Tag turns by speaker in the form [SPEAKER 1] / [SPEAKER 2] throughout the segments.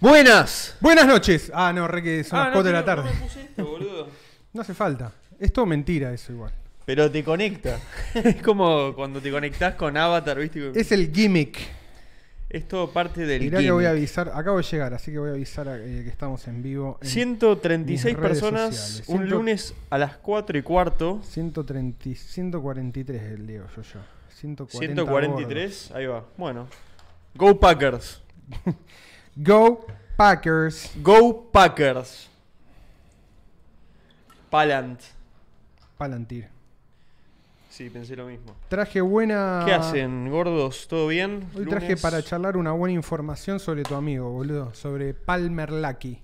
[SPEAKER 1] Buenas.
[SPEAKER 2] Buenas noches. Ah, no, re que son
[SPEAKER 3] Ah,
[SPEAKER 2] las
[SPEAKER 3] no,
[SPEAKER 2] 4 de la
[SPEAKER 3] no, no
[SPEAKER 2] tarde.
[SPEAKER 3] me puse esto, boludo.
[SPEAKER 2] No hace falta. Es todo mentira eso igual.
[SPEAKER 1] Pero te conecta.
[SPEAKER 3] es como cuando te conectás con Avatar, ¿viste? Es,
[SPEAKER 2] Es el gimmick.
[SPEAKER 3] todo parte del
[SPEAKER 2] Mirá que voy a
[SPEAKER 3] gimmick.
[SPEAKER 2] avisar. Acabo de llegar, así que voy a avisar a- eh, que estamos en vivo. en
[SPEAKER 3] 136
[SPEAKER 2] mis redes
[SPEAKER 3] personas
[SPEAKER 2] sociales.
[SPEAKER 3] un
[SPEAKER 2] Ciento-
[SPEAKER 3] lunes a las 4 y cuarto.
[SPEAKER 2] 130, 143 leo yo yo. 140 gordos.
[SPEAKER 3] 143, ahí va. Bueno. Go Packers.
[SPEAKER 2] Go Packers.
[SPEAKER 3] Go Packers. Palant.
[SPEAKER 2] Palantir.
[SPEAKER 3] Sí, pensé lo mismo.
[SPEAKER 2] Traje buena.
[SPEAKER 3] ¿Qué hacen, gordos? ¿Todo bien?
[SPEAKER 2] Ah. Hoy traje
[SPEAKER 3] Lunes.
[SPEAKER 2] para charlar una buena información sobre tu amigo, boludo. Sobre Palmer Lucky.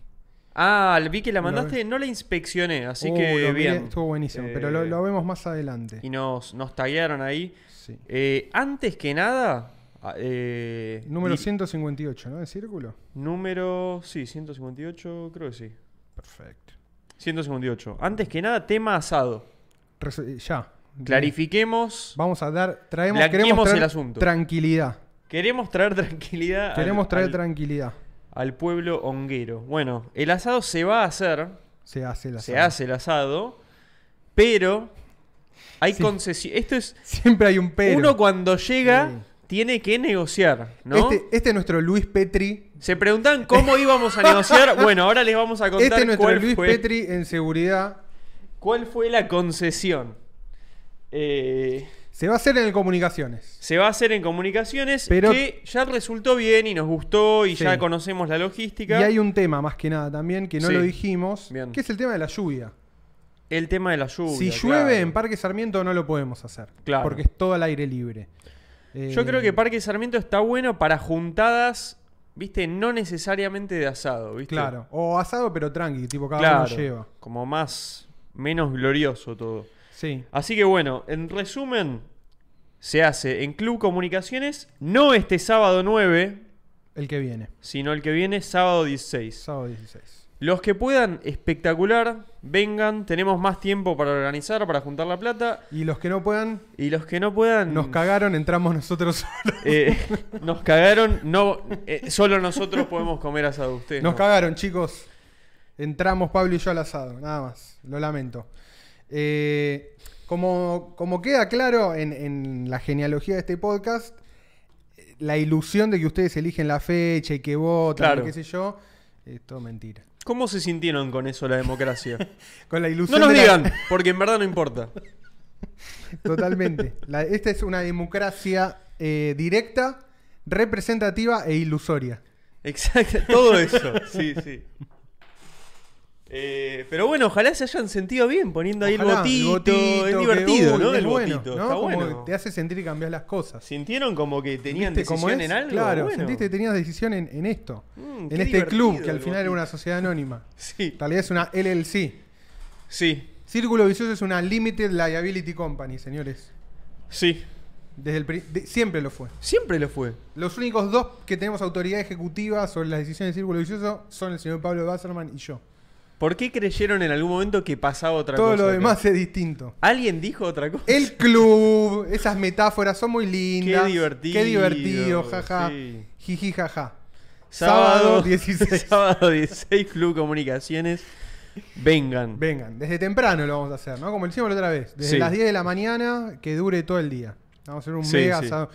[SPEAKER 3] Ah, vi que la
[SPEAKER 2] Lo
[SPEAKER 3] mandaste, no la inspeccioné, así
[SPEAKER 2] Uh,
[SPEAKER 3] que
[SPEAKER 2] lo miré,
[SPEAKER 3] bien.
[SPEAKER 2] estuvo buenísimo,
[SPEAKER 3] Eh,
[SPEAKER 2] pero lo, lo vemos más adelante.
[SPEAKER 3] Y nos, nos taguearon ahí.
[SPEAKER 2] Sí.
[SPEAKER 3] Eh, antes que nada. a- eh,
[SPEAKER 2] Número
[SPEAKER 3] di-
[SPEAKER 2] 158, ¿no? En círculo.
[SPEAKER 3] Número. Sí, 158, creo que sí.
[SPEAKER 2] Perfecto.
[SPEAKER 3] 158. Antes que nada, tema asado.
[SPEAKER 2] eh, ya.
[SPEAKER 3] Clarifiquemos.
[SPEAKER 2] Vamos a dar. Traemos,
[SPEAKER 3] Blanqueemos
[SPEAKER 2] queremos traer
[SPEAKER 3] el asunto.
[SPEAKER 2] Tranquilidad.
[SPEAKER 3] Queremos traer tranquilidad. al-
[SPEAKER 2] Queremos traer
[SPEAKER 3] al,
[SPEAKER 2] tranquilidad.
[SPEAKER 3] al pueblo honguero. Bueno, el asado se va a hacer.
[SPEAKER 2] Se hace la
[SPEAKER 3] Se
[SPEAKER 2] sala.
[SPEAKER 3] hace el asado. Pero. Hay
[SPEAKER 2] Sí.
[SPEAKER 3] concesión. Esto es.
[SPEAKER 2] Siempre hay un pero.
[SPEAKER 3] Uno cuando llega
[SPEAKER 2] Sí.
[SPEAKER 3] tiene que negociar, ¿no?
[SPEAKER 2] este, este es nuestro Luis Petri.
[SPEAKER 3] Se preguntan cómo íbamos a negociar. Bueno, ahora les vamos a contar
[SPEAKER 2] Este es nuestro
[SPEAKER 3] cuál,
[SPEAKER 2] Luis
[SPEAKER 3] fue,
[SPEAKER 2] Petri en seguridad.
[SPEAKER 3] cuál fue la concesión. Eh,
[SPEAKER 2] Se va a hacer en el comunicaciones.
[SPEAKER 3] se va a hacer en comunicaciones
[SPEAKER 2] Pero-
[SPEAKER 3] que ya resultó bien y nos gustó y
[SPEAKER 2] Sí.
[SPEAKER 3] ya conocemos la logística.
[SPEAKER 2] Y hay un tema más que nada también que no
[SPEAKER 3] Sí.
[SPEAKER 2] lo dijimos,
[SPEAKER 3] Bien.
[SPEAKER 2] que es el tema de la lluvia.
[SPEAKER 3] El tema de la lluvia.
[SPEAKER 2] si llueve
[SPEAKER 3] claro.
[SPEAKER 2] en Parque Sarmiento no lo podemos hacer,
[SPEAKER 3] Claro.
[SPEAKER 2] porque es todo al aire libre. Eh,
[SPEAKER 3] Yo creo que Parque Sarmiento está bueno para juntadas, viste, no necesariamente de asado, viste.
[SPEAKER 2] claro, o asado pero tranqui, tipo cada
[SPEAKER 3] claro.
[SPEAKER 2] uno lleva.
[SPEAKER 3] Como más, menos glorioso todo.
[SPEAKER 2] Sí.
[SPEAKER 3] Así que bueno, en resumen, se hace en Club Comunicaciones, no este sábado 9,
[SPEAKER 2] El que viene,
[SPEAKER 3] sino el que viene, sábado 16.
[SPEAKER 2] sábado 16.
[SPEAKER 3] Los que puedan, espectacular, vengan, tenemos más tiempo para organizar, para juntar la plata.
[SPEAKER 2] Y los que no puedan,
[SPEAKER 3] Y los que no puedan,
[SPEAKER 2] nos cagaron, entramos nosotros solos.
[SPEAKER 3] eh, nos cagaron, no, eh, solo nosotros podemos comer asado, ustedes.
[SPEAKER 2] Nos
[SPEAKER 3] no.
[SPEAKER 2] cagaron, chicos. Entramos Pablo y yo al asado, nada más. Lo lamento. Eh, como, como queda claro en, en la genealogía de este podcast, eh, la ilusión de que ustedes eligen la fecha y que votan,
[SPEAKER 3] Claro.
[SPEAKER 2] y qué sé yo, es todo mentira.
[SPEAKER 3] ¿Cómo se sintieron con eso la democracia?
[SPEAKER 2] Con la
[SPEAKER 3] no
[SPEAKER 2] ilusión.
[SPEAKER 3] nos
[SPEAKER 2] de la-
[SPEAKER 3] digan, porque en verdad no importa.
[SPEAKER 2] Totalmente. La- esta es una democracia eh, directa, representativa e ilusoria.
[SPEAKER 3] Exacto, todo eso. Sí, sí. Eh, pero bueno, ojalá se hayan sentido bien poniendo ahí
[SPEAKER 2] Ojalá,
[SPEAKER 3] el, botito,
[SPEAKER 2] que,
[SPEAKER 3] Es divertido,
[SPEAKER 2] uy,
[SPEAKER 3] ¿no?
[SPEAKER 2] es
[SPEAKER 3] El
[SPEAKER 2] bueno,
[SPEAKER 3] botito.
[SPEAKER 2] ¿no?
[SPEAKER 3] Está
[SPEAKER 2] Como
[SPEAKER 3] bueno.
[SPEAKER 2] Te hace sentir que cambias las cosas.
[SPEAKER 3] ¿Sintieron como que tenían
[SPEAKER 2] ¿Viste
[SPEAKER 3] decisión
[SPEAKER 2] cómo es?
[SPEAKER 3] en algo?
[SPEAKER 2] Claro,
[SPEAKER 3] Bueno.
[SPEAKER 2] sentiste que tenías decisión en, en esto.
[SPEAKER 3] Mm,
[SPEAKER 2] en
[SPEAKER 3] qué
[SPEAKER 2] este club,
[SPEAKER 3] divertido
[SPEAKER 2] que al
[SPEAKER 3] el
[SPEAKER 2] final era
[SPEAKER 3] botito.
[SPEAKER 2] una sociedad anónima.
[SPEAKER 3] Sí,
[SPEAKER 2] En realidad es una LLC.
[SPEAKER 3] sí,
[SPEAKER 2] Círculo Vicioso es una Limited Liability Company, señores.
[SPEAKER 3] sí.
[SPEAKER 2] Desde el pri- de- siempre lo fue.
[SPEAKER 3] Siempre lo fue.
[SPEAKER 2] Los únicos dos que tenemos autoridad ejecutiva sobre las decisiones de Círculo Vicioso son el señor Pablo Basserman y yo.
[SPEAKER 3] ¿Por qué creyeron en algún momento que pasaba otra
[SPEAKER 2] Todo
[SPEAKER 3] cosa?
[SPEAKER 2] lo
[SPEAKER 3] acá?
[SPEAKER 2] demás es distinto.
[SPEAKER 3] ¿Alguien dijo otra cosa?
[SPEAKER 2] El club, esas metáforas son muy lindas.
[SPEAKER 3] divertido,
[SPEAKER 2] Qué divertido, jaja.
[SPEAKER 3] sí.
[SPEAKER 2] Jiji, jaja. Sábado 16.
[SPEAKER 3] sábado 16, Club Comunicaciones. Vengan.
[SPEAKER 2] Vengan, desde temprano lo vamos a hacer, ¿no? Como lo hicimos la otra vez. Desde
[SPEAKER 3] Sí.
[SPEAKER 2] las 10 de la mañana, que dure todo el día. Vamos a hacer un
[SPEAKER 3] Sí,
[SPEAKER 2] mega
[SPEAKER 3] sí.
[SPEAKER 2] asado.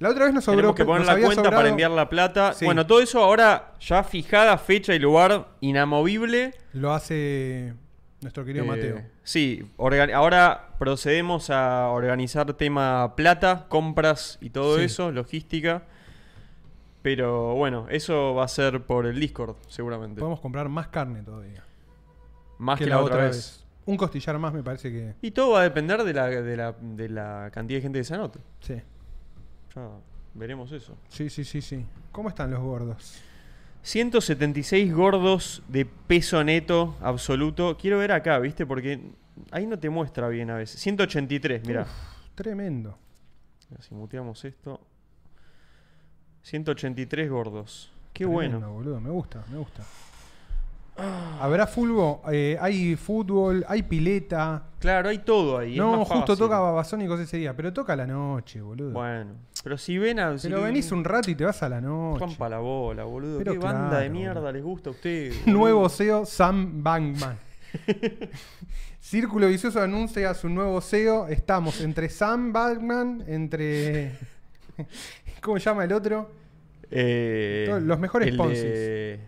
[SPEAKER 2] La otra vez nos sobró.
[SPEAKER 3] Tenemos que
[SPEAKER 2] nos
[SPEAKER 3] poner la
[SPEAKER 2] había
[SPEAKER 3] cuenta
[SPEAKER 2] sobrado-
[SPEAKER 3] para enviar la plata.
[SPEAKER 2] Sí.
[SPEAKER 3] Bueno, todo eso ahora ya fijada, fecha y lugar inamovible.
[SPEAKER 2] Lo hace nuestro querido
[SPEAKER 3] Eh,
[SPEAKER 2] Mateo.
[SPEAKER 3] Sí, orga- ahora procedemos a organizar tema plata, compras y todo
[SPEAKER 2] Sí.
[SPEAKER 3] eso, logística. Pero bueno, eso va a ser por el Discord, seguramente.
[SPEAKER 2] Podemos comprar más carne todavía.
[SPEAKER 3] Más que, la, otra, vez.
[SPEAKER 2] Un costillar más me parece que.
[SPEAKER 3] Y todo va a depender de la, de la, de la cantidad de gente que se anote.
[SPEAKER 2] Sí.
[SPEAKER 3] Ya veremos eso.
[SPEAKER 2] Sí, sí, sí, sí. ¿Cómo están los gordos?
[SPEAKER 3] 176 gordos de peso neto absoluto. Quiero ver acá, ¿viste? Porque ahí no te muestra bien a veces. 183, mirá.
[SPEAKER 2] Tremendo.
[SPEAKER 3] Mirá, Si muteamos esto. 183 gordos. Qué
[SPEAKER 2] Tremendo,
[SPEAKER 3] bueno.
[SPEAKER 2] boludo. Me gusta, me gusta. ¿Habrá fulbo? Eh, hay fútbol, hay pileta.
[SPEAKER 3] Claro, hay todo ahí. es
[SPEAKER 2] no,
[SPEAKER 3] más
[SPEAKER 2] justo
[SPEAKER 3] fácil.
[SPEAKER 2] toca Babasónicos ese día, pero toca a la noche, boludo.
[SPEAKER 3] Bueno, pero si ven a. si
[SPEAKER 2] pero venís un rato y te vas a la noche.
[SPEAKER 3] Juan pa' la bola, boludo.
[SPEAKER 2] Pero
[SPEAKER 3] Qué banda de
[SPEAKER 2] claro.
[SPEAKER 3] mierda les gusta a ustedes. boludo?
[SPEAKER 2] Nuevo CEO Sam Bankman. Círculo Vicioso anuncia a su nuevo CEO. Estamos entre Sam Bankman, entre. ¿Cómo se llama el otro?
[SPEAKER 3] Eh,
[SPEAKER 2] Todos los mejores
[SPEAKER 3] el de-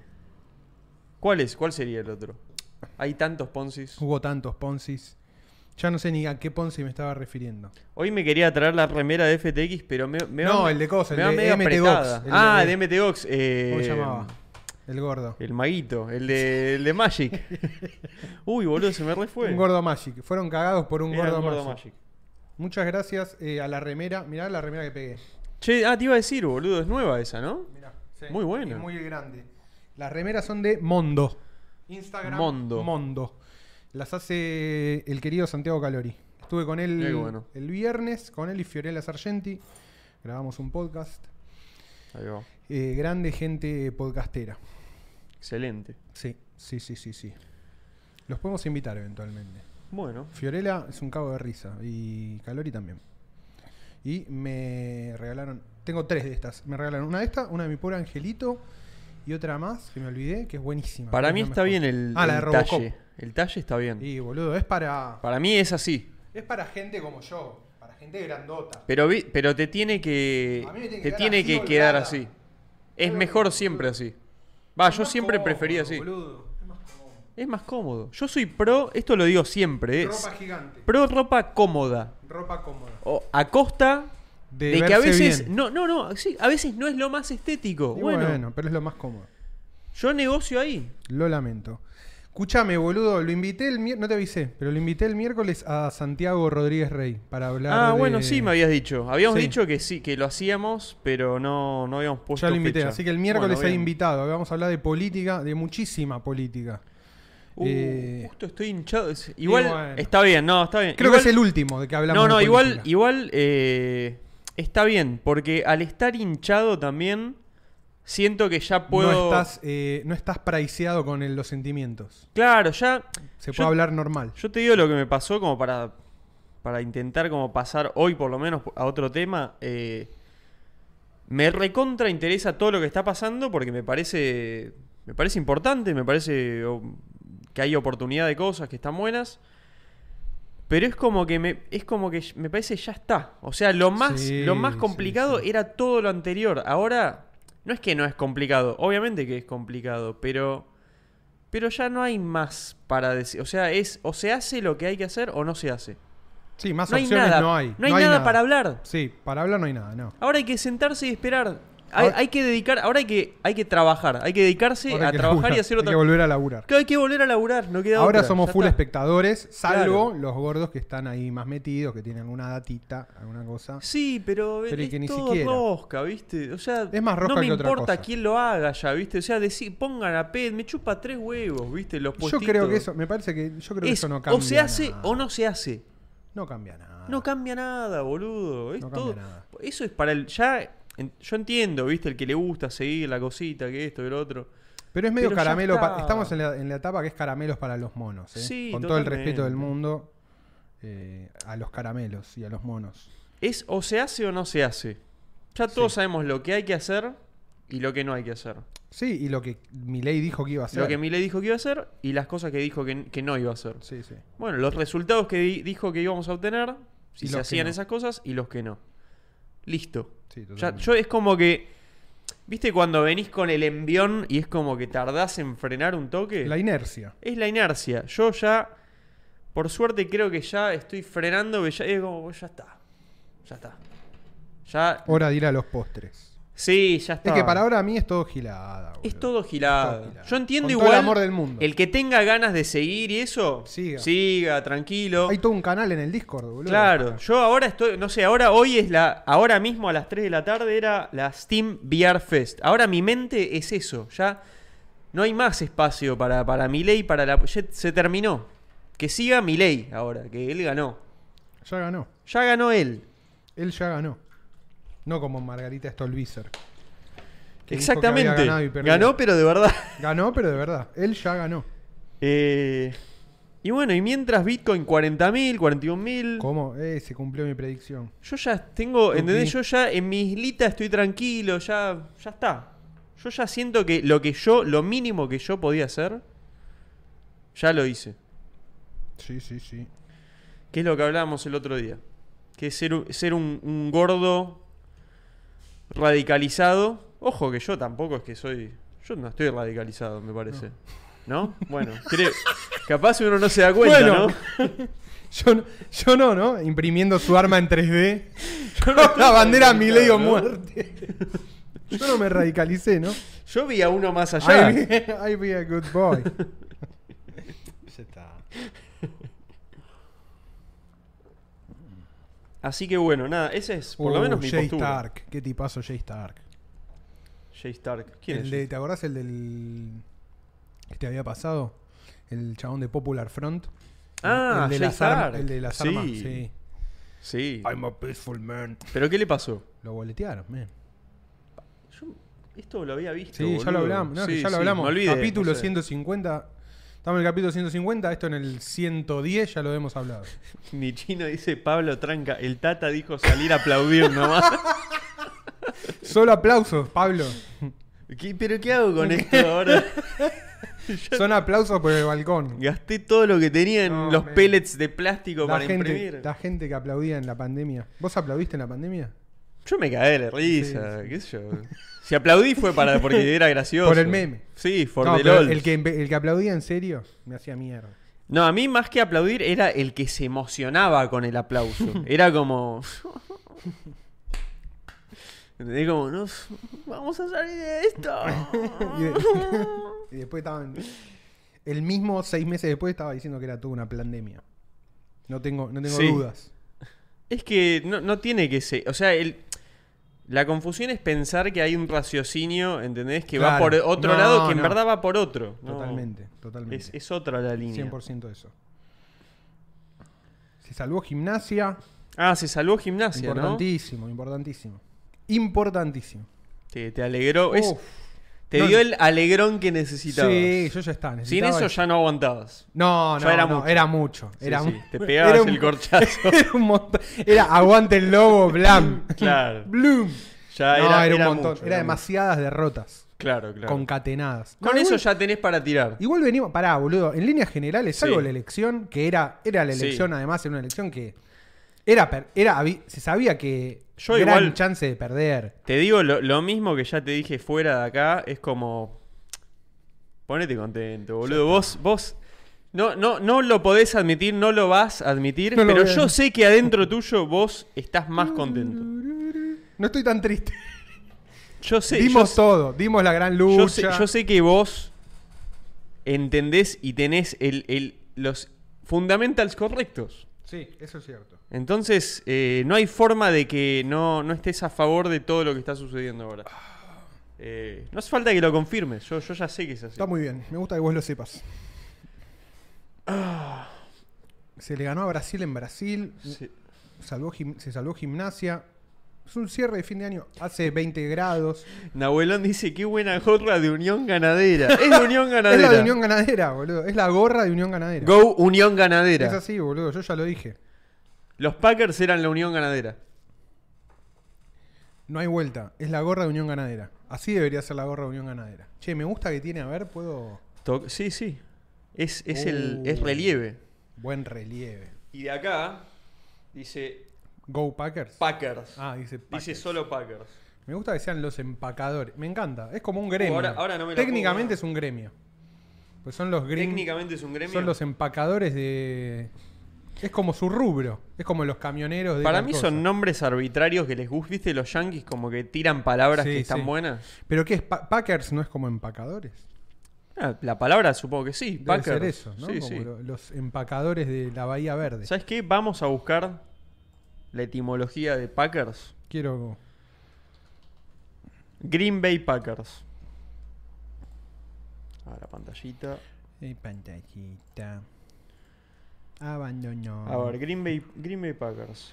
[SPEAKER 3] ¿Cuál es? ¿Cuál sería el otro? Hay tantos Ponzis.
[SPEAKER 2] Hubo tantos Poncis. Ya no sé ni a qué Ponzi me estaba refiriendo.
[SPEAKER 3] Hoy me quería traer la remera de FTX, pero me, me
[SPEAKER 2] No,
[SPEAKER 3] va-
[SPEAKER 2] el de cosa,
[SPEAKER 3] me
[SPEAKER 2] el
[SPEAKER 3] va
[SPEAKER 2] de
[SPEAKER 3] medio
[SPEAKER 2] MTGOX,
[SPEAKER 3] apretada.
[SPEAKER 2] el de-
[SPEAKER 3] ah, de MTGOX. Eh,
[SPEAKER 2] ¿Cómo se llamaba? El gordo.
[SPEAKER 3] El maguito, el de, el de Magic. Uy, boludo, se me re fue.
[SPEAKER 2] Un gordo Magic. Fueron cagados por un
[SPEAKER 3] Pues. Era
[SPEAKER 2] gordo,
[SPEAKER 3] el
[SPEAKER 2] Magic. Muchas gracias eh, a la remera. Mirá la remera que pegué.
[SPEAKER 3] Che, ah, te iba a decir, boludo, es nueva esa, ¿no?
[SPEAKER 2] Mirá, sí.
[SPEAKER 3] Muy buena.
[SPEAKER 2] Y muy grande. Las remeras son de Mondo. Instagram
[SPEAKER 3] Mondo.
[SPEAKER 2] Mondo. Las hace el querido Santiago Calori. Estuve con
[SPEAKER 3] Qué
[SPEAKER 2] él
[SPEAKER 3] bueno.
[SPEAKER 2] el viernes, con él y Fiorella Sargenti. Grabamos un podcast.
[SPEAKER 3] Ahí va.
[SPEAKER 2] Eh, grande gente podcastera.
[SPEAKER 3] Excelente.
[SPEAKER 2] Sí, sí, sí, sí, sí. Los podemos invitar eventualmente.
[SPEAKER 3] Bueno,
[SPEAKER 2] Fiorella es un cabo de risa y Calori también. Y me regalaron, tengo tres de estas. Me regalaron una de esta, una de mi pobre angelito y otra más que me olvidé, que es buenísima.
[SPEAKER 3] para
[SPEAKER 2] Es
[SPEAKER 3] mí
[SPEAKER 2] la
[SPEAKER 3] está
[SPEAKER 2] mejor.
[SPEAKER 3] bien el,
[SPEAKER 2] Ah, la de
[SPEAKER 3] el
[SPEAKER 2] Robocop.
[SPEAKER 3] talle. El talle está bien.
[SPEAKER 2] Y boludo, es para
[SPEAKER 3] Para mí es así.
[SPEAKER 2] es para gente como yo, para gente grandota.
[SPEAKER 3] Pero, vi- pero te tiene que.
[SPEAKER 2] A mí me tiene que
[SPEAKER 3] te
[SPEAKER 2] quedar
[SPEAKER 3] tiene
[SPEAKER 2] así
[SPEAKER 3] que
[SPEAKER 2] colgada.
[SPEAKER 3] quedar así. Es
[SPEAKER 2] Claro,
[SPEAKER 3] mejor
[SPEAKER 2] boludo.
[SPEAKER 3] siempre así. Va,
[SPEAKER 2] Es
[SPEAKER 3] Ah, yo
[SPEAKER 2] más
[SPEAKER 3] siempre
[SPEAKER 2] cómodo,
[SPEAKER 3] prefería así.
[SPEAKER 2] boludo. Es más cómodo.
[SPEAKER 3] Es más cómodo. Yo soy pro, esto lo digo siempre, es
[SPEAKER 2] Ropa gigante,
[SPEAKER 3] pro ropa cómoda.
[SPEAKER 2] ropa cómoda.
[SPEAKER 3] O a costa
[SPEAKER 2] De
[SPEAKER 3] de, que a
[SPEAKER 2] verse
[SPEAKER 3] veces.
[SPEAKER 2] bien.
[SPEAKER 3] No, no, no. Sí, a veces no es lo más estético.
[SPEAKER 2] Y
[SPEAKER 3] Bueno,
[SPEAKER 2] bueno, pero es lo más cómodo.
[SPEAKER 3] yo negocio ahí.
[SPEAKER 2] Lo lamento. Escúchame, boludo, lo invité el miércoles, no te avisé, pero lo invité el miércoles a Santiago Rodríguez Rey para hablar
[SPEAKER 3] Ah,
[SPEAKER 2] de-
[SPEAKER 3] bueno, sí, me habías dicho. Habíamos
[SPEAKER 2] Sí.
[SPEAKER 3] dicho que sí, que lo hacíamos, pero no, no habíamos puesto.
[SPEAKER 2] Ya lo invité,
[SPEAKER 3] fecha.
[SPEAKER 2] así que el miércoles
[SPEAKER 3] Bueno,
[SPEAKER 2] hay
[SPEAKER 3] bien.
[SPEAKER 2] invitado, vamos a hablar de política, de muchísima política.
[SPEAKER 3] Uh,
[SPEAKER 2] Eh,
[SPEAKER 3] Justo estoy hinchado. Es- Igual
[SPEAKER 2] bueno.
[SPEAKER 3] está bien, no, está bien.
[SPEAKER 2] Creo
[SPEAKER 3] Eh, Igual-
[SPEAKER 2] que es el último de que hablamos.
[SPEAKER 3] No, no,
[SPEAKER 2] de
[SPEAKER 3] igual,
[SPEAKER 2] política.
[SPEAKER 3] igual eh, está bien, porque al estar hinchado también, siento que ya puedo.
[SPEAKER 2] No estás, eh, no estás priceado con el- los sentimientos.
[SPEAKER 3] Claro, ya.
[SPEAKER 2] Se
[SPEAKER 3] yo-
[SPEAKER 2] puede hablar normal.
[SPEAKER 3] Yo te digo lo que me pasó como para, para intentar como pasar hoy por lo menos a otro tema. eh, me recontra interesa todo lo que está pasando porque me parece, me parece importante, me parece o, que hay oportunidad de cosas que están buenas. Pero es como que me, es como que me parece ya está. O sea, lo más,
[SPEAKER 2] Sí,
[SPEAKER 3] lo más
[SPEAKER 2] sí,
[SPEAKER 3] complicado
[SPEAKER 2] sí.
[SPEAKER 3] era todo lo anterior. Ahora, no es que no es complicado, obviamente que es complicado, pero. Pero ya no hay más para decir. O sea, es o se hace lo que hay que hacer o no se hace.
[SPEAKER 2] Sí, más
[SPEAKER 3] no hay
[SPEAKER 2] opciones
[SPEAKER 3] nada.
[SPEAKER 2] no hay.
[SPEAKER 3] No hay nada para hablar.
[SPEAKER 2] Sí, para hablar no hay nada, no.
[SPEAKER 3] Ahora hay que sentarse y esperar. Hay,
[SPEAKER 2] Ahora-
[SPEAKER 3] hay que dedicar, ahora hay que, hay que trabajar, hay que dedicarse
[SPEAKER 2] Ahora hay
[SPEAKER 3] a
[SPEAKER 2] que
[SPEAKER 3] trabajar
[SPEAKER 2] laburar,
[SPEAKER 3] y hacer
[SPEAKER 2] hay
[SPEAKER 3] otra
[SPEAKER 2] que
[SPEAKER 3] cosa.
[SPEAKER 2] volver a laburar.
[SPEAKER 3] Hay que volver a laburar, no queda
[SPEAKER 2] Ahora
[SPEAKER 3] otra,
[SPEAKER 2] somos
[SPEAKER 3] ya
[SPEAKER 2] full
[SPEAKER 3] está.
[SPEAKER 2] espectadores, salvo
[SPEAKER 3] Claro.
[SPEAKER 2] los gordos que están ahí más metidos, que tienen alguna datita, alguna cosa.
[SPEAKER 3] Sí, pero,
[SPEAKER 2] Pero
[SPEAKER 3] es
[SPEAKER 2] que ni
[SPEAKER 3] todo
[SPEAKER 2] siquiera.
[SPEAKER 3] rosca, ¿viste? O sea,
[SPEAKER 2] Es más rosca
[SPEAKER 3] no me
[SPEAKER 2] que otra
[SPEAKER 3] importa
[SPEAKER 2] cosa.
[SPEAKER 3] quién lo haga ya, ¿viste? O sea, decir, pongan a Ped, me chupa tres huevos, ¿viste? Los
[SPEAKER 2] Yo
[SPEAKER 3] puestitos.
[SPEAKER 2] creo que eso, me parece que yo creo que
[SPEAKER 3] Es
[SPEAKER 2] eso no cambia.
[SPEAKER 3] o se hace
[SPEAKER 2] nada.
[SPEAKER 3] o no se hace.
[SPEAKER 2] No cambia nada.
[SPEAKER 3] No cambia nada, boludo. Es
[SPEAKER 2] No
[SPEAKER 3] todo-
[SPEAKER 2] cambia nada.
[SPEAKER 3] Eso es para el. Ya. en- yo entiendo, ¿viste? El que le gusta seguir la cosita, que esto, que lo otro.
[SPEAKER 2] Pero es medio
[SPEAKER 3] Pero ya
[SPEAKER 2] caramelo.
[SPEAKER 3] está.
[SPEAKER 2] pa- estamos en la, en la etapa que es caramelos para los monos. ¿eh?
[SPEAKER 3] Sí,
[SPEAKER 2] Con todo el respeto del
[SPEAKER 3] totalmente.
[SPEAKER 2] mundo eh, a los caramelos y a los monos.
[SPEAKER 3] Es o se hace o no se hace. Ya todos sabemos lo que hay que hacer y lo que no hay que hacer.
[SPEAKER 2] Sí, y lo que Milei dijo que iba a hacer.
[SPEAKER 3] Lo que Milei dijo que iba a hacer y las cosas que dijo que, que no iba a hacer.
[SPEAKER 2] Sí, sí.
[SPEAKER 3] Bueno, los resultados que di- dijo que íbamos a obtener, si
[SPEAKER 2] Y
[SPEAKER 3] se
[SPEAKER 2] los que
[SPEAKER 3] hacían
[SPEAKER 2] no.
[SPEAKER 3] esas cosas y los que no. Listo.
[SPEAKER 2] Sí,
[SPEAKER 3] Ya,
[SPEAKER 2] totalmente.
[SPEAKER 3] yo es como que. ¿Viste cuando venís con el envión y es como que tardás en frenar un toque?
[SPEAKER 2] La inercia.
[SPEAKER 3] Es la inercia. Yo ya, por suerte, creo que ya estoy frenando, que ya, es como, ya está. Ya está. Ya.
[SPEAKER 2] Hora de ir a los postres.
[SPEAKER 3] Sí, ya está.
[SPEAKER 2] Es que para ahora a mí es todo gilada.
[SPEAKER 3] Ah. Es
[SPEAKER 2] boludo.
[SPEAKER 3] todo gilado.
[SPEAKER 2] Todo gilado.
[SPEAKER 3] Yo entiendo
[SPEAKER 2] Con todo
[SPEAKER 3] igual.
[SPEAKER 2] el amor del mundo.
[SPEAKER 3] el que tenga ganas de seguir y eso,
[SPEAKER 2] Siga.
[SPEAKER 3] tranquilo.
[SPEAKER 2] Hay todo un canal en el Discord, boludo.
[SPEAKER 3] Claro, yo ahora estoy, no sé, ahora hoy es la, ahora mismo a las 3 de la tarde era la Steam VR Fest. Ahora mi mente es eso, ya no hay más espacio para, para Milei, para la... ya se terminó. Que siga Milei ahora, que él ganó.
[SPEAKER 2] Ya ganó.
[SPEAKER 3] Ya ganó él.
[SPEAKER 2] Él ya ganó. No como Margarita Stolbizer. que dijo que había
[SPEAKER 3] Exactamente.
[SPEAKER 2] ganado y perdido.
[SPEAKER 3] Ganó, pero de verdad.
[SPEAKER 2] Ganó, pero de verdad. Él ya ganó.
[SPEAKER 3] Eh, y bueno, y mientras Bitcoin 40.000, 41.000.
[SPEAKER 2] ¿Cómo? Eh, se cumplió mi predicción.
[SPEAKER 3] Yo ya tengo,
[SPEAKER 2] Ok.
[SPEAKER 3] ¿entendés? Yo ya en mi islita estoy tranquilo, ya, ya está. Yo ya siento que lo que yo, lo mínimo que yo podía hacer, ya lo hice.
[SPEAKER 2] Sí, sí, sí.
[SPEAKER 3] Que es lo que hablábamos el otro día. Que es ser, un- ser un, un gordo radicalizado. Ojo que yo tampoco es que soy. Yo no estoy radicalizado, me parece. ¿No? Bueno, creo. Capaz uno no se da cuenta,
[SPEAKER 2] Bueno.
[SPEAKER 3] ¿no?
[SPEAKER 2] Yo, no- yo no, ¿no? Imprimiendo su arma en 3D. la bandera mi ley o
[SPEAKER 3] ¿no?
[SPEAKER 2] muerte. Yo no me radicalicé, ¿no?
[SPEAKER 3] Yo vi a uno más allá.
[SPEAKER 2] I be, I be a good boy.
[SPEAKER 1] Ya está.
[SPEAKER 3] Así que bueno, nada, ese es por lo
[SPEAKER 2] Uh,
[SPEAKER 3] menos mi
[SPEAKER 2] Jay
[SPEAKER 3] postura.
[SPEAKER 2] Stark. Qué tipazo Jay Stark.
[SPEAKER 3] Jay Stark. ¿Quién
[SPEAKER 2] El
[SPEAKER 3] es?
[SPEAKER 2] de-
[SPEAKER 3] Jay?
[SPEAKER 2] ¿Te acordás el del. que te había pasado? El chabón de Popular Front.
[SPEAKER 3] Ah,
[SPEAKER 2] el de
[SPEAKER 3] Jay
[SPEAKER 2] las armas.
[SPEAKER 3] Stark.
[SPEAKER 2] El de las
[SPEAKER 3] Sí.
[SPEAKER 2] armas, sí.
[SPEAKER 3] Sí.
[SPEAKER 2] I'm a peaceful man.
[SPEAKER 3] ¿Pero qué le pasó?
[SPEAKER 2] Lo boletearon, man.
[SPEAKER 3] Yo esto lo había visto.
[SPEAKER 2] Sí, ya
[SPEAKER 3] boludo.
[SPEAKER 2] lo hablamos. No, que
[SPEAKER 3] Sí,
[SPEAKER 2] ya lo
[SPEAKER 3] sí,
[SPEAKER 2] hablamos.
[SPEAKER 3] me olvidé,
[SPEAKER 2] capítulo
[SPEAKER 3] no sé.
[SPEAKER 2] 150. Estamos en el capítulo 150. Esto en el 110 ya lo hemos hablado.
[SPEAKER 3] Mi chino dice Pablo Tranca. El Tata dijo salir a aplaudir nomás.
[SPEAKER 2] Solo aplausos, Pablo.
[SPEAKER 3] ¿Qué- ¿Pero qué hago con esto ahora?
[SPEAKER 2] Son aplausos por el balcón.
[SPEAKER 3] Gasté todo lo que tenía en
[SPEAKER 2] No,
[SPEAKER 3] los
[SPEAKER 2] man.
[SPEAKER 3] pellets de plástico
[SPEAKER 2] La
[SPEAKER 3] para
[SPEAKER 2] gente,
[SPEAKER 3] imprimir.
[SPEAKER 2] la gente que aplaudía en la pandemia. ¿Vos aplaudiste en la pandemia?
[SPEAKER 3] Yo me caí de la risa, qué sé yo. Si aplaudí fue para porque era gracioso.
[SPEAKER 2] Por el meme.
[SPEAKER 3] Sí, por
[SPEAKER 2] No,
[SPEAKER 3] the
[SPEAKER 2] pero
[SPEAKER 3] LOL.
[SPEAKER 2] el, que, el que aplaudía en serio me hacía mierda.
[SPEAKER 3] No, a mí más que aplaudir era el que se emocionaba con el aplauso. Era como. ¿Entendés? Como, no, vamos a salir de esto.
[SPEAKER 2] Y, de- y después estaban. El mismo seis meses después estaba diciendo que era toda una pandemia. No tengo, no tengo
[SPEAKER 3] Sí.
[SPEAKER 2] dudas.
[SPEAKER 3] es que no, no tiene que ser. O sea, el- la confusión es pensar que hay un raciocinio, ¿entendés? Que va
[SPEAKER 2] Claro.
[SPEAKER 3] por otro
[SPEAKER 2] No,
[SPEAKER 3] lado, que en
[SPEAKER 2] no.
[SPEAKER 3] verdad va por otro. No.
[SPEAKER 2] Totalmente, totalmente.
[SPEAKER 3] Es, es otra la línea.
[SPEAKER 2] 100% eso. Se salvó gimnasia.
[SPEAKER 3] Ah, se salvó gimnasia, ¿no?
[SPEAKER 2] Importantísimo, importantísimo. Importantísimo.
[SPEAKER 3] Te, te alegró. es-
[SPEAKER 2] Uf,
[SPEAKER 3] te
[SPEAKER 2] no,
[SPEAKER 3] dio el alegrón que necesitabas.
[SPEAKER 2] sí, yo ya estaba.
[SPEAKER 3] Sin eso
[SPEAKER 2] necesitaba
[SPEAKER 3] ya no aguantabas.
[SPEAKER 2] No,
[SPEAKER 3] ya
[SPEAKER 2] no,
[SPEAKER 3] era
[SPEAKER 2] no,
[SPEAKER 3] mucho.
[SPEAKER 2] era mucho.
[SPEAKER 3] Sí,
[SPEAKER 2] era
[SPEAKER 3] sí,
[SPEAKER 2] mu-
[SPEAKER 3] Te pegabas
[SPEAKER 2] era un-
[SPEAKER 3] el corchazo.
[SPEAKER 2] era un montón. Era aguante el lobo, blam.
[SPEAKER 3] claro.
[SPEAKER 2] Bloom.
[SPEAKER 3] Ya
[SPEAKER 2] no,
[SPEAKER 3] Ah, era,
[SPEAKER 2] era, un montón.
[SPEAKER 3] mucho,
[SPEAKER 2] era
[SPEAKER 3] mucho.
[SPEAKER 2] demasiadas derrotas
[SPEAKER 3] Claro, claro. Con,
[SPEAKER 2] concatenadas. No,
[SPEAKER 3] eso
[SPEAKER 2] igual-
[SPEAKER 3] ya tenés para tirar.
[SPEAKER 2] Igual venimos, pará, boludo. En líneas generales, salvo
[SPEAKER 3] Sí.
[SPEAKER 2] la elección, que era, era la
[SPEAKER 3] Sí.
[SPEAKER 2] elección, además, era una elección que era, per- era habi- se sabía que
[SPEAKER 3] Yo
[SPEAKER 2] gran
[SPEAKER 3] igual-
[SPEAKER 2] chance de perder.
[SPEAKER 3] Te digo lo, lo mismo que ya te dije fuera de acá. Es como. Ponete contento, boludo. Vos, vos. No, no, no lo podés admitir, no lo vas a admitir,
[SPEAKER 2] No lo
[SPEAKER 3] pero
[SPEAKER 2] voy a
[SPEAKER 3] yo
[SPEAKER 2] admitir.
[SPEAKER 3] sé que adentro tuyo vos estás más contento.
[SPEAKER 2] No estoy tan triste.
[SPEAKER 3] Yo sé, yo
[SPEAKER 2] dimos
[SPEAKER 3] sé-
[SPEAKER 2] todo, dimos la gran lucha.
[SPEAKER 3] Yo sé, yo sé que vos entendés y tenés el, el- los fundamentals correctos.
[SPEAKER 2] Sí, eso es cierto.
[SPEAKER 3] Entonces, eh, no hay forma de que no, no estés a favor de todo lo que está sucediendo ahora. Eh, no hace falta que lo confirmes, yo, yo ya sé que es así.
[SPEAKER 2] Está muy bien, me gusta que vos lo sepas.
[SPEAKER 3] Ah.
[SPEAKER 2] Se le ganó a Brasil en Brasil,
[SPEAKER 3] Sí.
[SPEAKER 2] salvó gim- se salvó gimnasia. Es un cierre de fin de año, hace 20 grados.
[SPEAKER 3] Nahuelón dice, qué buena gorra de Unión Ganadera. Es de Unión Ganadera.
[SPEAKER 2] Es la de Unión Ganadera, boludo. Es la gorra de Unión Ganadera.
[SPEAKER 3] Go Unión
[SPEAKER 2] Es
[SPEAKER 3] Ganadera.
[SPEAKER 2] así, boludo. Yo ya lo dije.
[SPEAKER 3] Los Packers eran la Unión Ganadera.
[SPEAKER 2] No hay vuelta. Es la gorra de Unión Ganadera. Así debería ser la gorra de Unión Ganadera. Che, me gusta que tiene, a ver, puedo.
[SPEAKER 3] To- sí, sí. Es, es el, es
[SPEAKER 2] Uh.
[SPEAKER 3] relieve.
[SPEAKER 2] Buen relieve.
[SPEAKER 3] Y de acá dice
[SPEAKER 2] Go Packers.
[SPEAKER 3] Packers.
[SPEAKER 2] ah, dice Packers.
[SPEAKER 3] Dice solo Packers.
[SPEAKER 2] Me gusta que sean los empacadores. Me encanta. Es como un gremio.
[SPEAKER 3] Oh, ahora- ahora no me la
[SPEAKER 2] Técnicamente
[SPEAKER 3] puedo-
[SPEAKER 2] es un gremio. Pues son los green-
[SPEAKER 3] Técnicamente es un gremio.
[SPEAKER 2] Son los empacadores de. Es como su rubro. Es como los camioneros de.
[SPEAKER 3] Para
[SPEAKER 2] tal
[SPEAKER 3] mí
[SPEAKER 2] cosa.
[SPEAKER 3] son nombres arbitrarios que les gusta. ¿Viste los yankees como que tiran palabras
[SPEAKER 2] Sí,
[SPEAKER 3] que están
[SPEAKER 2] sí.
[SPEAKER 3] buenas?
[SPEAKER 2] ¿Pero qué es? Pa- ¿Packers no es como empacadores?
[SPEAKER 3] Ah, la palabra supongo que sí.
[SPEAKER 2] Debe
[SPEAKER 3] Packers.
[SPEAKER 2] ser eso, ¿no?
[SPEAKER 3] Sí,
[SPEAKER 2] Como
[SPEAKER 3] sí.
[SPEAKER 2] lo- los empacadores de la Bahía Verde.
[SPEAKER 3] ¿Sabes qué? Vamos a buscar la etimología de Packers.
[SPEAKER 2] Quiero.
[SPEAKER 3] Green Bay Packers. A la pantallita.
[SPEAKER 2] Eh, pantallita. Abandonó.
[SPEAKER 3] A ver, Green Bay, Green Bay Packers.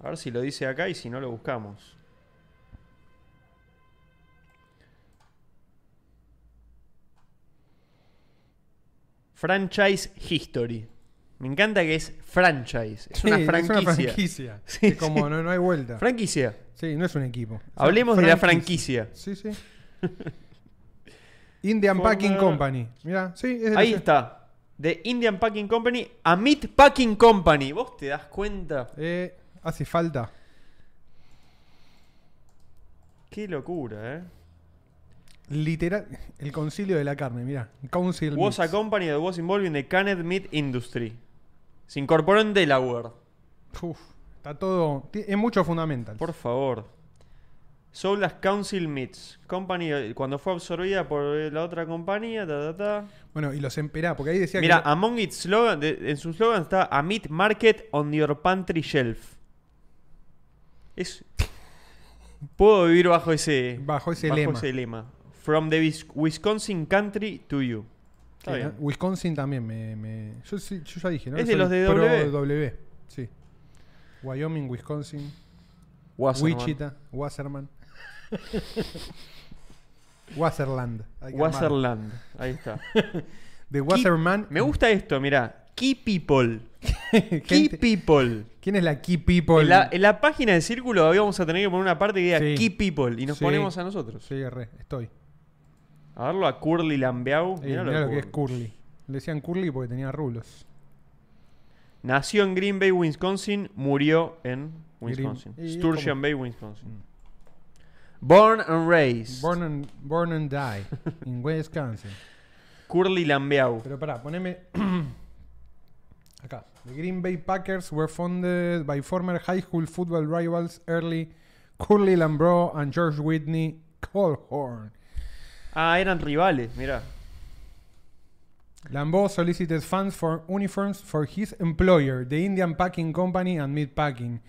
[SPEAKER 3] A ver si lo dice acá y si no lo buscamos. Franchise History. Me encanta que es franchise. Es
[SPEAKER 2] Sí,
[SPEAKER 3] una franquicia.
[SPEAKER 2] Es una franquicia.
[SPEAKER 3] Sí,
[SPEAKER 2] que
[SPEAKER 3] sí.
[SPEAKER 2] como no, no hay vuelta.
[SPEAKER 3] Franquicia.
[SPEAKER 2] sí, no es un equipo. Es una
[SPEAKER 3] Hablemos de la franquicia.
[SPEAKER 2] Sí, sí. Indian
[SPEAKER 3] Forma-
[SPEAKER 2] Packing Company. Mirá, sí, es de
[SPEAKER 3] Ahí
[SPEAKER 2] los-
[SPEAKER 3] está. De Indian Packing Company a Meat Packing Company. ¿Vos te das cuenta?
[SPEAKER 2] Eh, hace falta.
[SPEAKER 3] Qué locura, ¿eh?
[SPEAKER 2] Literal. El concilio de la carne, mirá. Council.
[SPEAKER 3] Was a
[SPEAKER 2] Meats.
[SPEAKER 3] company that was involved in the canned meat industry. Se incorporó en Delaware.
[SPEAKER 2] Uf, está todo. ti- Es mucho fundamental.
[SPEAKER 3] Por favor. Sold as Council Meats. Company, eh, cuando fue absorbida por eh, la otra compañía, ta, ta, ta.
[SPEAKER 2] Bueno, y los emperá, porque ahí decía
[SPEAKER 3] Mira,
[SPEAKER 2] que.
[SPEAKER 3] among its slogan, de- en su slogan está A meat market on your pantry shelf. Es. Puedo vivir bajo ese.
[SPEAKER 2] Bajo ese lema.
[SPEAKER 3] lema. From the Wis- Wisconsin country to you. Está
[SPEAKER 2] Sí,
[SPEAKER 3] bien.
[SPEAKER 2] ¿no? Eh, Wisconsin también me. me- Yo, sí- yo ya dije, ¿no?
[SPEAKER 3] Es
[SPEAKER 2] Que
[SPEAKER 3] de
[SPEAKER 2] soy
[SPEAKER 3] los de
[SPEAKER 2] pro
[SPEAKER 3] W.
[SPEAKER 2] W, Sí. Wyoming, Wisconsin.
[SPEAKER 3] Wasserman.
[SPEAKER 2] Wichita, Wasserman. Wasserland. hay que armar.
[SPEAKER 3] Wasserland. Ahí está.
[SPEAKER 2] De Wasserman.
[SPEAKER 3] Me gusta esto, mirá. Key People.
[SPEAKER 2] gente-
[SPEAKER 3] Key People.
[SPEAKER 2] ¿Quién es la Key People?
[SPEAKER 3] En la, en la página de círculo hoy vamos a tener que poner una parte que diga
[SPEAKER 2] Sí.
[SPEAKER 3] Key People y nos
[SPEAKER 2] Sí.
[SPEAKER 3] ponemos a nosotros.
[SPEAKER 2] Sí, re, estoy.
[SPEAKER 3] A verlo a Curly Lambeau.
[SPEAKER 2] Eh, mirá lo que es Curly. Le decían Curly porque tenía rulos.
[SPEAKER 3] Nació en Green Bay, Wisconsin. Murió en Wisconsin.
[SPEAKER 2] Green- y es
[SPEAKER 3] Sturgeon
[SPEAKER 2] como-
[SPEAKER 3] Bay, Wisconsin. Born and raised.
[SPEAKER 2] Born and, born and die in Wisconsin.
[SPEAKER 3] Curly Lambeau.
[SPEAKER 2] Pero pará, poneme. Acá. The Green Bay Packers were founded by former high school football rivals early Curly Lambro and George Whitney Colhorn.
[SPEAKER 3] Ah, eran rivales, mirá.
[SPEAKER 2] Lambeau solicited funds for uniforms for his employer, the Indian Packing Company and Meat Packing.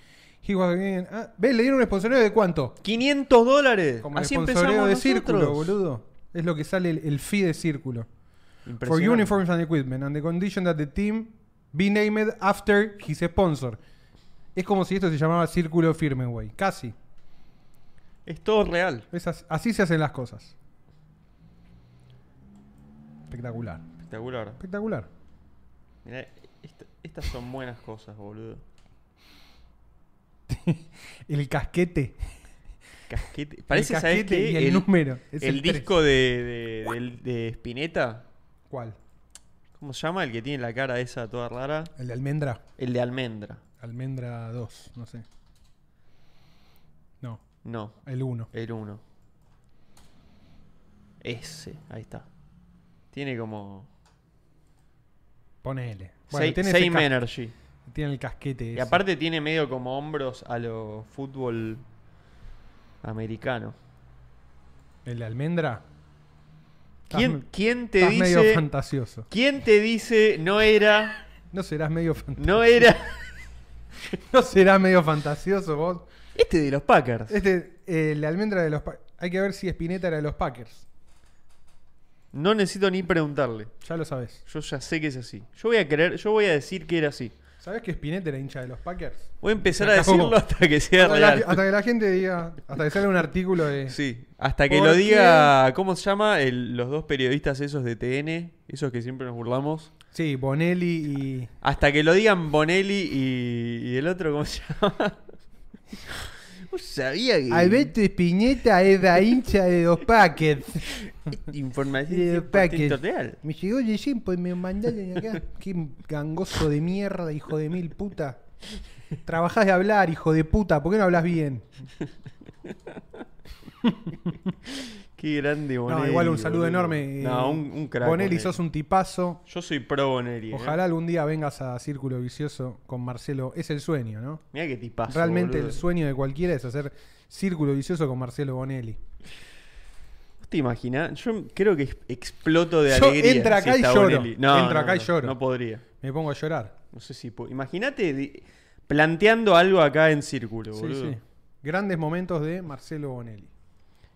[SPEAKER 2] He was given- ah, ¿Ves? Le dieron un esponsoreo de cuánto?
[SPEAKER 3] 500 dólares.
[SPEAKER 2] Como el
[SPEAKER 3] Así
[SPEAKER 2] esponsoreo
[SPEAKER 3] empezamos
[SPEAKER 2] de
[SPEAKER 3] nosotros.
[SPEAKER 2] círculo, boludo. Es lo que sale el, el fee de círculo. For
[SPEAKER 3] Impresionante.
[SPEAKER 2] uniforms and equipment and the condition that the team be named after his sponsor. Es como si esto se llamaba círculo firme, güey. Casi.
[SPEAKER 3] Es todo real.
[SPEAKER 2] Es as- así se hacen las cosas. Espectacular.
[SPEAKER 3] Espectacular.
[SPEAKER 2] Espectacular.
[SPEAKER 3] Mirá, esta- estas son buenas cosas, boludo.
[SPEAKER 2] El casquete.
[SPEAKER 3] Casquete. Parece,
[SPEAKER 2] el
[SPEAKER 3] ¿sabes
[SPEAKER 2] casquete
[SPEAKER 3] qué?
[SPEAKER 2] y el, número. Es
[SPEAKER 3] el
[SPEAKER 2] tres.
[SPEAKER 3] disco de, de, del- de Spinetta.
[SPEAKER 2] ¿Cuál?
[SPEAKER 3] ¿Cómo se llama? El que tiene la cara esa toda rara.
[SPEAKER 2] El de almendra.
[SPEAKER 3] El de Almendra.
[SPEAKER 2] Almendra 2, no sé. No,
[SPEAKER 3] No,
[SPEAKER 2] el 1.
[SPEAKER 3] el 1. Ese, ahí está. Tiene como.
[SPEAKER 2] Ponele.
[SPEAKER 3] Sei-
[SPEAKER 2] tiene, ese
[SPEAKER 3] Same
[SPEAKER 2] cas-
[SPEAKER 3] Energy.
[SPEAKER 2] tiene el casquete.
[SPEAKER 3] Y
[SPEAKER 2] ese.
[SPEAKER 3] aparte tiene medio como hombros a lo fútbol americano.
[SPEAKER 2] El de almendra. Estás
[SPEAKER 3] ¿Quién,
[SPEAKER 2] me-
[SPEAKER 3] quién te
[SPEAKER 2] estás medio
[SPEAKER 3] dice.
[SPEAKER 2] fantasioso.
[SPEAKER 3] ¿Quién te dice no era.
[SPEAKER 2] No serás medio fantasioso.
[SPEAKER 3] No era.
[SPEAKER 2] No serás medio fantasioso vos.
[SPEAKER 3] Este de los Packers.
[SPEAKER 2] Este, eh, la almendra de los Pa- Hay que ver si Spinetta era de los Packers.
[SPEAKER 3] No necesito ni preguntarle.
[SPEAKER 2] Ya lo sabes.
[SPEAKER 3] Yo ya sé que es así. Yo voy a creer, yo voy a decir que era así.
[SPEAKER 2] ¿Sabes que Spinetta era hincha de los Packers?
[SPEAKER 3] Voy a empezar
[SPEAKER 2] Se
[SPEAKER 3] a
[SPEAKER 2] acabó.
[SPEAKER 3] decirlo hasta que sea
[SPEAKER 2] Hasta, la-
[SPEAKER 3] real.
[SPEAKER 2] hasta que la gente diga. Hasta que salga un artículo de.
[SPEAKER 3] Sí, hasta que
[SPEAKER 2] ¿Por
[SPEAKER 3] lo
[SPEAKER 2] qué?
[SPEAKER 3] diga, ¿cómo se llama? El- los dos periodistas esos de TN, esos que siempre nos burlamos.
[SPEAKER 2] Sí, Bonelli y.
[SPEAKER 3] Hasta que lo digan Bonelli y, y el otro, ¿cómo se llama? No sabía que...
[SPEAKER 2] Alberto Spinetta era hincha de los Packers.
[SPEAKER 3] Información
[SPEAKER 2] Eh,
[SPEAKER 3] 100%
[SPEAKER 2] Packers.
[SPEAKER 3] real.
[SPEAKER 2] Me llegó el Jimpo y me mandaron acá. Qué gangoso de mierda, hijo de mil puta. Trabajás de hablar, hijo de puta. ¿Por qué no hablas bien?
[SPEAKER 3] Qué grande Bonelli.
[SPEAKER 2] no, igual un saludo
[SPEAKER 3] boludo.
[SPEAKER 2] enorme. eh,
[SPEAKER 3] No, un, un crack. eh.
[SPEAKER 2] Bonelli, sos un tipazo.
[SPEAKER 3] Yo soy pro Bonelli.
[SPEAKER 2] Ojalá algún día vengas a Círculo Vicioso con Marcelo. Es el sueño, ¿no?
[SPEAKER 3] Mira qué tipazo.
[SPEAKER 2] Realmente
[SPEAKER 3] boludo.
[SPEAKER 2] el sueño de cualquiera es hacer Círculo Vicioso con Marcelo Bonelli.
[SPEAKER 3] ¿Vos te imaginas? Yo creo que exploto de
[SPEAKER 2] Yo
[SPEAKER 3] alegría.
[SPEAKER 2] entro acá y
[SPEAKER 3] está
[SPEAKER 2] lloro.
[SPEAKER 3] No,
[SPEAKER 2] Entro
[SPEAKER 3] no,
[SPEAKER 2] acá y
[SPEAKER 3] no,
[SPEAKER 2] lloro.
[SPEAKER 3] No podría.
[SPEAKER 2] Me pongo a llorar.
[SPEAKER 3] No sé si. po- Imagínate di- planteando algo acá en círculo,
[SPEAKER 2] Sí,
[SPEAKER 3] boludo.
[SPEAKER 2] sí. Grandes momentos de Marcelo Bonelli.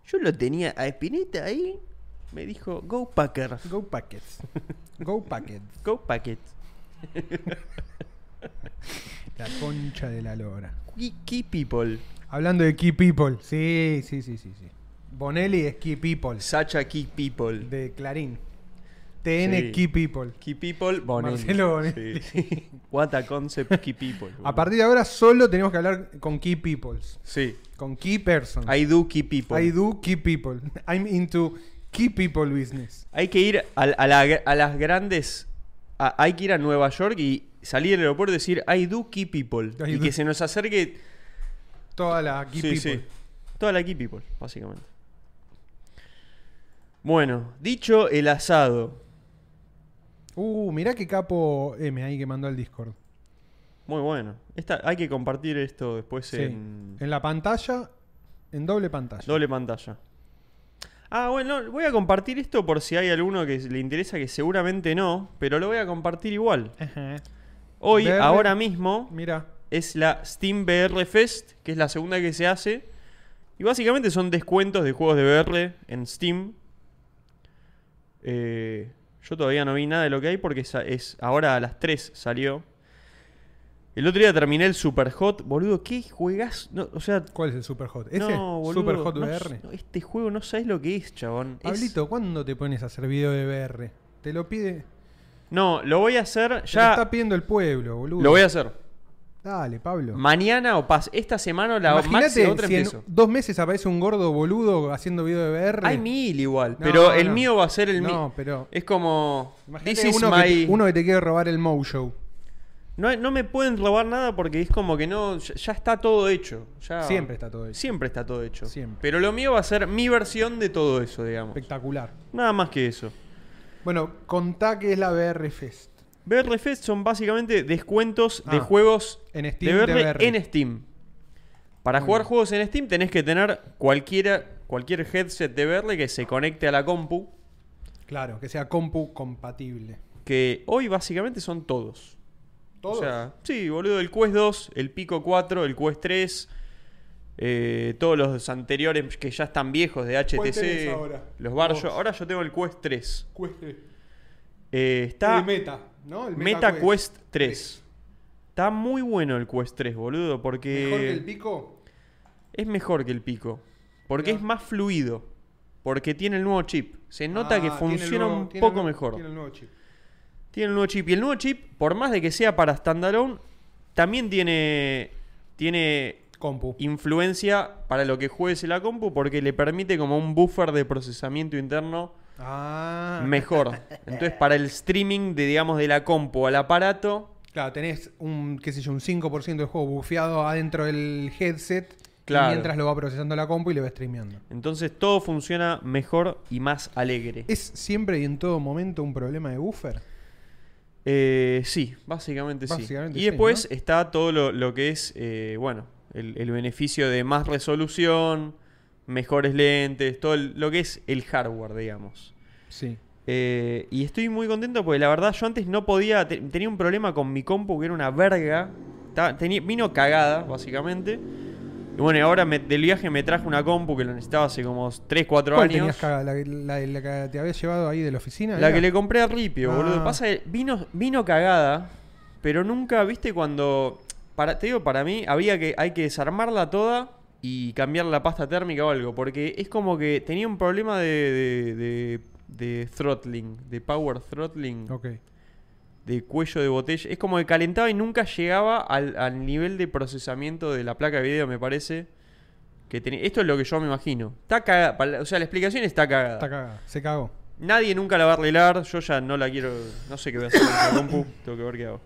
[SPEAKER 3] Yo lo tenía a Espineta ahí. Me dijo, go Packers.
[SPEAKER 2] Go Packets. Go Packets.
[SPEAKER 3] Go Packet.
[SPEAKER 2] La concha de la lora.
[SPEAKER 3] Key, key people.
[SPEAKER 2] Hablando de Key People. Sí, sí, sí, sí, sí. Bonelli es Key People.
[SPEAKER 3] Sacha Key people.
[SPEAKER 2] De Clarín. TN
[SPEAKER 3] Sí.
[SPEAKER 2] Key People.
[SPEAKER 3] Key People Bonelli.
[SPEAKER 2] Marcelo Bonelli.
[SPEAKER 3] Sí, sí. What a concept Key People. boludo.
[SPEAKER 2] A partir de ahora solo tenemos que hablar con Key Peoples.
[SPEAKER 3] Sí.
[SPEAKER 2] Con Key Persons.
[SPEAKER 3] I do Key People.
[SPEAKER 2] I do Key People. I'm into Key People business.
[SPEAKER 3] Hay que ir al- a, la- a las grandes. a- hay que ir a Nueva York y salir del aeropuerto y decir I do Key People.
[SPEAKER 2] I
[SPEAKER 3] y
[SPEAKER 2] do-
[SPEAKER 3] que se nos acerque.
[SPEAKER 2] Toda la Key
[SPEAKER 3] sí,
[SPEAKER 2] People.
[SPEAKER 3] sí. Toda la Key People, básicamente. Bueno, dicho el asado.
[SPEAKER 2] Uh, mirá qué capo M ahí que mandó al Discord.
[SPEAKER 3] Muy bueno. Esta, hay que compartir esto después
[SPEAKER 2] Sí.
[SPEAKER 3] en
[SPEAKER 2] En la pantalla, en doble pantalla.
[SPEAKER 3] doble pantalla. Ah, bueno, voy a compartir esto por si hay alguno que le interesa, que seguramente no, pero lo voy a compartir igual.
[SPEAKER 2] Ajá.
[SPEAKER 3] Hoy,
[SPEAKER 2] Verde.
[SPEAKER 3] ahora mismo,
[SPEAKER 2] Mira.
[SPEAKER 3] es la Steam VR Fest, que es la segunda que se hace. Y básicamente son descuentos de juegos de VR en Steam. Eh, yo todavía no vi nada de lo que hay porque sa- es ahora a las 3 salió. El otro día terminé el Super Hot, boludo, qué juegas. o sea,
[SPEAKER 2] ¿Cuál es el Super Hot? ¿Ese?
[SPEAKER 3] no, boludo,
[SPEAKER 2] Super Hot
[SPEAKER 3] no
[SPEAKER 2] VR.
[SPEAKER 3] s- no, este juego no sabes lo que es, chabón. Es-
[SPEAKER 2] Pablito, ¿cuándo te pones a hacer video de VR? Te lo pide.
[SPEAKER 3] no, lo voy a hacer
[SPEAKER 2] Ya. Te lo está
[SPEAKER 3] ya.
[SPEAKER 2] pidiendo el pueblo, boludo.
[SPEAKER 3] Lo voy a hacer.
[SPEAKER 2] Dale, Pablo.
[SPEAKER 3] Mañana o pas esta semana o la máxima
[SPEAKER 2] Imagínate
[SPEAKER 3] otra
[SPEAKER 2] si en
[SPEAKER 3] empiezo.
[SPEAKER 2] dos meses aparece un gordo boludo haciendo video de VR.
[SPEAKER 3] Hay mil igual,
[SPEAKER 2] No,
[SPEAKER 3] pero el
[SPEAKER 2] no.
[SPEAKER 3] mío va a ser el mío.
[SPEAKER 2] No, pero-
[SPEAKER 3] Es como. This
[SPEAKER 2] Imagínate
[SPEAKER 3] is
[SPEAKER 2] uno, que
[SPEAKER 3] my.
[SPEAKER 2] te, uno que te quiere robar el Mojo.
[SPEAKER 3] No, hay- no me pueden robar nada porque es como que no. Ya, ya está todo hecho. ya-
[SPEAKER 2] Siempre está todo hecho.
[SPEAKER 3] Siempre está todo hecho.
[SPEAKER 2] Siempre.
[SPEAKER 3] Pero lo mío va a ser mi versión de todo eso, digamos.
[SPEAKER 2] Espectacular.
[SPEAKER 3] Nada más que eso.
[SPEAKER 2] Bueno, contá que es la VR Fest.
[SPEAKER 3] VR Fest son básicamente descuentos de
[SPEAKER 2] Ah,
[SPEAKER 3] juegos
[SPEAKER 2] en Steam
[SPEAKER 3] de
[SPEAKER 2] de
[SPEAKER 3] VR,
[SPEAKER 2] VR.
[SPEAKER 3] en Steam. Para jugar juegos en Steam tenés que tener cualquiera, cualquier headset de VR que se conecte a la compu.
[SPEAKER 2] Claro, que sea compu compatible.
[SPEAKER 3] Que hoy básicamente son todos.
[SPEAKER 2] ¿Todos?
[SPEAKER 3] O sea, sí, boludo, el Quest 2, el Pico 4, el Quest 3, eh, todos los anteriores que ya están viejos de
[SPEAKER 2] ¿Cuál tenés
[SPEAKER 3] HTC,
[SPEAKER 2] ahora?
[SPEAKER 3] los bar,
[SPEAKER 2] Vos.
[SPEAKER 3] yo- ahora yo tengo el Quest 3.
[SPEAKER 2] Cueste.
[SPEAKER 3] Eh, está
[SPEAKER 2] El Meta, ¿no? El
[SPEAKER 3] Meta Quest 3. Está muy bueno el Quest 3, boludo, porque
[SPEAKER 2] ¿Mejor que el pico?
[SPEAKER 3] es mejor que el Pico, porque
[SPEAKER 2] Mirá.
[SPEAKER 3] es más fluido, porque tiene el nuevo chip. Se nota
[SPEAKER 2] Ah,
[SPEAKER 3] que
[SPEAKER 2] tiene el
[SPEAKER 3] funciona
[SPEAKER 2] nuevo-
[SPEAKER 3] un
[SPEAKER 2] tiene el
[SPEAKER 3] poco
[SPEAKER 2] nuevo-
[SPEAKER 3] mejor.
[SPEAKER 2] Tiene el nuevo chip.
[SPEAKER 3] Tiene el nuevo chip. Y el nuevo chip, por más de que sea para standalone, también tiene. Tiene
[SPEAKER 2] Compu.
[SPEAKER 3] influencia para lo que juegues en la compu porque le permite como un buffer de procesamiento interno
[SPEAKER 2] Ah.
[SPEAKER 3] mejor. Entonces, para el streaming de, digamos, de la compu al aparato,
[SPEAKER 2] Claro, tenés un, qué sé yo, un 5% del juego bufeado adentro del headset. y
[SPEAKER 3] Claro.
[SPEAKER 2] mientras lo va procesando la compu y le va streameando.
[SPEAKER 3] entonces todo funciona mejor y más alegre.
[SPEAKER 2] ¿Es siempre y en todo momento un problema de buffer?
[SPEAKER 3] Eh, sí, básicamente,
[SPEAKER 2] Básicamente
[SPEAKER 3] sí. Y
[SPEAKER 2] sí,
[SPEAKER 3] después
[SPEAKER 2] ¿no?
[SPEAKER 3] está todo lo, lo que es, eh, bueno, el, el beneficio de más resolución, mejores lentes, todo el- lo que es el hardware, digamos.
[SPEAKER 2] Sí.
[SPEAKER 3] Eh, y estoy muy contento porque la verdad yo antes no podía, te- tenía un problema con mi compu que era una verga. Ta- tenía- vino cagada, básicamente. Y bueno, y ahora me- del viaje me traje una compu que lo necesitaba hace como 3, 4
[SPEAKER 2] ¿Cuál
[SPEAKER 3] años.
[SPEAKER 2] tenías cagada? ¿La, la, la que te habías llevado ahí de la oficina?
[SPEAKER 3] La
[SPEAKER 2] era?
[SPEAKER 3] que le compré a Ripio,
[SPEAKER 2] Ah.
[SPEAKER 3] boludo. Pasa que vino, vino cagada, pero nunca, viste, cuando. Para, te digo, para mí había que, hay que desarmarla toda y cambiar la pasta térmica o algo. Porque es como que tenía un problema de. de, de- de throttling, de power throttling,
[SPEAKER 2] Ok.
[SPEAKER 3] de cuello de botella. Es como que calentaba y nunca llegaba al, al nivel de procesamiento de la placa de video, me parece. Que tenía. Esto es lo que yo me imagino. Está cagada. pa- O sea, la explicación está cagada.
[SPEAKER 2] Está cagada. Se cagó.
[SPEAKER 3] Nadie nunca la va a arreglar. Yo ya no la quiero. No sé qué voy a hacer con esta compu. Tengo que ver qué hago.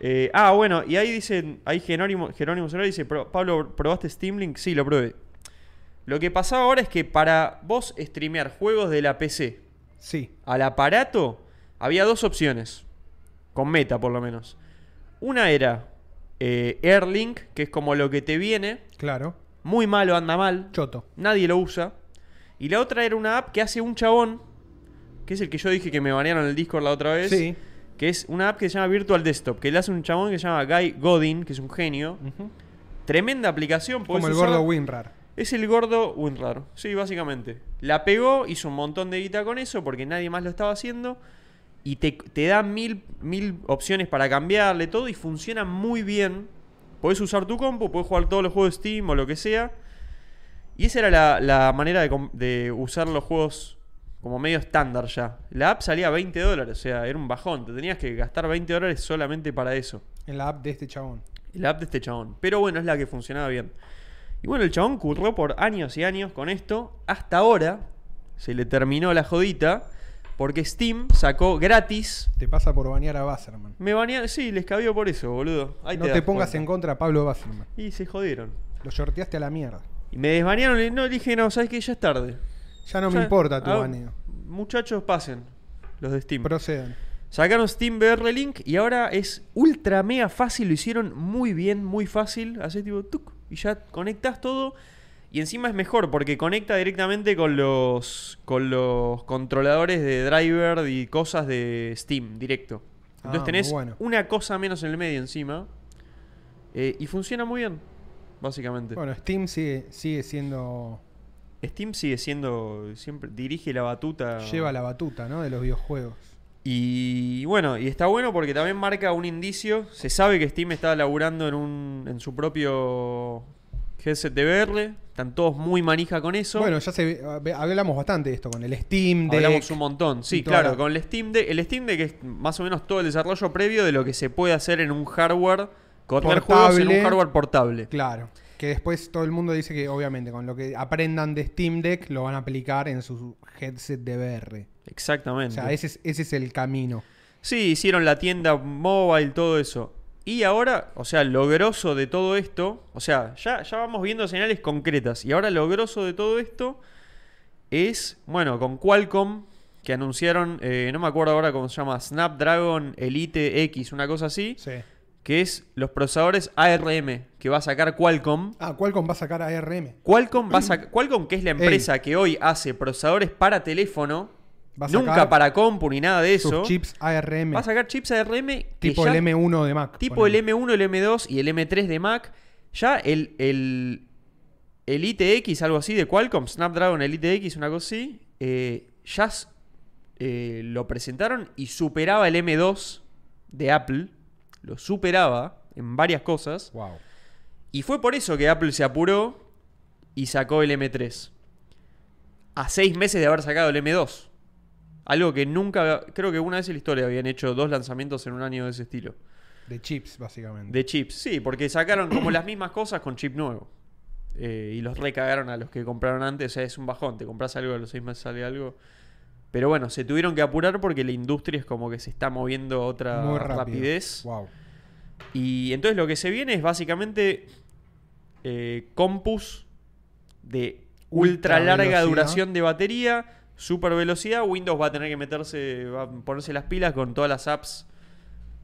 [SPEAKER 3] Eh, ah, bueno, y ahí dicen. Ahí Jerónimo, Jerónimo Solari dice: "Pro- Pablo, ¿probaste Steam Link? Sí, lo probé. Lo que pasaba ahora es que para vos streamear juegos de la PC
[SPEAKER 2] Sí.
[SPEAKER 3] al aparato, había dos opciones. Con meta, por lo menos. Una era eh, Airlink, que es como lo que te viene.
[SPEAKER 2] Claro.
[SPEAKER 3] Muy malo, anda mal.
[SPEAKER 2] Choto.
[SPEAKER 3] Nadie lo usa. Y la otra era una app que hace un chabón, que es el que yo dije que me banearon en el Discord la otra vez.
[SPEAKER 2] Sí.
[SPEAKER 3] Que es una app que se llama Virtual Desktop, que le hace un chabón que se llama Guy Godin, que es un genio. Tremenda aplicación. podés
[SPEAKER 2] Mm. Como el
[SPEAKER 3] usar-
[SPEAKER 2] gordo WinRAR.
[SPEAKER 3] Es el gordo WinRAR, sí, básicamente. La pegó, hizo un montón de guita con eso porque nadie más lo estaba haciendo. Y te, te da mil, mil opciones para cambiarle todo y funciona muy bien. Podés usar tu compu, podés jugar todos los juegos de Steam o lo que sea. Y esa era la, la manera de, com- de usar los juegos como medio estándar ya. La app salía 20 dólares, o sea, era un bajón. Te tenías que gastar 20 dólares solamente para eso.
[SPEAKER 2] En la app de este chabón.
[SPEAKER 3] La app de este chabón. Pero bueno, es la que funcionaba bien. Y bueno, el chabón curró por años y años con esto. Hasta ahora se le terminó la jodita porque Steam sacó gratis.
[SPEAKER 2] Te pasa por banear a Basserman.
[SPEAKER 3] Me banea... Sí, les cabió por eso, boludo. Ahí
[SPEAKER 2] no
[SPEAKER 3] te
[SPEAKER 2] te,
[SPEAKER 3] das
[SPEAKER 2] pongas
[SPEAKER 3] cuenta.
[SPEAKER 2] en contra a Pablo Basserman.
[SPEAKER 3] Y se jodieron.
[SPEAKER 2] Lo sorteaste a la mierda.
[SPEAKER 3] Y me desbanearon y no dije, no, ¿sabes qué? Ya es tarde.
[SPEAKER 2] Ya no
[SPEAKER 3] Ya-
[SPEAKER 2] me importa tu
[SPEAKER 3] ah,
[SPEAKER 2] baneo.
[SPEAKER 3] Muchachos, pasen. Los de Steam.
[SPEAKER 2] Procedan.
[SPEAKER 3] Sacaron Steam BR Link y ahora es ultra mega fácil. Lo hicieron muy bien, muy fácil. Haces tipo tuc y ya conectas todo. Y encima es mejor porque conecta directamente con los, con los controladores de driver y cosas de Steam directo. Entonces
[SPEAKER 2] Ah,
[SPEAKER 3] tenés
[SPEAKER 2] muy bueno.
[SPEAKER 3] una cosa menos en el medio encima. eh, y funciona muy bien, básicamente.
[SPEAKER 2] Bueno, Steam sigue, sigue siendo.
[SPEAKER 3] Steam sigue siendo. siempre dirige la batuta.
[SPEAKER 2] Lleva la batuta, ¿no? De los videojuegos.
[SPEAKER 3] Y bueno, y está bueno porque también marca un indicio. Se sabe que Steam está laburando en, un, en su propio headset de VR. Están todos muy manija con eso.
[SPEAKER 2] Bueno, ya se, ve- hablamos bastante de esto con el Steam. de
[SPEAKER 3] Hablamos un montón.
[SPEAKER 2] y
[SPEAKER 3] Sí,
[SPEAKER 2] toda
[SPEAKER 3] claro,
[SPEAKER 2] la-
[SPEAKER 3] con el Steam Deck. El Steam Deck es más o menos todo el desarrollo previo de lo que se puede hacer en un hardware. Correr juegos en
[SPEAKER 2] Portable.
[SPEAKER 3] un hardware portable.
[SPEAKER 2] Claro. Que después todo el mundo dice que, obviamente, con lo que aprendan de Steam Deck, lo van a aplicar en su headset de VR. O
[SPEAKER 3] Exactamente.
[SPEAKER 2] sea, ese es, ese es el camino.
[SPEAKER 3] Sí, hicieron la tienda mobile, todo eso. Y ahora, o sea, lo grosso de todo esto, o sea, ya, ya vamos viendo señales concretas. Y ahora lo grosso de todo esto es, bueno, con Qualcomm, que anunciaron, eh, no me acuerdo ahora cómo se llama, Snapdragon Elite X, una cosa así,
[SPEAKER 2] Sí.
[SPEAKER 3] que es los procesadores ARM que va a sacar Qualcomm.
[SPEAKER 2] Ah, Qualcomm va a sacar ARM.
[SPEAKER 3] Qualcomm, va a sac- Qualcomm, que es la empresa que hoy hace procesadores para teléfono,
[SPEAKER 2] Va a
[SPEAKER 3] nunca
[SPEAKER 2] sacar
[SPEAKER 3] para compu ni nada de eso.
[SPEAKER 2] Sus chips ARM.
[SPEAKER 3] Va a sacar chips ARM que
[SPEAKER 2] tipo
[SPEAKER 3] ya-
[SPEAKER 2] el M1 de Mac.
[SPEAKER 3] tipo
[SPEAKER 2] ponele.
[SPEAKER 3] el M1, el M2 y el M3 de Mac. Ya el, el, el ITX, algo así de Qualcomm, Snapdragon, el ITX, una cosa así, eh, ya s- eh, lo presentaron y superaba el M2 de Apple. Lo superaba en varias cosas.
[SPEAKER 2] Wow.
[SPEAKER 3] Y fue por eso que Apple se apuró y sacó el M3. A seis meses de haber sacado el M2. Algo que nunca, creo que una vez en la historia habían hecho dos lanzamientos en un año de ese estilo.
[SPEAKER 2] De chips, básicamente.
[SPEAKER 3] De chips, sí, porque sacaron como las mismas cosas con chip nuevo. Eh, y los recagaron a los que compraron antes. O sea, es un bajón. Te compras algo, a los seis meses sale algo. Pero bueno, se tuvieron que apurar porque la industria es como que se está moviendo a otra
[SPEAKER 2] Muy rápido.
[SPEAKER 3] rapidez.
[SPEAKER 2] Wow.
[SPEAKER 3] Y entonces lo que se viene es básicamente eh, compus de ultra,
[SPEAKER 2] Ultra
[SPEAKER 3] larga
[SPEAKER 2] velocidad.
[SPEAKER 3] duración de batería, super velocidad. Windows va a tener que meterse, va a ponerse las pilas con todas las apps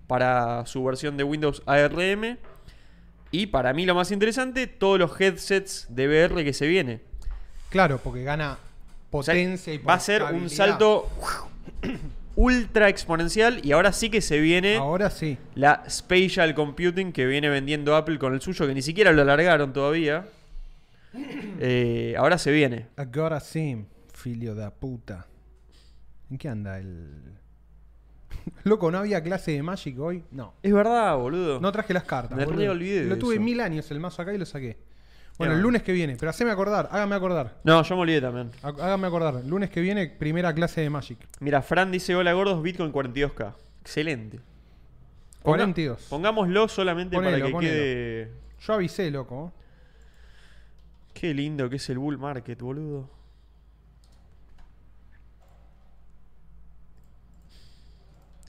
[SPEAKER 3] para su versión de Windows ARM. Y para mí lo más interesante, todos los headsets de VR que se viene.
[SPEAKER 2] Claro, porque gana
[SPEAKER 3] O sea,
[SPEAKER 2] potencia y
[SPEAKER 3] va a ser un
[SPEAKER 2] portabilidad.
[SPEAKER 3] salto ultra exponencial y ahora sí que se viene
[SPEAKER 2] Ahora sí.
[SPEAKER 3] la Spatial Computing que viene vendiendo Apple con el suyo, que ni siquiera lo alargaron todavía. Eh, ahora se viene.
[SPEAKER 2] Agora sí, filio da puta. ¿En qué anda el. Loco, ¿no había clase de Magic hoy? No.
[SPEAKER 3] Es verdad, boludo.
[SPEAKER 2] No traje las cartas.
[SPEAKER 3] Me re
[SPEAKER 2] boludo.
[SPEAKER 3] olvidé de
[SPEAKER 2] Lo tuve
[SPEAKER 3] eso.
[SPEAKER 2] mil años el mazo acá y lo saqué. Bueno,
[SPEAKER 3] Qué
[SPEAKER 2] el
[SPEAKER 3] bueno.
[SPEAKER 2] lunes que viene, pero haceme acordar, hágame acordar.
[SPEAKER 3] No, yo me olvidé también.
[SPEAKER 2] Há- Hágame acordar. Lunes que viene, primera clase de Magic.
[SPEAKER 3] Mira, Fran dice: Hola gordos, Bitcoin 42k. Excelente. Ponga-
[SPEAKER 2] 42.
[SPEAKER 3] Pongámoslo solamente para
[SPEAKER 2] Ponelo,
[SPEAKER 3] que
[SPEAKER 2] ponelo.
[SPEAKER 3] quede.
[SPEAKER 2] Yo avisé, loco.
[SPEAKER 3] Qué lindo que es el bull market, boludo.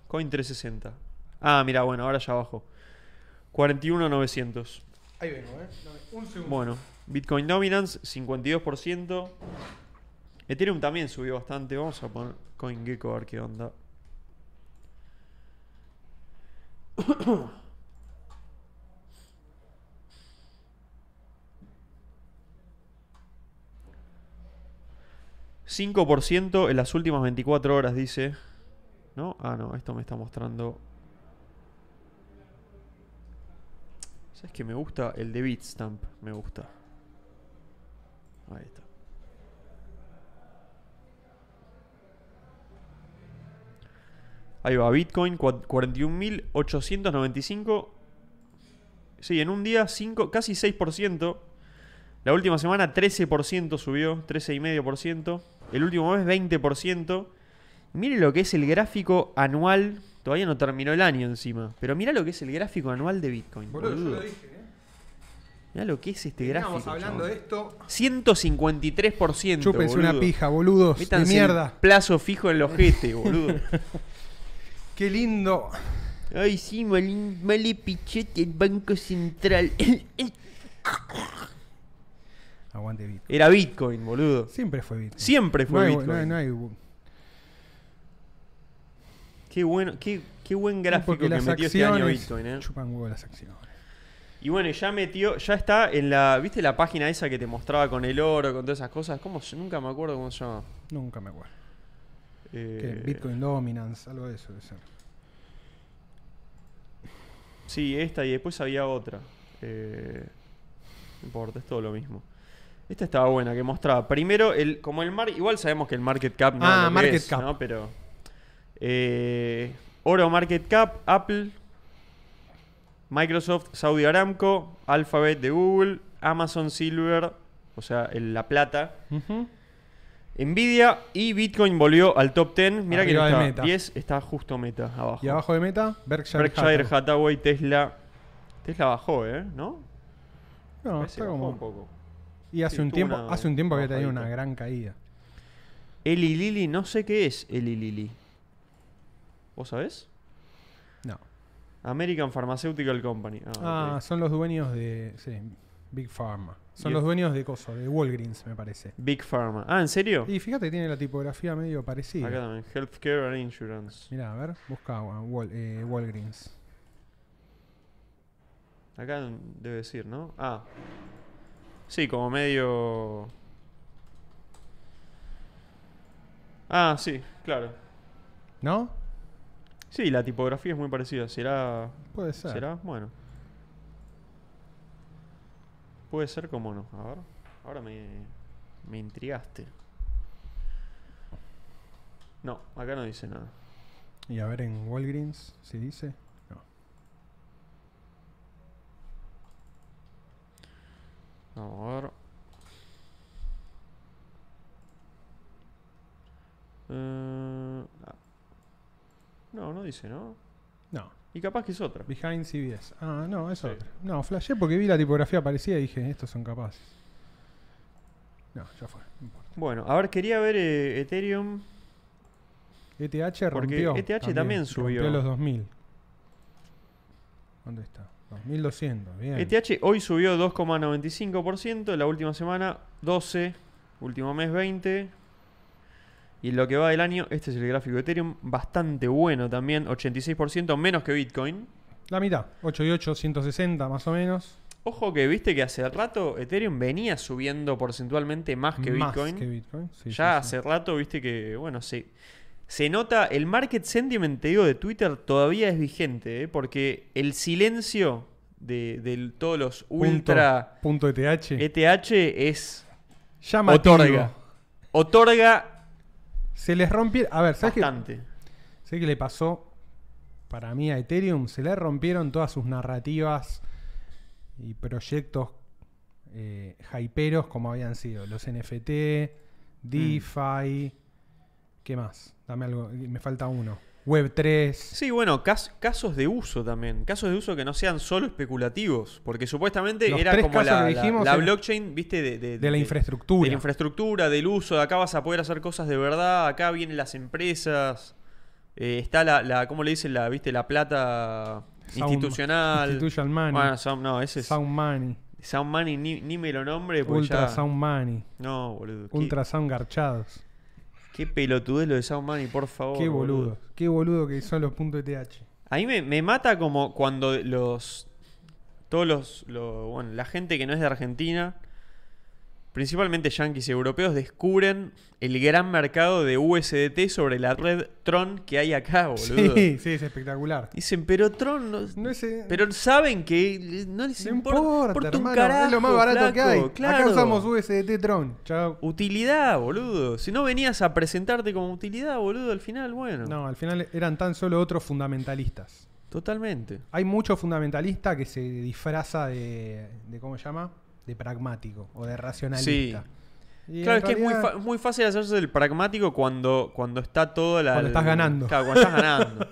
[SPEAKER 3] Coin 360. Ah, mira, bueno, ahora ya abajo. 41,900.
[SPEAKER 2] Ahí vengo, eh. Un segundo.
[SPEAKER 3] Bueno, Bitcoin Dominance 52%. Ethereum también subió bastante. Vamos a poner CoinGecko a ver qué onda. ...5% en las últimas 24 horas, dice. ¿No? Ah, no, esto me está mostrando... ¿Sabes que Me gusta el de Bitstamp. Me gusta. Ahí está. Ahí va, Bitcoin cua- 41.895. Sí, en un día cinco- casi 6%. La última semana 13% subió, 13,5%. el último mes 20%. Mire lo que es el gráfico anual. Todavía no terminó el año encima. Pero mira lo que es el gráfico anual de Bitcoin.
[SPEAKER 2] Boludo, yo
[SPEAKER 3] boludo.
[SPEAKER 2] lo dije, ¿eh?
[SPEAKER 3] Mirá lo que es este
[SPEAKER 2] Veníamos
[SPEAKER 3] gráfico.
[SPEAKER 2] hablando
[SPEAKER 3] chabón.
[SPEAKER 2] de esto.
[SPEAKER 3] 153%.
[SPEAKER 2] Chúpense
[SPEAKER 3] boludo.
[SPEAKER 2] una pija, boludos. de
[SPEAKER 3] Métanse el
[SPEAKER 2] mierda.
[SPEAKER 3] Plazo fijo en los ojete, boludo.
[SPEAKER 2] Qué lindo.
[SPEAKER 3] Ay, sí, mal, pichete el Banco Central.
[SPEAKER 2] Aguante Bitcoin.
[SPEAKER 3] Era Bitcoin, boludo.
[SPEAKER 2] Siempre fue Bitcoin.
[SPEAKER 3] Siempre fue
[SPEAKER 2] No hay-
[SPEAKER 3] Bitcoin.
[SPEAKER 2] no hay- no hay-
[SPEAKER 3] Qué bueno, qué, qué buen gráfico
[SPEAKER 2] porque
[SPEAKER 3] que
[SPEAKER 2] las
[SPEAKER 3] metió este año
[SPEAKER 2] acciones-
[SPEAKER 3] Bitcoin, eh.
[SPEAKER 2] Chupan huevo las acciones.
[SPEAKER 3] Y bueno, ya metió, ya está en la, ¿viste la página esa que te mostraba con el oro, con todas esas cosas? ¿Cómo? se- Nunca me acuerdo cómo se llama.
[SPEAKER 2] Nunca me acuerdo.
[SPEAKER 3] Eh,
[SPEAKER 2] ¿Qué? Bitcoin Dominance, algo de eso. debe ser.
[SPEAKER 3] Sí, esta y después había otra. Eh, no importa, es todo lo mismo. Esta estaba buena, que mostraba. Primero, el, como el mar, igual sabemos que el market cap no
[SPEAKER 2] Ah,
[SPEAKER 3] es lo que
[SPEAKER 2] market
[SPEAKER 3] es,
[SPEAKER 2] cap.
[SPEAKER 3] ¿no? Pero. eh, oro market cap, Apple, Microsoft, Saudi Aramco, Alphabet de Google, Amazon Silver, o sea, el- la plata. Nvidia y Bitcoin volvió al top 10. Mira que no
[SPEAKER 2] Arriba de
[SPEAKER 3] está
[SPEAKER 2] Meta.
[SPEAKER 3] 10, está justo meta abajo.
[SPEAKER 2] Y abajo de meta, Berkshire,
[SPEAKER 3] Berkshire
[SPEAKER 2] Hathaway.
[SPEAKER 3] Hathaway, Tesla. Tesla bajó, ¿eh? ¿No?
[SPEAKER 2] No,
[SPEAKER 3] Parece
[SPEAKER 2] está
[SPEAKER 3] que bajó
[SPEAKER 2] como-
[SPEAKER 3] un poco.
[SPEAKER 2] Y hace
[SPEAKER 3] Sí,
[SPEAKER 2] un
[SPEAKER 3] tuvo
[SPEAKER 2] tiempo,
[SPEAKER 3] una
[SPEAKER 2] hace un tiempo había tenido una
[SPEAKER 3] bajadita.
[SPEAKER 2] gran caída.
[SPEAKER 3] Eli Lilly, no sé qué es Eli Lilly. ¿Vos sabés?
[SPEAKER 2] No.
[SPEAKER 3] American Pharmaceutical Company. Ah,
[SPEAKER 2] Ah,
[SPEAKER 3] ok.
[SPEAKER 2] son los dueños de. Sí, Big Pharma. Son
[SPEAKER 3] Y
[SPEAKER 2] los
[SPEAKER 3] es-
[SPEAKER 2] dueños de Coso, de Walgreens, me parece.
[SPEAKER 3] Big Pharma. Ah, ¿en serio?
[SPEAKER 2] Y fíjate, tiene la tipografía medio
[SPEAKER 3] Acá
[SPEAKER 2] parecida.
[SPEAKER 3] también. Healthcare and Insurance.
[SPEAKER 2] Mirá, a ver, busca ah, Wal- eh, Walgreens.
[SPEAKER 3] Acá debe decir, ¿no? Ah. Sí, como medio... Ah, sí, claro.
[SPEAKER 2] ¿No?
[SPEAKER 3] Sí, la tipografía es muy parecida. Será
[SPEAKER 2] Puede ser.
[SPEAKER 3] ¿Será? Bueno. Puede ser como no. A ver. Ahora me, me intrigaste. No, acá no dice nada.
[SPEAKER 2] Y a ver en Walgreens si dice. No.
[SPEAKER 3] Vamos a ver. Eh, ah. no, no dice, ¿no?
[SPEAKER 2] No.
[SPEAKER 3] Y capaz que es otra.
[SPEAKER 2] Behind CBS. Ah, no, es
[SPEAKER 3] Sí.
[SPEAKER 2] otra. No, flashé porque vi la tipografía parecida y dije, estos son capaces. No, ya fue. No importa.
[SPEAKER 3] Bueno, a ver, quería ver eh, Ethereum.
[SPEAKER 2] ETH
[SPEAKER 3] Porque
[SPEAKER 2] E rompió.
[SPEAKER 3] ETH también subió.
[SPEAKER 2] Rompió los 2000. ¿Dónde está? 2200. Bien.
[SPEAKER 3] ETH E hoy subió 2,95%, la última semana 12, último mes 20. Y en lo que va del año, este es el gráfico de Ethereum, bastante bueno también, 86% menos que Bitcoin.
[SPEAKER 2] La mitad. 8 y 8, 160 más o menos.
[SPEAKER 3] Ojo que viste que hace rato Ethereum venía subiendo porcentualmente más que Bitcoin.
[SPEAKER 2] que Bitcoin. Sí, sí,
[SPEAKER 3] ya
[SPEAKER 2] sí.
[SPEAKER 3] hace rato viste que, bueno, se, se nota el market sentiment, te digo, de Twitter todavía es vigente, ¿eh? porque el silencio de, de todos los ultra...
[SPEAKER 2] Punto, punto ETH.
[SPEAKER 3] ETH E es
[SPEAKER 2] Llamativo.
[SPEAKER 3] otorga. Otorga
[SPEAKER 2] Se les rompió. A ver, ¿sabes qué?
[SPEAKER 3] bastante.
[SPEAKER 2] ¿Sabés qué le pasó para mí a Ethereum? Se le rompieron todas sus narrativas y proyectos eh, hyperos como habían sido los NFT,
[SPEAKER 3] Mm.
[SPEAKER 2] DeFi, ¿qué más? Dame algo, me falta uno. Web3.
[SPEAKER 3] Sí, bueno, cas- casos de uso también. Casos de uso que no sean solo especulativos. Porque supuestamente
[SPEAKER 2] Los
[SPEAKER 3] era
[SPEAKER 2] tres
[SPEAKER 3] como
[SPEAKER 2] casos
[SPEAKER 3] la,
[SPEAKER 2] que
[SPEAKER 3] la-
[SPEAKER 2] dijimos
[SPEAKER 3] la
[SPEAKER 2] eran-
[SPEAKER 3] blockchain, viste, de,
[SPEAKER 2] de la infraestructura.
[SPEAKER 3] de la infraestructura, del uso. De acá vas a poder hacer cosas de verdad. Acá vienen las empresas. eh, está la, la, ¿cómo le dicen? La, viste, la plata
[SPEAKER 2] Sound-
[SPEAKER 3] institucional.
[SPEAKER 2] institutional money.
[SPEAKER 3] Bueno, sound- no, ese es. Sound,
[SPEAKER 2] Sound
[SPEAKER 3] Money,
[SPEAKER 2] Money.
[SPEAKER 3] ni, ni me lo nombre. Porque
[SPEAKER 2] Ultra
[SPEAKER 3] pues ya-
[SPEAKER 2] Sound Money.
[SPEAKER 3] No, boludo. qué-
[SPEAKER 2] Ultra Sound Garchados.
[SPEAKER 3] Qué, pelotudez lo de Sound Money, por favor.
[SPEAKER 2] Qué boludo. Qué boludo que son los puntos ETH.
[SPEAKER 3] A mí me, me mata como cuando los. Todos los, lo- Bueno, la gente que no es de Argentina, principalmente yanquis y europeos, descubren el gran mercado de USDT sobre la red Tron que hay acá, Oh, boludo.
[SPEAKER 2] Sí, sí, es espectacular.
[SPEAKER 3] Dicen, pero Tron. No,
[SPEAKER 2] No es,
[SPEAKER 3] pero saben que no les
[SPEAKER 2] No
[SPEAKER 3] importa.
[SPEAKER 2] importa,
[SPEAKER 3] importa un
[SPEAKER 2] hermano,
[SPEAKER 3] carajo,
[SPEAKER 2] es lo más barato que
[SPEAKER 3] flaco,
[SPEAKER 2] hay.
[SPEAKER 3] Claro. Uh,
[SPEAKER 2] Acá usamos USDT Tron. Chao.
[SPEAKER 3] Utilidad, boludo. Si no venías a presentarte como utilidad, boludo, al final, bueno.
[SPEAKER 2] No, al final eran tan solo otros fundamentalistas.
[SPEAKER 3] Totalmente.
[SPEAKER 2] Hay mucho fundamentalista que se disfraza de, de ¿cómo se llama? De pragmático o de racionalista.
[SPEAKER 3] Sí.
[SPEAKER 2] Y
[SPEAKER 3] claro, es
[SPEAKER 2] en
[SPEAKER 3] que es muy,
[SPEAKER 2] realidad-
[SPEAKER 3] fa- muy fácil hacerse el pragmático cuando, cuando está toda la.
[SPEAKER 2] Cuando estás ganando.
[SPEAKER 3] Claro, cuando estás ganando.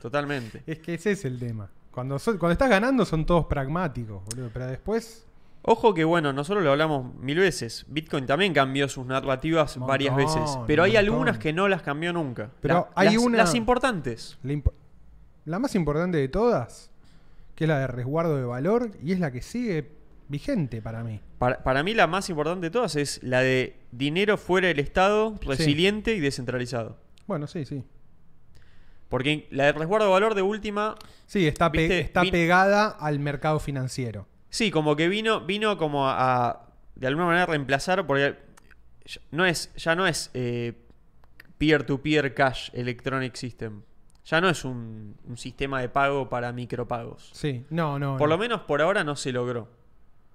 [SPEAKER 3] Totalmente.
[SPEAKER 2] Es que ese es el tema. Cuando, so- cuando estás ganando son todos pragmáticos, boludo. Pero después.
[SPEAKER 3] Ojo que, bueno, nosotros lo hablamos mil veces. Bitcoin también cambió sus narrativas
[SPEAKER 2] Montón,
[SPEAKER 3] varias veces. Pero hay
[SPEAKER 2] montón.
[SPEAKER 3] algunas que no las cambió nunca.
[SPEAKER 2] Pero
[SPEAKER 3] La-
[SPEAKER 2] hay
[SPEAKER 3] las,
[SPEAKER 2] una-
[SPEAKER 3] las importantes.
[SPEAKER 2] La, impo- la más importante de todas, que es la de resguardo de valor, y es la que sigue vigente para mí.
[SPEAKER 3] Para, para mí, la más importante de todas es la de dinero fuera del Estado, resiliente y descentralizado.
[SPEAKER 2] Bueno, sí, sí.
[SPEAKER 3] Porque la de resguardo de valor de última
[SPEAKER 2] Sí, está, pe-
[SPEAKER 3] Viste,
[SPEAKER 2] está
[SPEAKER 3] vi-
[SPEAKER 2] pegada al mercado financiero.
[SPEAKER 3] Sí, como que vino, vino como a, a, de alguna manera reemplazar, porque ya no es, ya no es eh, peer-to-peer cash electronic system. Ya no es un, un sistema de pago para micropagos.
[SPEAKER 2] Sí, no, no.
[SPEAKER 3] Por
[SPEAKER 2] no.
[SPEAKER 3] lo menos por ahora no se logró.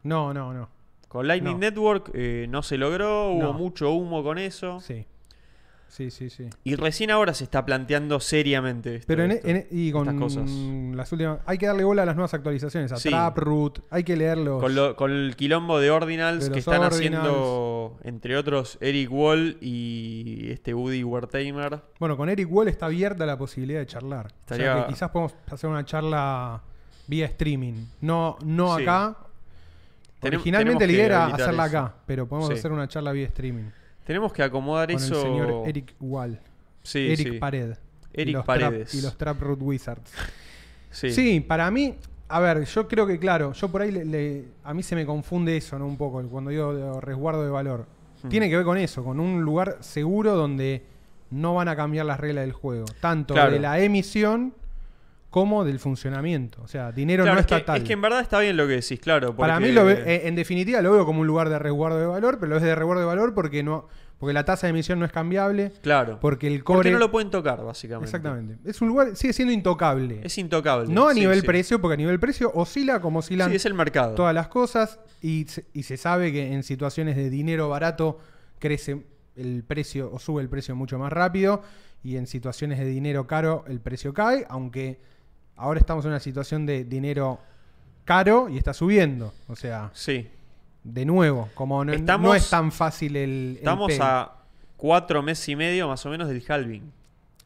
[SPEAKER 2] No, no, no.
[SPEAKER 3] Con Lightning
[SPEAKER 2] No.
[SPEAKER 3] Network eh, no se logró, hubo
[SPEAKER 2] No.
[SPEAKER 3] mucho humo con eso.
[SPEAKER 2] Sí. Sí, sí, sí.
[SPEAKER 3] Y recién ahora se está planteando seriamente esto-
[SPEAKER 2] Pero en,
[SPEAKER 3] esto,
[SPEAKER 2] en- y con
[SPEAKER 3] estas cosas.
[SPEAKER 2] las últimas. Hay que darle bola a las nuevas actualizaciones, a
[SPEAKER 3] Sí.
[SPEAKER 2] Taproot, hay que leerlos.
[SPEAKER 3] Con, lo- con el quilombo de Ordinals
[SPEAKER 2] De
[SPEAKER 3] que
[SPEAKER 2] los
[SPEAKER 3] están haciendo, entre otros, Eric Wall y este Woody Wertheimer.
[SPEAKER 2] Bueno, con Eric Wall está abierta la posibilidad de charlar. O sea,
[SPEAKER 3] Estaría-
[SPEAKER 2] que quizás podemos hacer una charla vía streaming. No, no
[SPEAKER 3] Sí.
[SPEAKER 2] acá.
[SPEAKER 3] Tenem- tenemos
[SPEAKER 2] Originalmente la idea
[SPEAKER 3] que
[SPEAKER 2] era
[SPEAKER 3] habilitar
[SPEAKER 2] hacerla
[SPEAKER 3] eso.
[SPEAKER 2] acá, pero podemos
[SPEAKER 3] Sí.
[SPEAKER 2] hacer una charla vía streaming.
[SPEAKER 3] Tenemos que acomodar
[SPEAKER 2] Con
[SPEAKER 3] eso.
[SPEAKER 2] el señor Eric Wall.
[SPEAKER 3] Sí,
[SPEAKER 2] Eric
[SPEAKER 3] sí.
[SPEAKER 2] Pared.
[SPEAKER 3] Eric
[SPEAKER 2] y los
[SPEAKER 3] Paredes.
[SPEAKER 2] Trap- y los Taproot Wizards.
[SPEAKER 3] Sí.
[SPEAKER 2] Sí, para mí, a ver, yo creo que claro, yo por ahí le- le- a mí se me confunde eso, ¿no? Un poco, el- cuando digo de- resguardo de valor.
[SPEAKER 3] Hmm.
[SPEAKER 2] Tiene que ver con eso, con un lugar seguro donde no van a cambiar las reglas del juego, tanto
[SPEAKER 3] Claro.
[SPEAKER 2] de la emisión como del funcionamiento. O sea, dinero
[SPEAKER 3] Claro,
[SPEAKER 2] no
[SPEAKER 3] es, que,
[SPEAKER 2] estatal.
[SPEAKER 3] es que en verdad está bien lo que decís, claro.
[SPEAKER 2] para
[SPEAKER 3] porque-
[SPEAKER 2] mí, lo ve- eh, en definitiva, lo veo como un lugar de resguardo de valor, pero es de resguardo de valor porque no porque la tasa de emisión no es cambiable,
[SPEAKER 3] Claro. Porque,
[SPEAKER 2] porque el core...
[SPEAKER 3] no lo pueden tocar, básicamente.
[SPEAKER 2] Exactamente. Es un lugar, sigue siendo intocable.
[SPEAKER 3] Es intocable.
[SPEAKER 2] No a
[SPEAKER 3] Sí,
[SPEAKER 2] nivel
[SPEAKER 3] sí.
[SPEAKER 2] precio, porque a nivel precio oscila como oscilan
[SPEAKER 3] Sí, es el mercado.
[SPEAKER 2] todas las cosas y se, y se sabe que en situaciones de dinero barato crece el precio o sube el precio mucho más rápido y en situaciones de dinero caro el precio cae, aunque ahora estamos en una situación de dinero caro y está subiendo. O sea,
[SPEAKER 3] Sí.
[SPEAKER 2] de nuevo, como no, no
[SPEAKER 3] Estamos-
[SPEAKER 2] es tan fácil el... el
[SPEAKER 3] Estamos
[SPEAKER 2] peg.
[SPEAKER 3] a cuatro meses y medio más o menos del halving.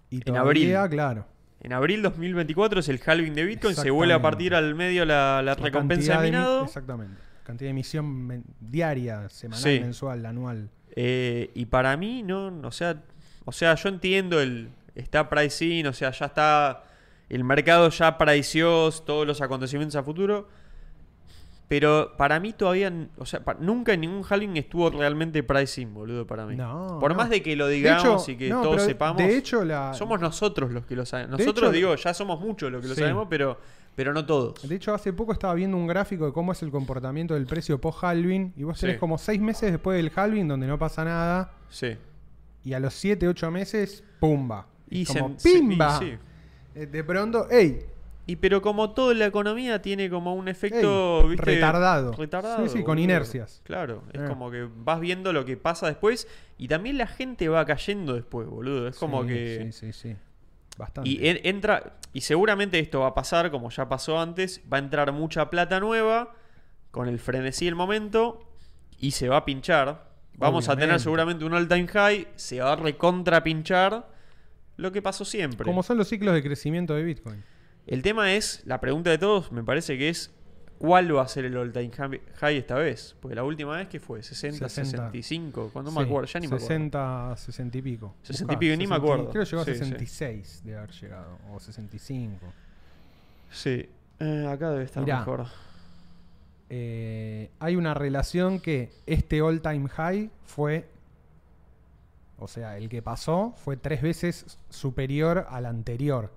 [SPEAKER 2] Y
[SPEAKER 3] en abril.
[SPEAKER 2] todavía, claro.
[SPEAKER 3] En abril 2024 es el halving de Bitcoin. Se vuelve a
[SPEAKER 2] Exactamente.
[SPEAKER 3] partir al medio la, la
[SPEAKER 2] La
[SPEAKER 3] recompensa
[SPEAKER 2] cantidad
[SPEAKER 3] de
[SPEAKER 2] emi-
[SPEAKER 3] minado.
[SPEAKER 2] exactamente. Cantidad de emisión men- diaria, semanal,
[SPEAKER 3] Sí.
[SPEAKER 2] mensual, anual.
[SPEAKER 3] Eh, y para mí, no, o sea, o sea, yo entiendo el. Está pricing, o sea, ya está. El mercado ya priceó todos los acontecimientos a futuro. Pero para mí todavía, n- o sea, pa- nunca en ningún halving estuvo realmente pricing, boludo, para mí.
[SPEAKER 2] No,
[SPEAKER 3] Por
[SPEAKER 2] no.
[SPEAKER 3] más de que lo
[SPEAKER 2] De
[SPEAKER 3] digamos
[SPEAKER 2] hecho,
[SPEAKER 3] y que
[SPEAKER 2] no,
[SPEAKER 3] todos
[SPEAKER 2] pero
[SPEAKER 3] sepamos,
[SPEAKER 2] De hecho, la,
[SPEAKER 3] somos nosotros los que lo sabemos.
[SPEAKER 2] De
[SPEAKER 3] Nosotros,
[SPEAKER 2] hecho,
[SPEAKER 3] digo, ya somos muchos los que lo
[SPEAKER 2] Sí.
[SPEAKER 3] sabemos, pero, pero no todos.
[SPEAKER 2] de hecho, hace poco estaba viendo un gráfico de cómo es el comportamiento del precio post-halving. Y vos tenés
[SPEAKER 3] Sí.
[SPEAKER 2] como seis meses después del halving donde no pasa nada.
[SPEAKER 3] Sí.
[SPEAKER 2] Y a los 7, 8 meses, ¡pumba!
[SPEAKER 3] Y
[SPEAKER 2] como
[SPEAKER 3] se- se- y
[SPEAKER 2] ¡pimba!
[SPEAKER 3] sí.
[SPEAKER 2] Eh, De pronto, ¡ey!
[SPEAKER 3] Y pero como todo en la economía tiene como un efecto
[SPEAKER 2] Ey,
[SPEAKER 3] ¿viste?
[SPEAKER 2] retardado.
[SPEAKER 3] retardado,
[SPEAKER 2] Sí, sí, con
[SPEAKER 3] boludo.
[SPEAKER 2] inercias.
[SPEAKER 3] Claro, es
[SPEAKER 2] Eh.
[SPEAKER 3] como que vas viendo lo que pasa después y también la gente va cayendo después, boludo. Es como
[SPEAKER 2] Sí,
[SPEAKER 3] que
[SPEAKER 2] Sí, sí, sí. Bastante.
[SPEAKER 3] y en- entra y seguramente esto va a pasar como ya pasó antes, va a entrar mucha plata nueva con el frenesí del momento y se va a pinchar. Vamos a tener
[SPEAKER 2] Obviamente.
[SPEAKER 3] seguramente un all time high, se va a recontra pinchar lo que pasó siempre.
[SPEAKER 2] Como son los ciclos de crecimiento de Bitcoin.
[SPEAKER 3] El tema es, la pregunta de todos me parece que es ¿cuál va a ser el all-time high- high esta vez? Porque la última vez que fue 60,
[SPEAKER 2] 60.
[SPEAKER 3] 65, cuando me
[SPEAKER 2] Sí,
[SPEAKER 3] acuerdo, ya ni me acuerdo.
[SPEAKER 2] 60, 60 y pico.
[SPEAKER 3] 60 y pico, ni me acuerdo.
[SPEAKER 2] Creo que llegó a
[SPEAKER 3] Sí, sí.
[SPEAKER 2] 66 de haber llegado, o 65.
[SPEAKER 3] Sí, Eh, acá debe estar
[SPEAKER 2] Mirá.
[SPEAKER 3] mejor.
[SPEAKER 2] Eh, hay una relación que este all time high fue, o sea, el que pasó fue tres veces superior al anterior.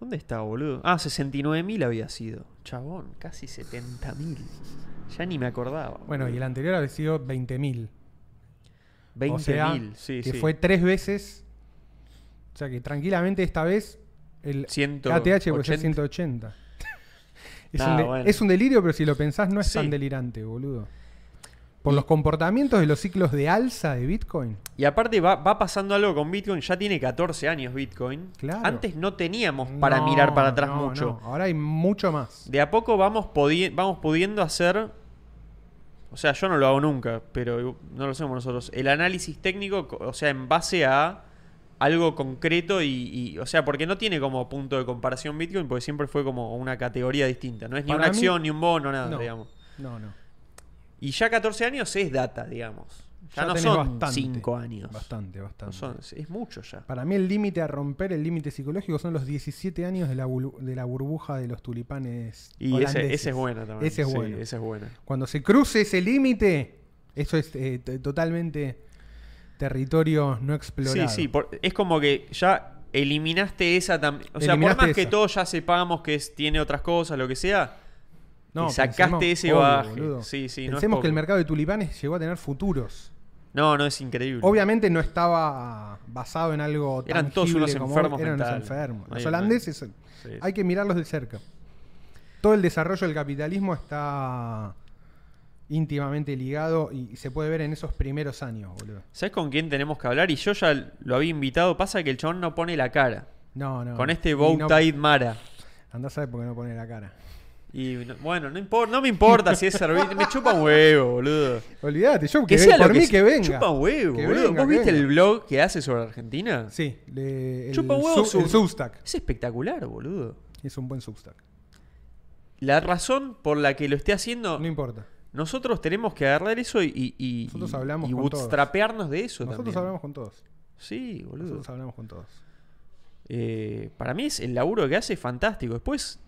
[SPEAKER 3] ¿Dónde está, boludo? Ah, 69.000 había sido. Chabón, casi 70.000. Ya ni me acordaba.
[SPEAKER 2] Bueno, y el anterior había sido 20.000.
[SPEAKER 3] 20.000,
[SPEAKER 2] o sea,
[SPEAKER 3] sí,
[SPEAKER 2] que
[SPEAKER 3] sí.
[SPEAKER 2] fue tres veces. O sea que tranquilamente esta vez el
[SPEAKER 3] Ciento
[SPEAKER 2] ATH puede ser
[SPEAKER 3] ochenta.
[SPEAKER 2] 180. es,
[SPEAKER 3] Nah,
[SPEAKER 2] un de-
[SPEAKER 3] bueno.
[SPEAKER 2] es un delirio, pero si lo pensás no es
[SPEAKER 3] Sí.
[SPEAKER 2] tan delirante, boludo. Por los comportamientos de los ciclos de alza de Bitcoin.
[SPEAKER 3] Y aparte va, va pasando algo con Bitcoin, ya tiene 14 años Bitcoin.
[SPEAKER 2] Claro.
[SPEAKER 3] Antes no teníamos para
[SPEAKER 2] No,
[SPEAKER 3] mirar para atrás
[SPEAKER 2] no,
[SPEAKER 3] mucho.
[SPEAKER 2] no. Ahora hay mucho más.
[SPEAKER 3] De a poco vamos, podi- vamos pudiendo hacer O sea, yo no lo hago nunca, pero no lo hacemos nosotros. El análisis técnico, co- o sea, en base a algo concreto y, y- o sea, porque no tiene como punto de comparación Bitcoin, porque siempre fue como una categoría distinta. No es ni
[SPEAKER 2] Para
[SPEAKER 3] una
[SPEAKER 2] mí,
[SPEAKER 3] acción, ni un bono, nada,
[SPEAKER 2] no.
[SPEAKER 3] digamos.
[SPEAKER 2] No, no.
[SPEAKER 3] Y ya 14 años es data, digamos. Ya, no
[SPEAKER 2] tenés
[SPEAKER 3] son
[SPEAKER 2] bastante,
[SPEAKER 3] 5 años.
[SPEAKER 2] Bastante, bastante.
[SPEAKER 3] No son- es mucho ya.
[SPEAKER 2] Para mí el límite a romper, el límite psicológico, son los 17 años de la, bulu- de la burbuja de los tulipanes
[SPEAKER 3] Y ese,
[SPEAKER 2] holandeses.
[SPEAKER 3] ese es buena también.
[SPEAKER 2] Ese es
[SPEAKER 3] Sí,
[SPEAKER 2] bueno.
[SPEAKER 3] ese es buena.
[SPEAKER 2] Cuando se cruce ese límite, eso es eh, t- totalmente territorio no explorado.
[SPEAKER 3] Sí, sí, por- es como que ya eliminaste esa también. O sea,
[SPEAKER 2] Eliminaste
[SPEAKER 3] por más que
[SPEAKER 2] esa.
[SPEAKER 3] todos ya sepamos que es- tiene otras cosas, lo que sea,
[SPEAKER 2] No,
[SPEAKER 3] y sacaste
[SPEAKER 2] pensemos-
[SPEAKER 3] ese
[SPEAKER 2] obvio,
[SPEAKER 3] baje.
[SPEAKER 2] boludo.
[SPEAKER 3] Sí, sí, no es
[SPEAKER 2] Pensemos que el
[SPEAKER 3] poco.
[SPEAKER 2] mercado de tulipanes llegó a tener futuros.
[SPEAKER 3] no, no es increíble.
[SPEAKER 2] Obviamente no estaba basado en algo
[SPEAKER 3] Eran todos
[SPEAKER 2] tangible
[SPEAKER 3] unos
[SPEAKER 2] como
[SPEAKER 3] enfermos
[SPEAKER 2] eran unos
[SPEAKER 3] mentales.
[SPEAKER 2] enfermos. Los
[SPEAKER 3] Ahí,
[SPEAKER 2] holandeses
[SPEAKER 3] Sí, sí.
[SPEAKER 2] hay que mirarlos de cerca. Todo el desarrollo del capitalismo está íntimamente ligado y se puede ver en esos primeros años, boludo.
[SPEAKER 3] ¿Sabes con quién tenemos que hablar? Y yo ya lo había invitado. Pasa que el chabón no pone la cara.
[SPEAKER 2] No, no.
[SPEAKER 3] Con este
[SPEAKER 2] Y no-
[SPEAKER 3] Bowtie Mara.
[SPEAKER 2] Andá a saber por qué no pone la cara.
[SPEAKER 3] Y no- bueno, no, impor- no me importa si es servir. me chupa un huevo, boludo.
[SPEAKER 2] Olvídate, yo
[SPEAKER 3] Que
[SPEAKER 2] que
[SPEAKER 3] sea
[SPEAKER 2] ve- por
[SPEAKER 3] lo que,
[SPEAKER 2] mí
[SPEAKER 3] se-
[SPEAKER 2] que venga.
[SPEAKER 3] Chupa un huevo,
[SPEAKER 2] Que
[SPEAKER 3] boludo.
[SPEAKER 2] venga,
[SPEAKER 3] ¿Vos
[SPEAKER 2] que
[SPEAKER 3] viste el
[SPEAKER 2] venga.
[SPEAKER 3] blog que hace sobre Argentina?
[SPEAKER 2] Sí, le- el,
[SPEAKER 3] Chupa huevo
[SPEAKER 2] su- el
[SPEAKER 3] su-
[SPEAKER 2] Substack.
[SPEAKER 3] Es espectacular, boludo.
[SPEAKER 2] Es un buen Substack.
[SPEAKER 3] La razón por la que lo esté haciendo,
[SPEAKER 2] No importa.
[SPEAKER 3] nosotros tenemos que agarrar eso y, y, y-
[SPEAKER 2] Nosotros
[SPEAKER 3] y-
[SPEAKER 2] hablamos
[SPEAKER 3] y
[SPEAKER 2] con todos.
[SPEAKER 3] bootstrapearnos de eso
[SPEAKER 2] Nosotros
[SPEAKER 3] también.
[SPEAKER 2] hablamos con todos.
[SPEAKER 3] Sí, boludo.
[SPEAKER 2] Nosotros hablamos con todos.
[SPEAKER 3] Eh, para mí es el laburo que hace es fantástico. Después,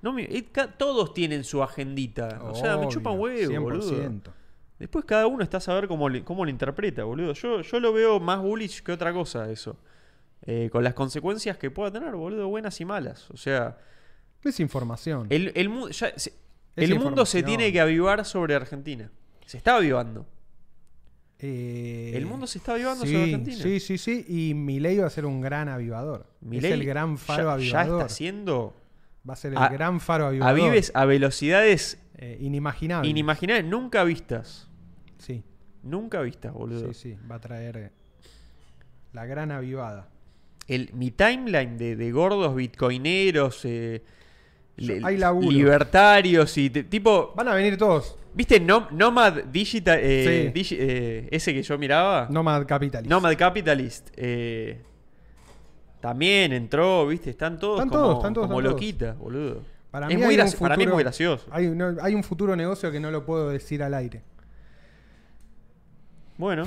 [SPEAKER 3] no me- eh, ca- todos tienen su agendita. o sea, me
[SPEAKER 2] Obvio,
[SPEAKER 3] chupan huevo, boludo.
[SPEAKER 2] 100%.
[SPEAKER 3] Después cada uno está a saber cómo, le- cómo lo interpreta, boludo. Yo, yo lo veo más bullish que otra cosa eso. Eh, con las consecuencias que pueda tener, boludo, buenas y malas. O sea,
[SPEAKER 2] Es información.
[SPEAKER 3] El, el mu- ya se-
[SPEAKER 2] Es
[SPEAKER 3] el mundo se
[SPEAKER 2] información.
[SPEAKER 3] tiene que avivar sobre Argentina. Se está avivando.
[SPEAKER 2] Eh,
[SPEAKER 3] El mundo se está avivando
[SPEAKER 2] sí,
[SPEAKER 3] sobre Argentina.
[SPEAKER 2] Sí, sí, sí. Y Milei va a ser un gran avivador.
[SPEAKER 3] Milei
[SPEAKER 2] es el gran faro
[SPEAKER 3] ya- ya,
[SPEAKER 2] avivador.
[SPEAKER 3] está siendo. Ah,
[SPEAKER 2] va a ser el
[SPEAKER 3] a-
[SPEAKER 2] gran faro avivador.
[SPEAKER 3] Avives a velocidades
[SPEAKER 2] Eh, inimaginable.
[SPEAKER 3] inimaginables. Nunca vistas.
[SPEAKER 2] sí,
[SPEAKER 3] Nunca vistas, boludo.
[SPEAKER 2] sí, sí. Va a traer eh, la gran avivada.
[SPEAKER 3] El, mi timeline de, de gordos bitcoineros, eh,
[SPEAKER 2] Yo-
[SPEAKER 3] le-
[SPEAKER 2] hay laburo.
[SPEAKER 3] libertarios y te- tipo.
[SPEAKER 2] Van a venir todos.
[SPEAKER 3] ¿Viste Nom- Nomad Digital? eh,
[SPEAKER 2] Sí.
[SPEAKER 3] digi- eh, ese que yo miraba.
[SPEAKER 2] Nomad Capitalist.
[SPEAKER 3] Nomad Capitalist. eh, también entró, ¿viste? Están todos
[SPEAKER 2] Están
[SPEAKER 3] como,
[SPEAKER 2] todos, están todos,
[SPEAKER 3] como
[SPEAKER 2] están todos.
[SPEAKER 3] loquitas, boludo.
[SPEAKER 2] Para,
[SPEAKER 3] es
[SPEAKER 2] mí
[SPEAKER 3] muy
[SPEAKER 2] hay un
[SPEAKER 3] gracio- para mí es
[SPEAKER 2] futuro-
[SPEAKER 3] muy gracioso.
[SPEAKER 2] Hay, no- hay un futuro negocio que no lo puedo decir al aire.
[SPEAKER 3] Bueno.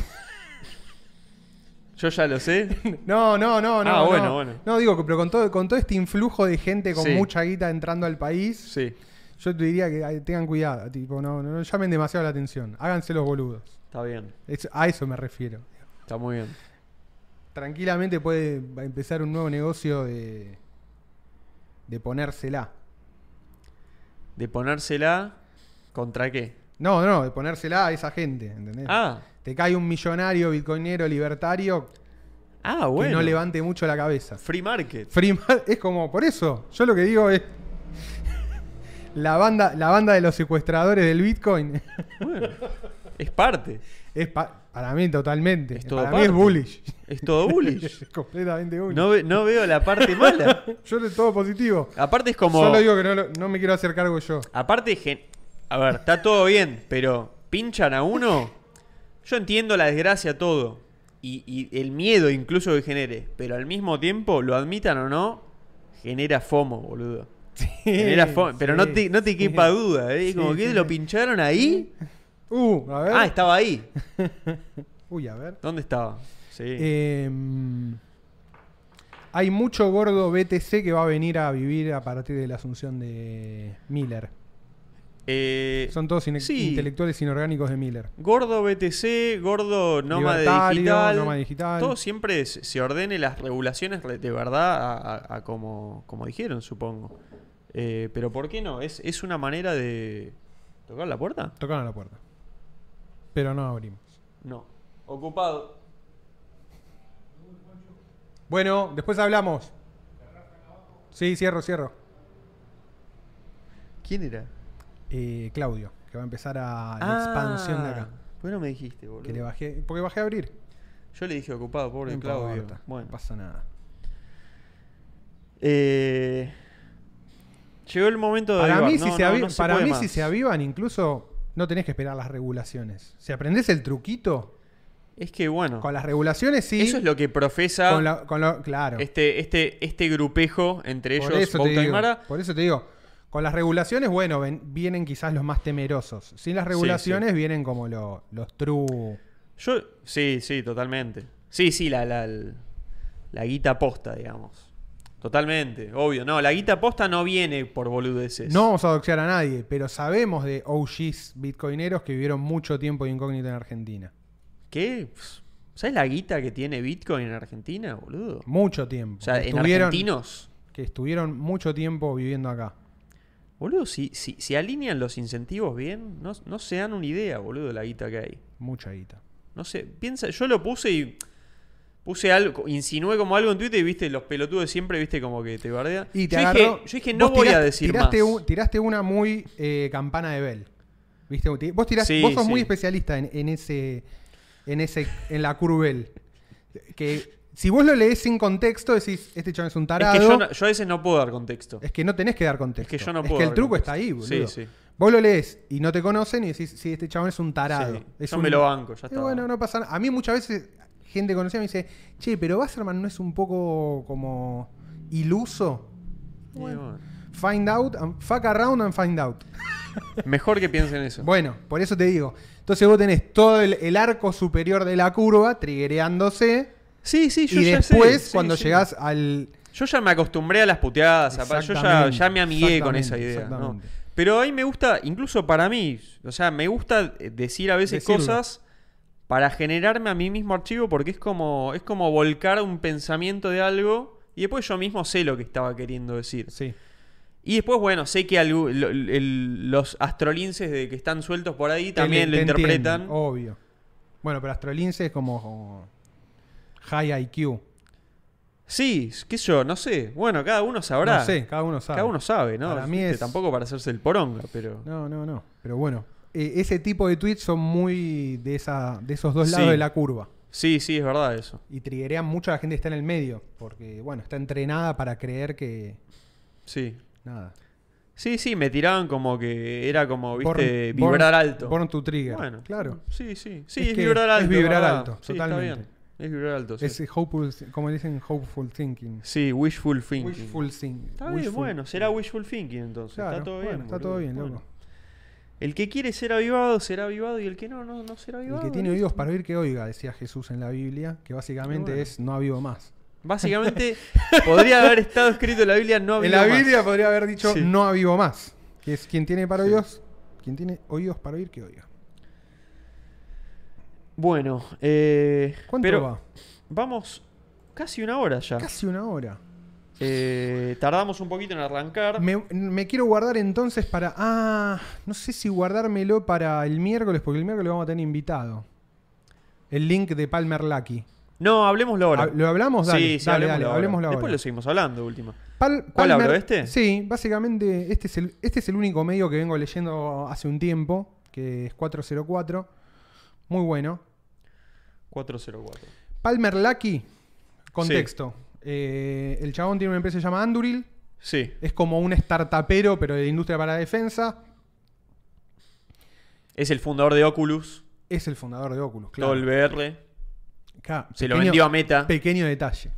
[SPEAKER 3] Yo ya lo sé.
[SPEAKER 2] No, no, no, no.
[SPEAKER 3] Ah,
[SPEAKER 2] no.
[SPEAKER 3] bueno, bueno.
[SPEAKER 2] No, digo, que- pero con todo, con todo este influjo de gente con
[SPEAKER 3] Sí.
[SPEAKER 2] mucha guita entrando al país,
[SPEAKER 3] Sí,
[SPEAKER 2] Yo te diría que ay, tengan cuidado, tipo, no, no, no llamen demasiado la atención, háganse los boludos.
[SPEAKER 3] está bien.
[SPEAKER 2] Es- a eso me refiero.
[SPEAKER 3] Está muy bien.
[SPEAKER 2] Tranquilamente puede empezar un nuevo negocio de, de ponérsela.
[SPEAKER 3] De ponérsela. ¿Contra qué?
[SPEAKER 2] No, no, de ponérsela a esa gente, ¿entendés?
[SPEAKER 3] Ah,
[SPEAKER 2] Te cae un millonario, bitcoinero, libertario,
[SPEAKER 3] ah, bueno.
[SPEAKER 2] que no levante mucho la cabeza.
[SPEAKER 3] Free Market.
[SPEAKER 2] Free Mar- es como, por eso, yo lo que digo es... La banda, la banda de los secuestradores del Bitcoin
[SPEAKER 3] Bueno, es parte.
[SPEAKER 2] es pa- para mí totalmente.
[SPEAKER 3] Es todo
[SPEAKER 2] para mí es
[SPEAKER 3] parte.
[SPEAKER 2] bullish.
[SPEAKER 3] Es todo bullish.
[SPEAKER 2] Es completamente bullish.
[SPEAKER 3] No, ve- no veo la parte mala.
[SPEAKER 2] Yo de todo positivo.
[SPEAKER 3] Aparte es como.
[SPEAKER 2] Solo digo que no, lo- no me quiero hacer cargo yo.
[SPEAKER 3] Aparte, gen- a ver, está todo bien, pero pinchan a uno. Yo entiendo la desgracia, todo. Y, y el miedo incluso que genere. Pero al mismo tiempo, lo admitan o no, genera FOMO, boludo. Genera FOMO. Pero no te, no te quepa duda, ¿eh?
[SPEAKER 2] Sí,
[SPEAKER 3] Como que
[SPEAKER 2] sí.
[SPEAKER 3] lo pincharon ahí.
[SPEAKER 2] Uh, a ver.
[SPEAKER 3] Ah, estaba ahí.
[SPEAKER 2] Uy, a ver.
[SPEAKER 3] ¿Dónde estaba? Sí.
[SPEAKER 2] Eh, Em, hay mucho gordo BTC que va a venir a vivir a partir de la asunción de Miller.
[SPEAKER 3] Eh,
[SPEAKER 2] Son todos ine-
[SPEAKER 3] sí.
[SPEAKER 2] intelectuales inorgánicos de Miller.
[SPEAKER 3] Gordo BTC, gordo nómada
[SPEAKER 2] Libertario,
[SPEAKER 3] digital,
[SPEAKER 2] nómada digital.
[SPEAKER 3] Todo siempre se- se ordene las regulaciones re- de verdad a, a- a como, como dijeron, supongo. Eh, pero ¿por qué no? Es, es una manera de. ¿Tocar la puerta?
[SPEAKER 2] Tocaron la puerta. Pero no abrimos.
[SPEAKER 3] No. Ocupado.
[SPEAKER 2] Bueno, después hablamos. Sí, cierro, cierro.
[SPEAKER 3] ¿Quién era?
[SPEAKER 2] Eh, Claudio, que va a empezar a Ah,
[SPEAKER 3] Ah.
[SPEAKER 2] la expansión de acá.
[SPEAKER 3] ¿Por qué pues no me dijiste, boludo?
[SPEAKER 2] Que le bajé, porque bajé a abrir.
[SPEAKER 3] Yo le dije ocupado, pobre
[SPEAKER 2] No
[SPEAKER 3] Claudio.
[SPEAKER 2] importa,
[SPEAKER 3] Bueno.
[SPEAKER 2] No pasa nada.
[SPEAKER 3] Eh, llegó el momento de.
[SPEAKER 2] Para
[SPEAKER 3] avivar.
[SPEAKER 2] mí, si,
[SPEAKER 3] No,
[SPEAKER 2] se,
[SPEAKER 3] no,
[SPEAKER 2] avi-
[SPEAKER 3] no se
[SPEAKER 2] para
[SPEAKER 3] puede
[SPEAKER 2] mí
[SPEAKER 3] más.
[SPEAKER 2] si se avivan, incluso No tenés que esperar las regulaciones. Si aprendés el truquito,
[SPEAKER 3] Es que bueno,
[SPEAKER 2] con las regulaciones sí.
[SPEAKER 3] eso es lo que profesa
[SPEAKER 2] con la- con lo- claro.
[SPEAKER 3] este, este, este grupejo entre
[SPEAKER 2] Por
[SPEAKER 3] ellos
[SPEAKER 2] eso, te
[SPEAKER 3] Bouta y
[SPEAKER 2] digo,
[SPEAKER 3] Mara.
[SPEAKER 2] por eso te digo, con las regulaciones, bueno, ven- vienen quizás los más temerosos. Sin las regulaciones vienen como lo- los true.
[SPEAKER 3] Yo, sí, sí, totalmente. Sí, sí, la, la, la guita posta, digamos. Totalmente, obvio. No, la guita posta no viene por boludeces.
[SPEAKER 2] No vamos a doxear a nadie, pero sabemos de OGs bitcoineros que vivieron mucho tiempo de incógnito en Argentina.
[SPEAKER 3] ¿Qué? Pss, ¿Sabes la guita que tiene Bitcoin en Argentina, boludo?
[SPEAKER 2] Mucho tiempo.
[SPEAKER 3] O sea,
[SPEAKER 2] que
[SPEAKER 3] en
[SPEAKER 2] estuvieron-
[SPEAKER 3] argentinos.
[SPEAKER 2] Que estuvieron mucho tiempo viviendo acá.
[SPEAKER 3] Boludo, si, si, si alinean los incentivos bien, no, no se dan una idea, boludo, de la guita que hay.
[SPEAKER 2] Mucha guita.
[SPEAKER 3] No sé, piensa, yo lo puse y puse algo, insinué como algo en Twitter y viste, los pelotudos siempre, viste, como que te bardean.
[SPEAKER 2] Y te
[SPEAKER 3] yo,
[SPEAKER 2] agarró-
[SPEAKER 3] dije, yo dije,
[SPEAKER 2] vos
[SPEAKER 3] no voy
[SPEAKER 2] tiraste-
[SPEAKER 3] a decir
[SPEAKER 2] tiraste
[SPEAKER 3] más.
[SPEAKER 2] un- tiraste una muy eh, campana de Bell. ¿Viste? Ti- Vos, tirás-
[SPEAKER 3] Sí,
[SPEAKER 2] vos sos
[SPEAKER 3] sí.
[SPEAKER 2] muy especialista en, en ese. En ese. En la curvel. Que si vos lo lees sin contexto, decís, este chaval es un tarado.
[SPEAKER 3] Es que yo, no- yo a veces no puedo dar contexto.
[SPEAKER 2] tenés que dar contexto.
[SPEAKER 3] Es que yo no puedo
[SPEAKER 2] el
[SPEAKER 3] dar
[SPEAKER 2] truco
[SPEAKER 3] contexto.
[SPEAKER 2] está ahí,
[SPEAKER 3] Sí,
[SPEAKER 2] boludo.
[SPEAKER 3] sí.
[SPEAKER 2] Vos lo lees y no te conocen y decís, sí, este chabón es un tarado.
[SPEAKER 3] Sí,
[SPEAKER 2] Es
[SPEAKER 3] yo
[SPEAKER 2] un-
[SPEAKER 3] me lo banco, ya
[SPEAKER 2] Y
[SPEAKER 3] está.
[SPEAKER 2] bueno, no pasa nada. A mí muchas veces gente conocida me dice, che, pero Wasserman no es un poco como iluso.
[SPEAKER 3] Y bueno.
[SPEAKER 2] Find out, and, fuck around and find out.
[SPEAKER 3] Mejor que piensen eso.
[SPEAKER 2] Bueno, por eso te digo. Entonces vos tenés todo el, el arco superior de la curva triggereándose.
[SPEAKER 3] sí, sí, yo
[SPEAKER 2] y
[SPEAKER 3] ya
[SPEAKER 2] después,
[SPEAKER 3] sé. Sí,
[SPEAKER 2] cuando
[SPEAKER 3] sí.
[SPEAKER 2] llegás al.
[SPEAKER 3] Yo ya me acostumbré a las puteadas, apa, yo ya,
[SPEAKER 2] Exactamente,
[SPEAKER 3] ya me amigué con esa
[SPEAKER 2] exactamente,
[SPEAKER 3] idea. ¿no?
[SPEAKER 2] exactamente.
[SPEAKER 3] Pero ahí me gusta, incluso para mí, o sea, me gusta eh, decir a veces
[SPEAKER 2] Decirlo.
[SPEAKER 3] cosas para generarme a mí mismo archivo porque es como, es como volcar un pensamiento de algo y después yo mismo sé lo que estaba queriendo decir.
[SPEAKER 2] Sí.
[SPEAKER 3] Y después, bueno, sé que algu- lo- el- los astrolinces de que están sueltos por ahí también
[SPEAKER 2] Te-
[SPEAKER 3] lo
[SPEAKER 2] te
[SPEAKER 3] interpretan.
[SPEAKER 2] entienden, obvio. Bueno, pero Astrolince es como, como high IQ.
[SPEAKER 3] Sí, qué sé yo, no sé. Bueno, cada uno sabrá.
[SPEAKER 2] No sé, cada uno sabe.
[SPEAKER 3] Cada uno sabe, ¿no?
[SPEAKER 2] Para mí
[SPEAKER 3] Viste,
[SPEAKER 2] es-
[SPEAKER 3] Tampoco para hacerse el poronga, pero...
[SPEAKER 2] No, no, no. Pero bueno, eh, ese tipo de tweets son muy de, esa, de esos dos
[SPEAKER 3] Sí.
[SPEAKER 2] lados de la curva.
[SPEAKER 3] Sí, sí, es verdad eso.
[SPEAKER 2] Y triggerean mucho a la gente que está en el medio. Porque, bueno, está entrenada para creer que.
[SPEAKER 3] Sí.
[SPEAKER 2] Nada.
[SPEAKER 3] Sí, sí, me tiraban como que era como, viste,
[SPEAKER 2] Born-
[SPEAKER 3] vibrar
[SPEAKER 2] born-
[SPEAKER 3] alto.
[SPEAKER 2] Born to trigger.
[SPEAKER 3] Bueno.
[SPEAKER 2] claro.
[SPEAKER 3] Sí, sí. Sí,
[SPEAKER 2] Es
[SPEAKER 3] es,
[SPEAKER 2] que
[SPEAKER 3] vibrar
[SPEAKER 2] es
[SPEAKER 3] alto.
[SPEAKER 2] vibrar
[SPEAKER 3] ¿verdad?
[SPEAKER 2] alto,
[SPEAKER 3] Sí,
[SPEAKER 2] totalmente.
[SPEAKER 3] Está bien. Es vibrar alto, sí.
[SPEAKER 2] Es hopeful, como dicen, hopeful thinking.
[SPEAKER 3] Sí, wishful thinking.
[SPEAKER 2] Wishful thinking.
[SPEAKER 3] Está bien, bueno, será wishful thinking entonces. está todo bien.
[SPEAKER 2] Está
[SPEAKER 3] boludo.
[SPEAKER 2] todo bien,
[SPEAKER 3] Bueno.
[SPEAKER 2] loco.
[SPEAKER 3] El que quiere ser avivado será avivado y el que no, no, no será
[SPEAKER 2] El
[SPEAKER 3] avivado.
[SPEAKER 2] que tiene
[SPEAKER 3] ¿no?
[SPEAKER 2] oídos para oír que oiga, decía Jesús en la Biblia, que básicamente
[SPEAKER 3] Bueno.
[SPEAKER 2] es no ha habido más.
[SPEAKER 3] Básicamente, podría haber estado escrito en la Biblia no
[SPEAKER 2] en
[SPEAKER 3] habido
[SPEAKER 2] la
[SPEAKER 3] más.
[SPEAKER 2] Biblia podría haber dicho
[SPEAKER 3] Sí.
[SPEAKER 2] no ha habido más. Que es quien tiene para
[SPEAKER 3] Sí.
[SPEAKER 2] oídos, quien tiene oídos para oír que oiga.
[SPEAKER 3] Bueno, eh,
[SPEAKER 2] ¿Cuánto
[SPEAKER 3] pero
[SPEAKER 2] va?
[SPEAKER 3] vamos casi una hora ya.
[SPEAKER 2] Casi una hora.
[SPEAKER 3] Eh, tardamos un poquito en arrancar.
[SPEAKER 2] Me, me quiero guardar entonces para. Ah, no sé si guardármelo para el miércoles, porque el miércoles vamos a tener invitado. El link de Palmer Lucky.
[SPEAKER 3] No, hablemoslo ahora.
[SPEAKER 2] Ah, ¿Lo hablamos? Dale,
[SPEAKER 3] sí, sí,
[SPEAKER 2] dale,
[SPEAKER 3] hablemoslo
[SPEAKER 2] dale,
[SPEAKER 3] ahora.
[SPEAKER 2] hablemoslo ahora.
[SPEAKER 3] Después lo seguimos hablando, última.
[SPEAKER 2] Pal-
[SPEAKER 3] ¿Cuál abro, este?
[SPEAKER 2] Sí, básicamente este es, el, este es el único medio que vengo leyendo hace un tiempo, que es 404. Muy bueno.
[SPEAKER 3] 404.
[SPEAKER 2] Palmer Lucky, contexto. Eh, el chabón tiene una empresa que se llama Anduril,
[SPEAKER 3] Sí.
[SPEAKER 2] es como un startupero, pero de industria para la defensa.
[SPEAKER 3] Es el fundador de Oculus,
[SPEAKER 2] Es el fundador de Oculus, claro.
[SPEAKER 3] todo el VR.
[SPEAKER 2] Claro,
[SPEAKER 3] Se lo
[SPEAKER 2] pequeño-
[SPEAKER 3] vendió a Meta.
[SPEAKER 2] Pequeño detalle.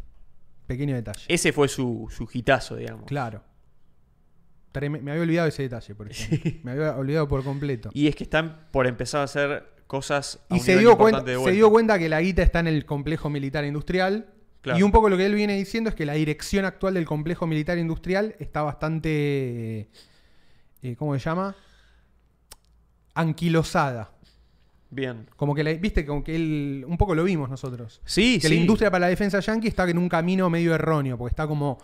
[SPEAKER 2] Pequeño detalle.
[SPEAKER 3] Ese fue su, su hitazo, digamos.
[SPEAKER 2] Claro. Trem- me había olvidado ese detalle, por ejemplo. Me había olvidado por completo.
[SPEAKER 3] Y es que están por empezar a hacer cosas a
[SPEAKER 2] Y
[SPEAKER 3] un
[SPEAKER 2] se
[SPEAKER 3] nivel
[SPEAKER 2] dio,
[SPEAKER 3] importante
[SPEAKER 2] cuenta,
[SPEAKER 3] de
[SPEAKER 2] se
[SPEAKER 3] vuelta.
[SPEAKER 2] dio cuenta que la guita está en el complejo militar industrial.
[SPEAKER 3] Claro.
[SPEAKER 2] Y un poco lo que él viene diciendo es que la dirección actual del complejo militar industrial está bastante. eh, ¿Cómo se llama? Anquilosada.
[SPEAKER 3] Bien.
[SPEAKER 2] Como que, la- viste, como que él. Un poco lo vimos nosotros.
[SPEAKER 3] Sí,
[SPEAKER 2] que
[SPEAKER 3] sí.
[SPEAKER 2] la industria para la defensa yankee está en un camino medio erróneo, porque está como.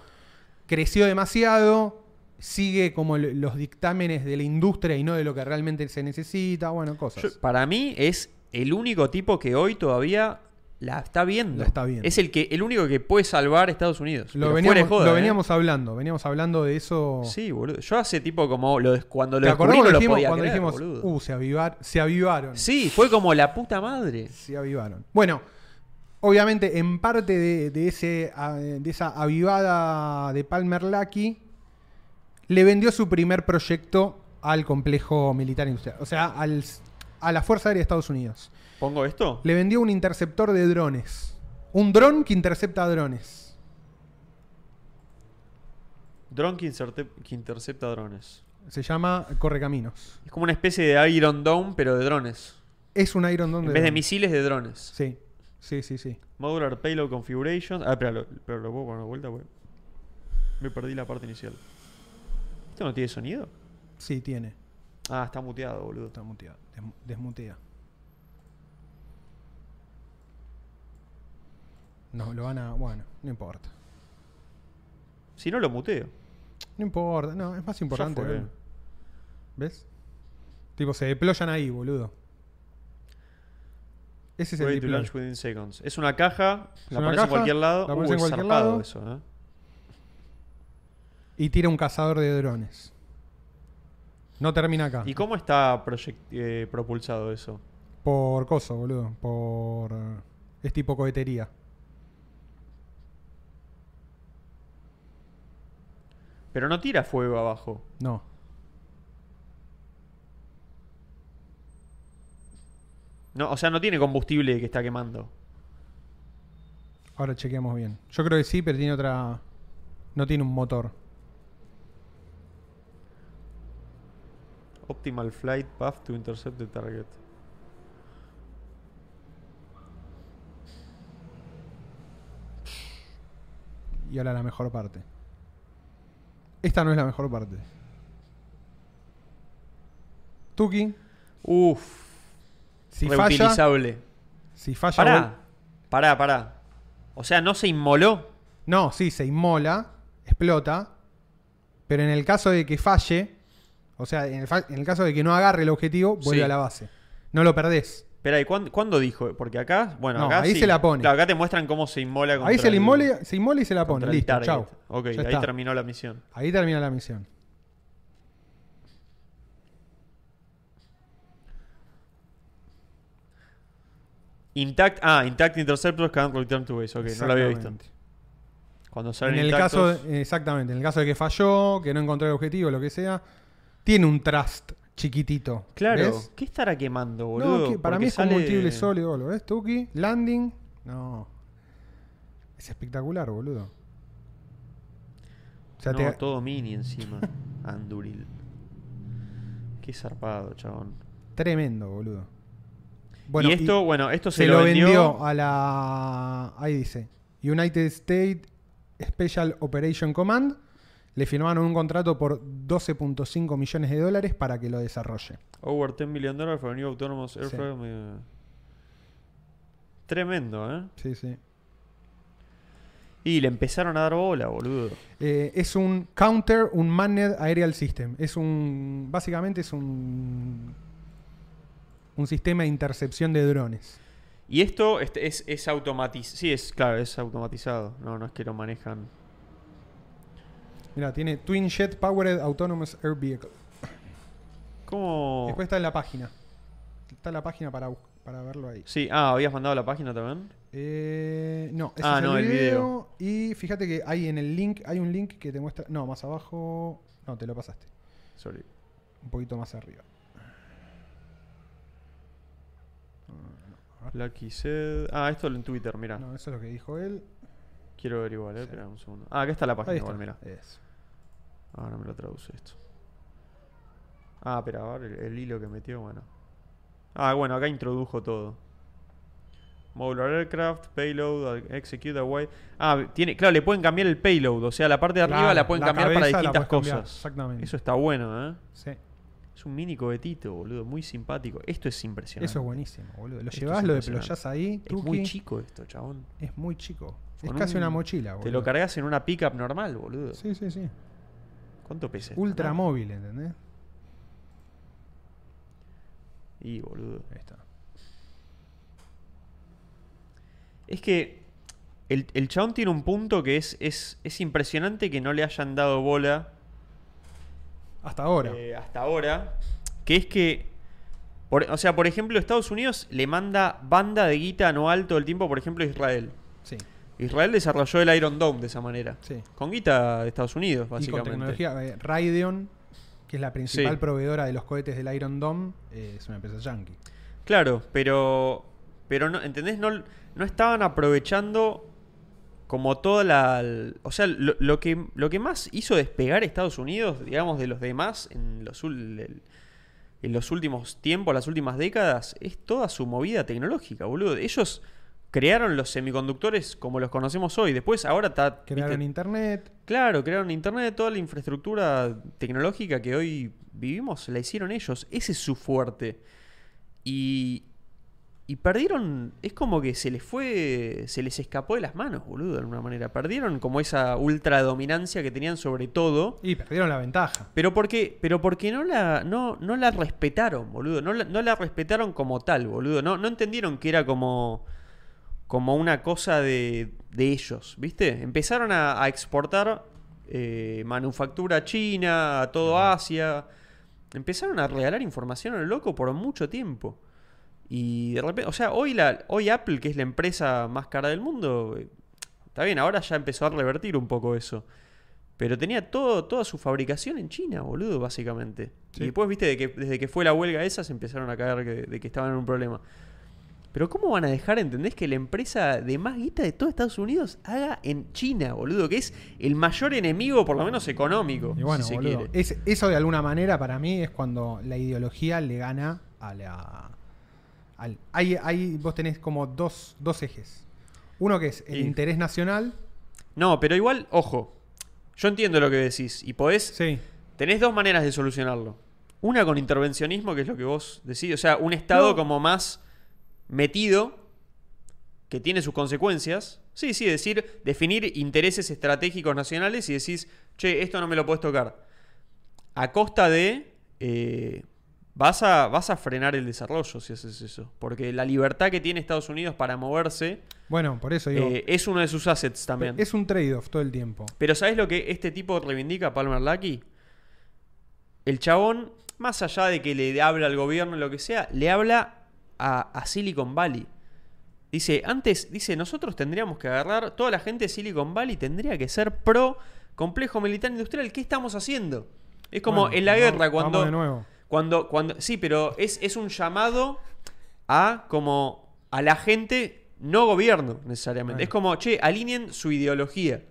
[SPEAKER 2] Creció demasiado, sigue como l- los dictámenes de la industria y no de lo que realmente se necesita, bueno, cosas.
[SPEAKER 3] Yo- para mí es el único tipo que hoy todavía la está viendo.
[SPEAKER 2] La está viendo.
[SPEAKER 3] Es el, que, el único que puede salvar Estados Unidos.
[SPEAKER 2] Lo
[SPEAKER 3] Pero fuera de
[SPEAKER 2] veníamos,
[SPEAKER 3] joda,
[SPEAKER 2] lo
[SPEAKER 3] ¿eh?
[SPEAKER 2] veníamos hablando, veníamos hablando de eso.
[SPEAKER 3] Sí, boludo. Yo hace tipo como lo, des- cuando lo
[SPEAKER 2] ¿Te acordás
[SPEAKER 3] descubrí no
[SPEAKER 2] cuando
[SPEAKER 3] lo
[SPEAKER 2] dijimos,
[SPEAKER 3] podía
[SPEAKER 2] cuando
[SPEAKER 3] creer,
[SPEAKER 2] dijimos,
[SPEAKER 3] boludo.
[SPEAKER 2] uh, se, avivar- se avivaron?
[SPEAKER 3] Sí, fue como la puta madre.
[SPEAKER 2] Se avivaron. Bueno, obviamente, en parte de, de ese, ah, de esa avivada de Palmer Lucky, le vendió su primer proyecto al complejo militar industrial, o sea, al, a la Fuerza Aérea de Estados Unidos.
[SPEAKER 3] ¿Pongo esto?
[SPEAKER 2] Le vendió un interceptor de drones. Un dron que intercepta drones.
[SPEAKER 3] Dron que, inserte- que intercepta drones.
[SPEAKER 2] Se llama Correcaminos.
[SPEAKER 3] Es como una especie de Iron Dome, pero de drones.
[SPEAKER 2] Es un Iron Dome
[SPEAKER 3] En vez de
[SPEAKER 2] drones.
[SPEAKER 3] misiles, de drones.
[SPEAKER 2] Sí, sí, sí, sí.
[SPEAKER 3] Modular Payload Configuration. Ah, espera, lo, pero lo puedo poner de vuelta, porque Me perdí la parte inicial. ¿Esto no tiene sonido?
[SPEAKER 2] Sí, tiene.
[SPEAKER 3] Ah, está muteado, boludo.
[SPEAKER 2] Está muteada. Desmu- Desmutea. No, lo van a. Bueno, no importa.
[SPEAKER 3] Si no, lo muteo.
[SPEAKER 2] No importa, no, es más importante. ¿eh?
[SPEAKER 3] fue.
[SPEAKER 2] verlo. ¿Ves? Tipo, se deployan ahí, boludo. Ese es el
[SPEAKER 3] Ready to
[SPEAKER 2] deploy.
[SPEAKER 3] launch within seconds. Es una caja, la
[SPEAKER 2] una
[SPEAKER 3] aparece en
[SPEAKER 2] caja,
[SPEAKER 3] cualquier lado.
[SPEAKER 2] la aparece
[SPEAKER 3] uh,
[SPEAKER 2] en
[SPEAKER 3] es
[SPEAKER 2] cualquier
[SPEAKER 3] zarpado
[SPEAKER 2] lado.
[SPEAKER 3] eso, ¿eh?
[SPEAKER 2] Y tira un cazador de drones. No termina acá.
[SPEAKER 3] ¿Y cómo está proyect- eh, propulsado eso?
[SPEAKER 2] Por coso, boludo. Por. eh, Es tipo cohetería.
[SPEAKER 3] Pero no tira fuego abajo.
[SPEAKER 2] No.
[SPEAKER 3] No, o sea, no tiene combustible que está quemando.
[SPEAKER 2] Ahora chequeamos bien. Yo creo que sí, pero tiene otra. No tiene un motor.
[SPEAKER 3] Optimal flight path to intercept the target.
[SPEAKER 2] Y ahora la mejor parte. Esta no es la mejor parte. Tuki,
[SPEAKER 3] Uf,
[SPEAKER 2] si falla.
[SPEAKER 3] reutilizable.
[SPEAKER 2] Si falla.
[SPEAKER 3] Pará,
[SPEAKER 2] vol-
[SPEAKER 3] pará, pará. O sea, no se inmoló.
[SPEAKER 2] No, sí, se inmola, explota. Pero en el caso de que falle, o sea, en el, fa- en el caso de que no agarre el objetivo, vuelve
[SPEAKER 3] Sí.
[SPEAKER 2] a la base. No lo perdés.
[SPEAKER 3] Espera, ¿y cuán- cuándo dijo? Porque acá, bueno,
[SPEAKER 2] No,
[SPEAKER 3] acá
[SPEAKER 2] ahí
[SPEAKER 3] sí.
[SPEAKER 2] se la pone.
[SPEAKER 3] Claro, acá te muestran cómo se inmola contra
[SPEAKER 2] Ahí se, le
[SPEAKER 3] el-
[SPEAKER 2] inmole, se inmola y se la
[SPEAKER 3] contra
[SPEAKER 2] pone.
[SPEAKER 3] el
[SPEAKER 2] Listo,
[SPEAKER 3] target.
[SPEAKER 2] chao.
[SPEAKER 3] Ok,
[SPEAKER 2] Ya
[SPEAKER 3] ahí
[SPEAKER 2] está.
[SPEAKER 3] terminó la misión.
[SPEAKER 2] Ahí termina la misión.
[SPEAKER 3] Intact, ah, Intact Interceptors can't return to base. Ok, no lo había visto.
[SPEAKER 2] Exactamente.
[SPEAKER 3] Cuando salen
[SPEAKER 2] En el caso,
[SPEAKER 3] intactos,
[SPEAKER 2] de- exactamente, en el caso de que falló, que no encontró el objetivo, lo que sea, tiene un trust chiquitito.
[SPEAKER 3] Claro,
[SPEAKER 2] ¿ves?
[SPEAKER 3] ¿qué estará quemando,
[SPEAKER 2] No,
[SPEAKER 3] boludo?
[SPEAKER 2] que para
[SPEAKER 3] Porque
[SPEAKER 2] mí es
[SPEAKER 3] sale-
[SPEAKER 2] combustible sólido, ¿lo ves, Tuki? Landing, no. Es espectacular, boludo. O sea,
[SPEAKER 3] no,
[SPEAKER 2] te-
[SPEAKER 3] todo mini encima. Anduril. Qué zarpado, chabón.
[SPEAKER 2] tremendo, boludo.
[SPEAKER 3] y esto, bueno, esto se,
[SPEAKER 2] se lo vendió, a la. Ahí dice. United States Special Operation Command. Le firmaron un contrato por 12.5 millones de dólares para que lo desarrolle.
[SPEAKER 3] Over 10 million dollars for a new autonomous airframe. eh. Tremendo, ¿eh?
[SPEAKER 2] Sí, sí.
[SPEAKER 3] Y le empezaron a dar bola, boludo.
[SPEAKER 2] Eh, es un counter, un manned aerial system. Es un. Básicamente es un. Un sistema de intercepción de drones.
[SPEAKER 3] Y esto este, es, es automatizado. Sí, es, claro, es automatizado. No, no es que lo manejan.
[SPEAKER 2] Mira, tiene Twin Jet Powered Autonomous Air Vehicle.
[SPEAKER 3] ¿Cómo?
[SPEAKER 2] Después está en la página. Está en la página para, bus- para verlo ahí.
[SPEAKER 3] Sí, ah, habías mandado la página también.
[SPEAKER 2] Eh, no, ese
[SPEAKER 3] Ah,
[SPEAKER 2] es
[SPEAKER 3] no,
[SPEAKER 2] el,
[SPEAKER 3] el
[SPEAKER 2] video, Y fíjate que hay en el link, hay un link que te muestra. No, más abajo. No, te lo pasaste.
[SPEAKER 3] Sorry.
[SPEAKER 2] Un poquito más arriba.
[SPEAKER 3] Lucky said. Ah, esto en Twitter, mira.
[SPEAKER 2] No, eso es lo que dijo él.
[SPEAKER 3] Quiero ver igual, eh.
[SPEAKER 2] Sí.
[SPEAKER 3] Espera un segundo. Ah, acá está la página,
[SPEAKER 2] Ahí está.
[SPEAKER 3] igual, mira.
[SPEAKER 2] Eso.
[SPEAKER 3] Ahora me lo traduce esto. Ah, pero ahora el, el hilo que metió, bueno. Ah, bueno, acá introdujo todo. Modular aircraft, payload, a- execute away. Ah, tiene, claro, le pueden cambiar el payload, o sea, la parte de arriba
[SPEAKER 2] Claro,
[SPEAKER 3] la pueden
[SPEAKER 2] la
[SPEAKER 3] cambiar para
[SPEAKER 2] cabeza la
[SPEAKER 3] distintas
[SPEAKER 2] puedes cambiar,
[SPEAKER 3] cosas.
[SPEAKER 2] exactamente.
[SPEAKER 3] Eso está bueno, ¿eh?
[SPEAKER 2] Sí.
[SPEAKER 3] Es un mini cohetito, boludo, muy simpático. Esto es impresionante.
[SPEAKER 2] Eso es buenísimo, boludo. Lo
[SPEAKER 3] Esto
[SPEAKER 2] llevas,
[SPEAKER 3] es
[SPEAKER 2] lo
[SPEAKER 3] impresionante.
[SPEAKER 2] deployás ahí.
[SPEAKER 3] Es muy
[SPEAKER 2] tuki.
[SPEAKER 3] chico esto, chabón.
[SPEAKER 2] Es muy chico. Es
[SPEAKER 3] Con
[SPEAKER 2] casi una
[SPEAKER 3] un-
[SPEAKER 2] mochila, boludo.
[SPEAKER 3] Te lo cargas en una pickup normal, boludo.
[SPEAKER 2] Sí, sí, sí.
[SPEAKER 3] ¿Cuánto pesa? esto?
[SPEAKER 2] Ultra
[SPEAKER 3] Nada.
[SPEAKER 2] móvil, ¿entendés?
[SPEAKER 3] Y, boludo.
[SPEAKER 2] Ahí está.
[SPEAKER 3] Es que el, el chabón tiene un punto que es, es, es impresionante que no le hayan dado bola
[SPEAKER 2] Hasta ahora.
[SPEAKER 3] eh, hasta ahora. Que es que, por- o sea, por ejemplo, Estados Unidos le manda banda de guita anual todo el tiempo, por ejemplo, a Israel.
[SPEAKER 2] sí.
[SPEAKER 3] Israel desarrolló el Iron Dome de esa manera.
[SPEAKER 2] Sí.
[SPEAKER 3] Con guita de Estados Unidos,
[SPEAKER 2] Y con
[SPEAKER 3] básicamente.
[SPEAKER 2] tecnología. eh, Radeon. que es la principal
[SPEAKER 3] Sí.
[SPEAKER 2] proveedora de los cohetes del Iron Dome, eh, es una empresa yankee.
[SPEAKER 3] Claro, pero. Pero no, ¿entendés? No, no estaban aprovechando como toda la. l- O sea, lo, lo que, lo que más hizo despegar Estados Unidos, digamos, de los demás en los, ul- el- en los últimos tiempos, las últimas décadas, es toda su movida tecnológica, boludo. Ellos crearon los semiconductores como los conocemos hoy. Después, ahora está.
[SPEAKER 2] Crearon
[SPEAKER 3] viste,
[SPEAKER 2] internet,
[SPEAKER 3] Claro, crearon Internet, toda la infraestructura tecnológica que hoy vivimos, la hicieron ellos. Ese es su fuerte. Y, y perdieron, es como que se les fue, se les escapó de las manos, boludo, de alguna manera. Perdieron como esa ultra dominancia que tenían sobre todo.
[SPEAKER 2] y perdieron la ventaja.
[SPEAKER 3] Pero porque, pero porque no la, no, no la respetaron, boludo. No la, no la respetaron como tal, boludo. No, no entendieron que era como, como una cosa de, de ellos, ¿viste? Empezaron a, a exportar eh, manufactura a china, a todo Asia. Empezaron a regalar información al loco por mucho tiempo. Y de repente, o sea, hoy, la, hoy Apple, que es la empresa más cara del mundo, eh, está bien, ahora ya empezó a revertir un poco eso. Pero tenía todo, toda su fabricación en China, boludo, básicamente.
[SPEAKER 2] Sí.
[SPEAKER 3] Y después, viste, de que, desde que fue la huelga esa, se empezaron a caer que- de que estaban en un problema. Pero ¿cómo van a dejar, entendés, que la empresa de más guita de todo Estados Unidos haga en China, boludo? Que es el mayor enemigo, por lo menos económico,
[SPEAKER 2] Y bueno,
[SPEAKER 3] si se
[SPEAKER 2] boludo,
[SPEAKER 3] quiere.
[SPEAKER 2] es- eso de alguna manera para mí es cuando la ideología le gana a la. al- hay, hay- vos tenés como dos, dos ejes. Uno que es
[SPEAKER 3] Y-
[SPEAKER 2] el interés nacional.
[SPEAKER 3] No, pero igual, ojo. Yo entiendo lo que decís. Y podés.
[SPEAKER 2] Sí.
[SPEAKER 3] Tenés dos maneras de solucionarlo. Una con intervencionismo, que es lo que vos decís. O sea, un Estado
[SPEAKER 2] No.
[SPEAKER 3] como más metido, que tiene sus consecuencias. Sí, sí, decir, definir intereses estratégicos nacionales y decís, che, esto no me lo puedes tocar. A costa de. eh, vas, a, vas a frenar el desarrollo si haces eso. Porque la libertad que tiene Estados Unidos para moverse
[SPEAKER 2] Bueno, por eso digo.
[SPEAKER 3] eh, es uno de sus assets también.
[SPEAKER 2] es un trade-off todo el tiempo.
[SPEAKER 3] Pero ¿sabes lo que este tipo reivindica, Palmer Lucky? El chabón, más allá de que le habla al gobierno y lo que sea, le habla a, a Silicon Valley. Dice, antes, dice, nosotros tendríamos que agarrar, toda la gente de Silicon Valley tendría que ser pro complejo militar industrial. ¿Qué estamos haciendo? Es como
[SPEAKER 2] Bueno,
[SPEAKER 3] en la
[SPEAKER 2] vamos-
[SPEAKER 3] guerra, cuando...
[SPEAKER 2] vamos de nuevo.
[SPEAKER 3] Cuando, cuando, sí, pero es, es un llamado a como a la gente, no gobierno necesariamente.
[SPEAKER 2] Bueno.
[SPEAKER 3] Es como, che, alineen su ideología.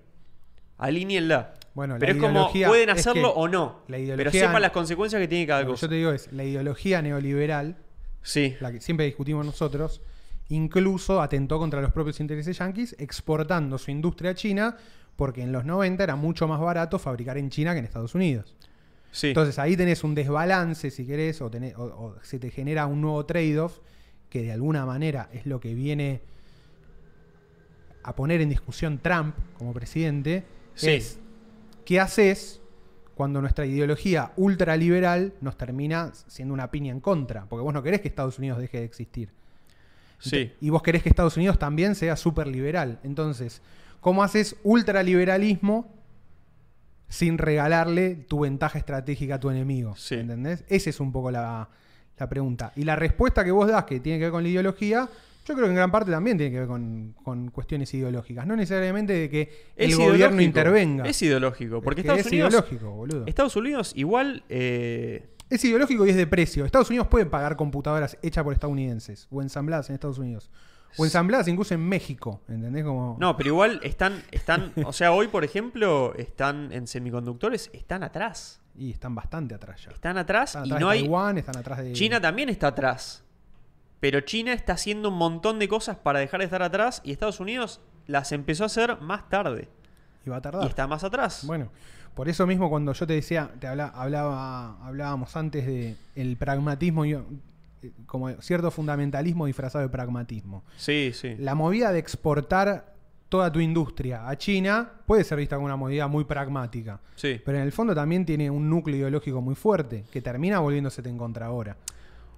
[SPEAKER 3] Alíneenla.
[SPEAKER 2] Bueno, la
[SPEAKER 3] pero es como,
[SPEAKER 2] ideología
[SPEAKER 3] pueden
[SPEAKER 2] es
[SPEAKER 3] hacerlo
[SPEAKER 2] que
[SPEAKER 3] o no.
[SPEAKER 2] la
[SPEAKER 3] pero
[SPEAKER 2] ideología-
[SPEAKER 3] sepan las consecuencias que tiene cada
[SPEAKER 2] Lo que
[SPEAKER 3] cosa.
[SPEAKER 2] yo te digo es, la ideología neoliberal,
[SPEAKER 3] Sí,
[SPEAKER 2] la que siempre discutimos nosotros, incluso atentó contra los propios intereses yanquis, exportando su industria a China, porque en los 90 era mucho más barato fabricar en China que en Estados Unidos.
[SPEAKER 3] sí.
[SPEAKER 2] Entonces ahí tenés un desbalance, si querés, o, tenés- o- o se te genera un nuevo trade-off que de alguna manera es lo que viene a poner en discusión Trump como presidente.
[SPEAKER 3] Sí.
[SPEAKER 2] Es, ¿qué haces cuando nuestra ideología ultraliberal nos termina siendo una piña en contra? Porque vos no querés que Estados Unidos deje de existir.
[SPEAKER 3] sí.
[SPEAKER 2] Y vos querés que Estados Unidos también sea súper liberal. Entonces, ¿cómo haces ultraliberalismo sin regalarle tu ventaja estratégica a tu enemigo?
[SPEAKER 3] Sí.
[SPEAKER 2] ¿Entendés? Esa es un poco la, la pregunta. Y la respuesta que vos das, que tiene que ver con la ideología, yo creo que en gran parte también tiene que ver con, con cuestiones ideológicas. No necesariamente de que el
[SPEAKER 3] Es
[SPEAKER 2] gobierno
[SPEAKER 3] ideológico.
[SPEAKER 2] intervenga.
[SPEAKER 3] Es ideológico. Porque
[SPEAKER 2] que
[SPEAKER 3] Estados,
[SPEAKER 2] es
[SPEAKER 3] Unidos,
[SPEAKER 2] ideológico, boludo.
[SPEAKER 3] Estados Unidos igual... eh,
[SPEAKER 2] Es ideológico y es de precio. Estados Unidos puede pagar computadoras hechas por estadounidenses o ensambladas en Estados Unidos. O ensambladas incluso en México, ¿entendés? Como...
[SPEAKER 3] No, pero igual están, están, o sea, hoy por ejemplo, están en semiconductores, están atrás.
[SPEAKER 2] Y están bastante atrás ya.
[SPEAKER 3] Están atrás
[SPEAKER 2] Están
[SPEAKER 3] y
[SPEAKER 2] atrás
[SPEAKER 3] no
[SPEAKER 2] de
[SPEAKER 3] hay,
[SPEAKER 2] Taiwán, están atrás de...
[SPEAKER 3] China también está atrás. Pero China está haciendo un montón de cosas para dejar de estar atrás y Estados Unidos las empezó a hacer más tarde.
[SPEAKER 2] Y va a tardar.
[SPEAKER 3] Y está más atrás.
[SPEAKER 2] Ah. Bueno, por eso mismo cuando yo te decía, te habla- hablaba, hablábamos antes de el pragmatismo, y- eh, como cierto fundamentalismo disfrazado de pragmatismo.
[SPEAKER 3] Sí, sí.
[SPEAKER 2] La movida de exportar toda tu industria a China puede ser vista como una movida muy pragmática.
[SPEAKER 3] Sí.
[SPEAKER 2] Pero en el fondo también tiene un núcleo ideológico muy fuerte, que termina volviéndosete en contra ahora.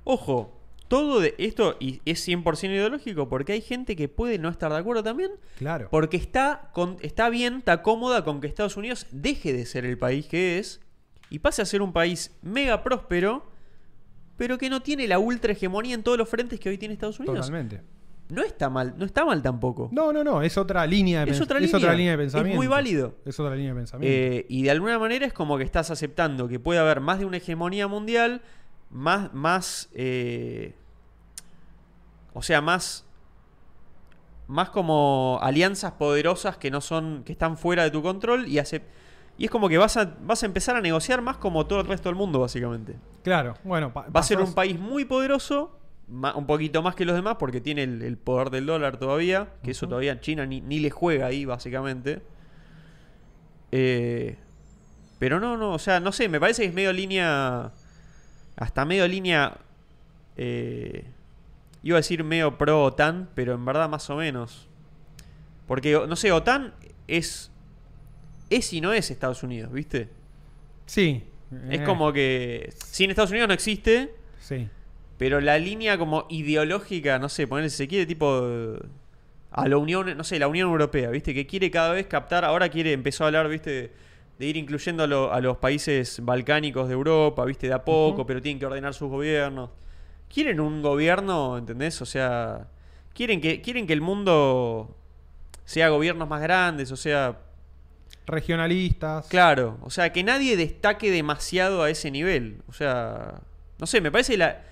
[SPEAKER 3] Ojo, todo de esto y es 100% ideológico porque hay gente que puede no estar de acuerdo también
[SPEAKER 2] Claro.
[SPEAKER 3] porque está, con- está bien, está cómoda con que Estados Unidos deje de ser el país que es y pase a ser un país mega próspero pero que no tiene la ultra hegemonía en todos los frentes que hoy tiene Estados Unidos.
[SPEAKER 2] Totalmente.
[SPEAKER 3] no está mal, no está mal tampoco.
[SPEAKER 2] No, no, no, es otra línea de
[SPEAKER 3] es,
[SPEAKER 2] pens-
[SPEAKER 3] otra línea,
[SPEAKER 2] de pensamiento.
[SPEAKER 3] Es muy válido.
[SPEAKER 2] Es otra línea de pensamiento.
[SPEAKER 3] Eh, y de alguna manera es como que estás aceptando que puede haber más de una hegemonía mundial, más, más, eh, o sea, más, más como alianzas poderosas que no son, que están fuera de tu control y acep- y es como que vas a, vas a empezar a negociar más como todo el resto del mundo, básicamente.
[SPEAKER 2] claro, bueno, pa-
[SPEAKER 3] Va a ser
[SPEAKER 2] pasás-
[SPEAKER 3] un país muy poderoso, ma- un poquito más que los demás, porque tiene el, el poder del dólar todavía, que eso
[SPEAKER 2] Ujú.
[SPEAKER 3] todavía China ni, ni le juega ahí, básicamente. Eh, pero no, no, o sea, no sé, me parece que es medio línea. Hasta medio línea. eh, iba a decir medio pro OTAN, pero en verdad más o menos. Porque, o- no sé, OTAN es. Es y no es Estados Unidos, ¿viste?
[SPEAKER 2] Sí.
[SPEAKER 3] Es
[SPEAKER 2] eh,
[SPEAKER 3] como que. Sin Estados Unidos no existe.
[SPEAKER 2] Sí.
[SPEAKER 3] Pero la línea como ideológica, no sé, ponerle si se quiere tipo eh, a la Unión, no sé, la Unión Europea, ¿viste? Que quiere cada vez captar, ahora quiere, empezó a hablar, ¿viste? De, de ir incluyendo a, lo- a los países balcánicos de Europa, ¿viste? De a poco, pero tienen que ordenar sus gobiernos. Quieren un gobierno, ¿entendés? O sea, quieren que, quieren que el mundo sea gobiernos más grandes, o sea,
[SPEAKER 2] Regionalistas.
[SPEAKER 3] Claro, o sea, que nadie destaque demasiado a ese nivel. O sea, no sé, me parece la,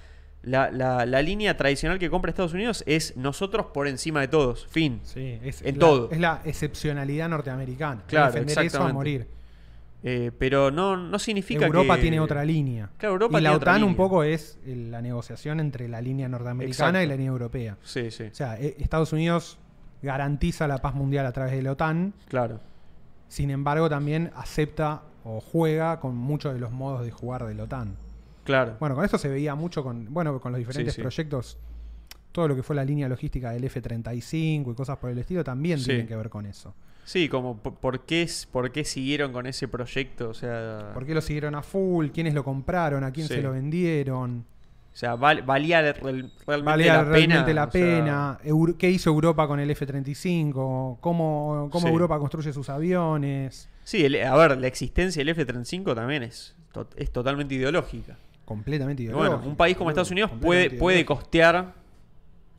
[SPEAKER 3] la, la- la línea tradicional que compra Estados Unidos es nosotros por encima de todos, fin.
[SPEAKER 2] Sí, es
[SPEAKER 3] En
[SPEAKER 2] la,
[SPEAKER 3] todo.
[SPEAKER 2] Es la excepcionalidad norteamericana.
[SPEAKER 3] Claro,
[SPEAKER 2] Defender eso a
[SPEAKER 3] exactamente.
[SPEAKER 2] morir.
[SPEAKER 3] Eh, pero no, no significa
[SPEAKER 2] Europa
[SPEAKER 3] que...
[SPEAKER 2] tiene otra línea.
[SPEAKER 3] Claro, Europa
[SPEAKER 2] y la
[SPEAKER 3] tiene otra
[SPEAKER 2] OTAN un
[SPEAKER 3] línea.
[SPEAKER 2] poco es eh, la negociación entre la línea norteamericana
[SPEAKER 3] Exacto.
[SPEAKER 2] y la línea europea.
[SPEAKER 3] Sí, sí,
[SPEAKER 2] O sea, eh, Estados Unidos garantiza la paz mundial a través de la OTAN,
[SPEAKER 3] claro.
[SPEAKER 2] sin embargo también acepta o juega con muchos de los modos de jugar de la OTAN.
[SPEAKER 3] Claro,
[SPEAKER 2] Bueno, con esto se veía mucho con, bueno, con los diferentes
[SPEAKER 3] sí.
[SPEAKER 2] proyectos, todo lo que fue la línea logística del F-35 y cosas por el estilo también
[SPEAKER 3] Sí.
[SPEAKER 2] tienen que ver con eso.
[SPEAKER 3] sí, como por, por qué, es- por qué siguieron con ese proyecto, o sea...
[SPEAKER 2] ¿Por qué lo siguieron a full? ¿Quiénes lo compraron? ¿A quién
[SPEAKER 3] Sí.
[SPEAKER 2] se lo vendieron?
[SPEAKER 3] O sea, val- valía real- realmente
[SPEAKER 2] ¿Valía
[SPEAKER 3] la
[SPEAKER 2] realmente
[SPEAKER 3] pena.
[SPEAKER 2] la
[SPEAKER 3] o sea,
[SPEAKER 2] pena? Eur- ¿Qué hizo Europa con el F-35? ¿Cómo, cómo
[SPEAKER 3] Sí.
[SPEAKER 2] Europa construye sus aviones?
[SPEAKER 3] Sí, el- a ver, la existencia del F-35 también es, to- es totalmente ideológica.
[SPEAKER 2] Completamente
[SPEAKER 3] Y
[SPEAKER 2] ideológico.
[SPEAKER 3] bueno, un país como Estados Unidos puede,
[SPEAKER 2] completamente
[SPEAKER 3] puede
[SPEAKER 2] ideológico.
[SPEAKER 3] costear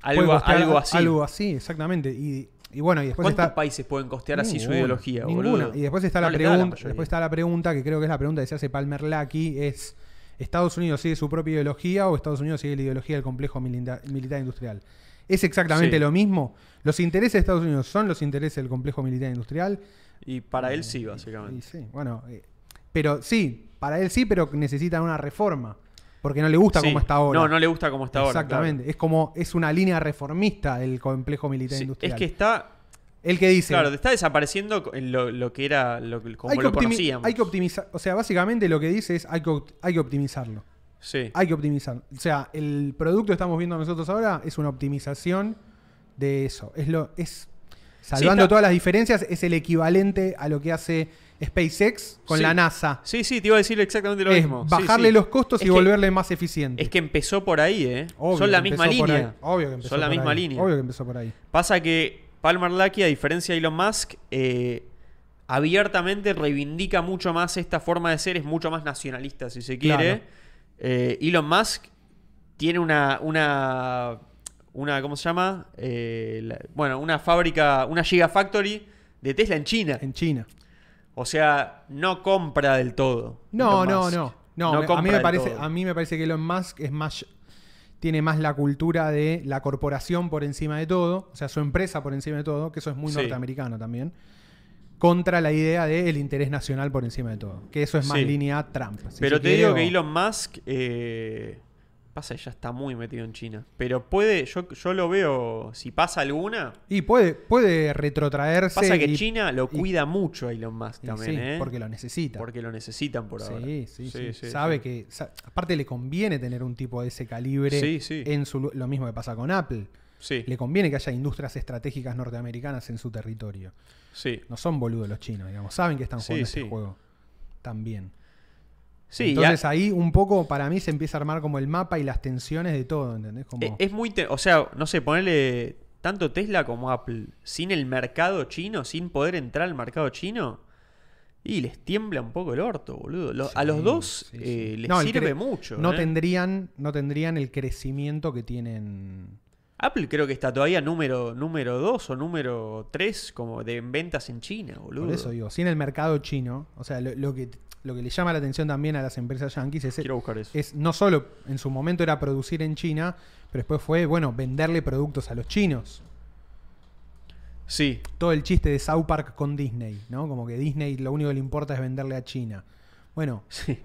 [SPEAKER 3] algo,
[SPEAKER 2] Puede costear
[SPEAKER 3] algo
[SPEAKER 2] a-
[SPEAKER 3] así.
[SPEAKER 2] Algo así, exactamente. Y, y bueno, y después
[SPEAKER 3] ¿Cuántos
[SPEAKER 2] está...
[SPEAKER 3] países pueden costear así su
[SPEAKER 2] Ninguno,
[SPEAKER 3] ideología?
[SPEAKER 2] ninguna.
[SPEAKER 3] boludo?
[SPEAKER 2] Y después está,
[SPEAKER 3] No
[SPEAKER 2] la
[SPEAKER 3] les da
[SPEAKER 2] pregunta,
[SPEAKER 3] mayoría.
[SPEAKER 2] después está la pregunta, que creo que es la pregunta que se hace Palmer Lucky, es ¿Estados Unidos sigue su propia ideología o Estados Unidos sigue la ideología del complejo milita- militar industrial? ¿Es exactamente
[SPEAKER 3] Sí.
[SPEAKER 2] lo mismo? ¿Los intereses de Estados Unidos son los intereses del complejo militar industrial?
[SPEAKER 3] Y para él sí,
[SPEAKER 2] Y
[SPEAKER 3] básicamente.
[SPEAKER 2] sí, bueno, eh, pero sí, para él sí, pero necesita una reforma, porque no le gusta
[SPEAKER 3] Sí.
[SPEAKER 2] como está ahora.
[SPEAKER 3] No, no le gusta como está ahora.
[SPEAKER 2] Exactamente, es como es una línea reformista el complejo militar
[SPEAKER 3] claro. Sí,
[SPEAKER 2] industrial.
[SPEAKER 3] Es que está.
[SPEAKER 2] el que dice,
[SPEAKER 3] Claro, está desapareciendo co- lo, lo que era. Lo, como
[SPEAKER 2] hay que,
[SPEAKER 3] lo
[SPEAKER 2] optimi-
[SPEAKER 3] conocíamos.
[SPEAKER 2] hay que optimizar. O sea, básicamente lo que dice es hay que, opt- hay que optimizarlo.
[SPEAKER 3] Sí.
[SPEAKER 2] Hay que optimizarlo. O sea, el producto que estamos viendo nosotros ahora es una optimización de eso. Es lo. es Salvando
[SPEAKER 3] está-
[SPEAKER 2] todas las diferencias, es el equivalente a lo que hace SpaceX con
[SPEAKER 3] Sí.
[SPEAKER 2] la NASA.
[SPEAKER 3] sí, sí, te iba a decir exactamente lo
[SPEAKER 2] Es
[SPEAKER 3] mismo. Sí,
[SPEAKER 2] bajarle
[SPEAKER 3] sí.
[SPEAKER 2] los costos y
[SPEAKER 3] Es que-
[SPEAKER 2] volverle más eficiente.
[SPEAKER 3] Es que empezó por ahí, ¿eh?
[SPEAKER 2] Obvio
[SPEAKER 3] Son la
[SPEAKER 2] que
[SPEAKER 3] misma
[SPEAKER 2] empezó por
[SPEAKER 3] línea.
[SPEAKER 2] ahí. Obvio que empezó
[SPEAKER 3] Son la
[SPEAKER 2] por
[SPEAKER 3] misma
[SPEAKER 2] ahí.
[SPEAKER 3] línea.
[SPEAKER 2] Obvio que empezó por ahí.
[SPEAKER 3] Pasa que Palmer Lucky, a diferencia de Elon Musk, eh, abiertamente reivindica mucho más esta forma de ser, es mucho más nacionalista, si se quiere.
[SPEAKER 2] Claro.
[SPEAKER 3] Eh, Elon Musk tiene una. una una, ¿cómo se llama? Eh, la- bueno, una fábrica, una Gigafactory de Tesla en China.
[SPEAKER 2] En China.
[SPEAKER 3] O sea, no compra del todo.
[SPEAKER 2] No,
[SPEAKER 3] Elon
[SPEAKER 2] no,
[SPEAKER 3] Musk.
[SPEAKER 2] no, no. me- a,
[SPEAKER 3] compra
[SPEAKER 2] mí me
[SPEAKER 3] del
[SPEAKER 2] parece,
[SPEAKER 3] todo.
[SPEAKER 2] a mí me parece que Elon Musk es más, tiene más la cultura de la corporación por encima de todo, o sea, su empresa por encima de todo, que eso es muy
[SPEAKER 3] Sí.
[SPEAKER 2] norteamericano también, contra la idea del interés nacional por encima de todo, que eso es más
[SPEAKER 3] Sí.
[SPEAKER 2] línea Trump. si
[SPEAKER 3] Pero
[SPEAKER 2] se
[SPEAKER 3] te
[SPEAKER 2] quiere,
[SPEAKER 3] digo
[SPEAKER 2] o-
[SPEAKER 3] que Elon Musk. eh, pasa, que ya está muy metido en China. Pero puede. Yo, yo lo veo. Si pasa alguna.
[SPEAKER 2] Y puede, puede retrotraerse.
[SPEAKER 3] Pasa que
[SPEAKER 2] y-
[SPEAKER 3] China lo
[SPEAKER 2] y-
[SPEAKER 3] cuida mucho a Elon Musk
[SPEAKER 2] y
[SPEAKER 3] también,
[SPEAKER 2] sí,
[SPEAKER 3] ¿eh?
[SPEAKER 2] porque lo necesita.
[SPEAKER 3] Porque lo necesitan por ahora.
[SPEAKER 2] Sí, sí, sí.
[SPEAKER 3] sí,
[SPEAKER 2] Sabe
[SPEAKER 3] sí.
[SPEAKER 2] que. sa- aparte, le conviene tener un tipo de ese calibre
[SPEAKER 3] Sí, sí.
[SPEAKER 2] en su. lu- Lo mismo que pasa con Apple.
[SPEAKER 3] Sí,
[SPEAKER 2] Le conviene que haya industrias estratégicas norteamericanas en su territorio.
[SPEAKER 3] sí.
[SPEAKER 2] No son boludos los chinos, digamos. Saben que están
[SPEAKER 3] Sí,
[SPEAKER 2] jugando
[SPEAKER 3] sí.
[SPEAKER 2] este juego también.
[SPEAKER 3] Sí, y
[SPEAKER 2] Entonces ah,
[SPEAKER 3] a-
[SPEAKER 2] ahí un poco para mí se empieza a armar como el mapa y las tensiones de todo, ¿entendés? Como,
[SPEAKER 3] e- es muy. te- O sea, no sé, ponerle tanto Tesla como Apple sin el mercado chino, sin poder entrar al mercado chino. Y les tiembla un poco el orto, boludo. Lo- a los
[SPEAKER 2] Sí,
[SPEAKER 3] dos
[SPEAKER 2] sí, sí.
[SPEAKER 3] eh, les
[SPEAKER 2] No, el
[SPEAKER 3] sirve
[SPEAKER 2] cre-
[SPEAKER 3] mucho.
[SPEAKER 2] No,
[SPEAKER 3] ¿eh?
[SPEAKER 2] tendrían, no tendrían el crecimiento que tienen
[SPEAKER 3] Apple creo que está todavía número número 2 o número 3 como de en ventas en China, boludo.
[SPEAKER 2] Por eso digo, si en el mercado chino, o sea, lo, lo que, lo que le llama la atención también a las empresas yanquis es,
[SPEAKER 3] Quiero buscar eso.
[SPEAKER 2] es no solo en su momento era producir en China, pero después fue, bueno, venderle productos a los chinos.
[SPEAKER 3] Sí,
[SPEAKER 2] Todo el chiste de South Park con Disney, ¿no? Como que Disney lo único que le importa es venderle a China. Bueno,
[SPEAKER 3] sí.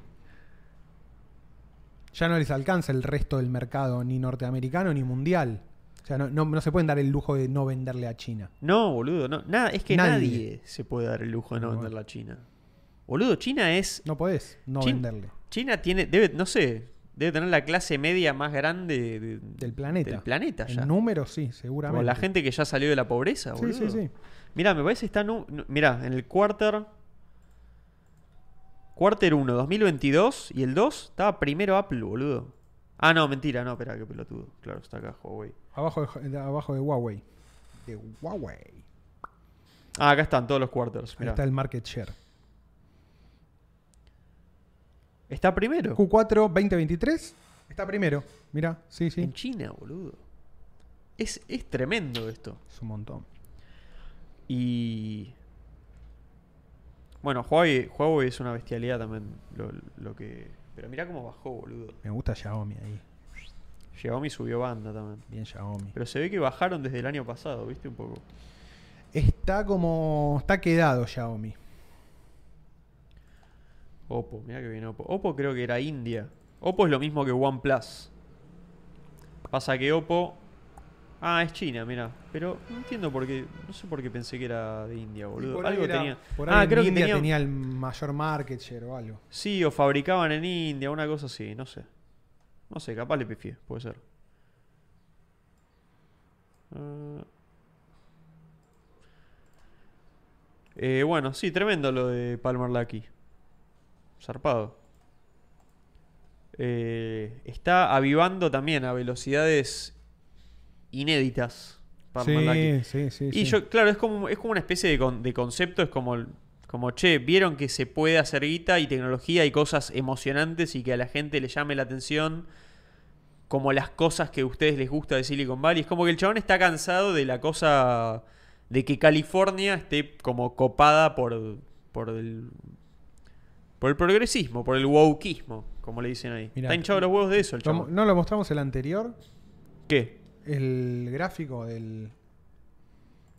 [SPEAKER 2] ya no les alcanza el resto del mercado, ni norteamericano ni mundial. O sea, no, no- no se pueden dar el lujo de no venderle a China.
[SPEAKER 3] No, boludo, no. Nada, es que nadie.
[SPEAKER 2] Nadie.
[SPEAKER 3] se puede dar el lujo de no
[SPEAKER 2] No,
[SPEAKER 3] venderla a China. Boludo, China es.
[SPEAKER 2] No podés no
[SPEAKER 3] Chin-
[SPEAKER 2] venderle.
[SPEAKER 3] China tiene. Debe, no sé. Debe tener la clase media más grande de-
[SPEAKER 2] Del planeta.
[SPEAKER 3] Del planeta ya.
[SPEAKER 2] En números, sí, seguramente.
[SPEAKER 3] Como la gente que ya salió de la pobreza,
[SPEAKER 2] Sí,
[SPEAKER 3] boludo.
[SPEAKER 2] sí, sí.
[SPEAKER 3] Mirá, me parece que está. nu- nu- Mirá, en el quarter. Quarter 1, 2022. Y el 2 estaba primero Apple, boludo. Ah, no, mentira, no, espera, qué pelotudo. Claro, está acá, Huawei.
[SPEAKER 2] Abajo de, de- abajo de Huawei. De Huawei.
[SPEAKER 3] Ah, acá están todos los quarters.
[SPEAKER 2] Ahí
[SPEAKER 3] mirá.
[SPEAKER 2] está
[SPEAKER 3] Está,
[SPEAKER 2] el market share.
[SPEAKER 3] primero.
[SPEAKER 2] Q4 2023 está primero. Mira, sí, sí.
[SPEAKER 3] En China, boludo. Es, es tremendo esto.
[SPEAKER 2] Es un montón.
[SPEAKER 3] Y. Bueno, Huawei, Huawei es una bestialidad también. Lo, lo que. Pero mirá cómo bajó, boludo.
[SPEAKER 2] Me gusta Xiaomi ahí.
[SPEAKER 3] Xiaomi subió banda también.
[SPEAKER 2] Bien Xiaomi.
[SPEAKER 3] Pero se ve que bajaron desde el año pasado, ¿viste? Un poco.
[SPEAKER 2] Está como. Está quedado Xiaomi.
[SPEAKER 3] Oppo, mirá que viene Oppo. Oppo creo que era India. Oppo es lo mismo que OnePlus. Pasa que Oppo. Ah, es China, mirá. Pero no entiendo por qué. No sé por qué pensé que era de India, boludo.
[SPEAKER 2] por ahí
[SPEAKER 3] Algo
[SPEAKER 2] era-
[SPEAKER 3] tenía.
[SPEAKER 2] por ahí
[SPEAKER 3] ah,
[SPEAKER 2] en
[SPEAKER 3] creo
[SPEAKER 2] India
[SPEAKER 3] que tenía.
[SPEAKER 2] tenía el mayor market share o algo.
[SPEAKER 3] Sí, o fabricaban en India, una cosa así, no sé. No sé, capaz le pifié, puede ser. Ah. Eh, bueno, sí, tremendo lo de Palmer Lucky. Zarpado. Eh, está avivando también a velocidades inéditas. Palmer Lucky.
[SPEAKER 2] sí, sí.
[SPEAKER 3] Y yo, claro, es como, es como una especie de, con- de concepto, es como, el- como, che, vieron que se puede hacer guita y tecnología y cosas emocionantes y que a la gente le llame la atención como las cosas que a ustedes les gusta de Silicon Valley. Es como que el chabón está cansado de la cosa de que California esté como copada por, por el... Por el progresismo, por el wokeismo, como le dicen ahí.
[SPEAKER 2] Mirá,
[SPEAKER 3] está hinchado los huevos de eso el
[SPEAKER 2] Lo-
[SPEAKER 3] chabón.
[SPEAKER 2] no lo mostramos el anterior.
[SPEAKER 3] ¿Qué?
[SPEAKER 2] El gráfico del.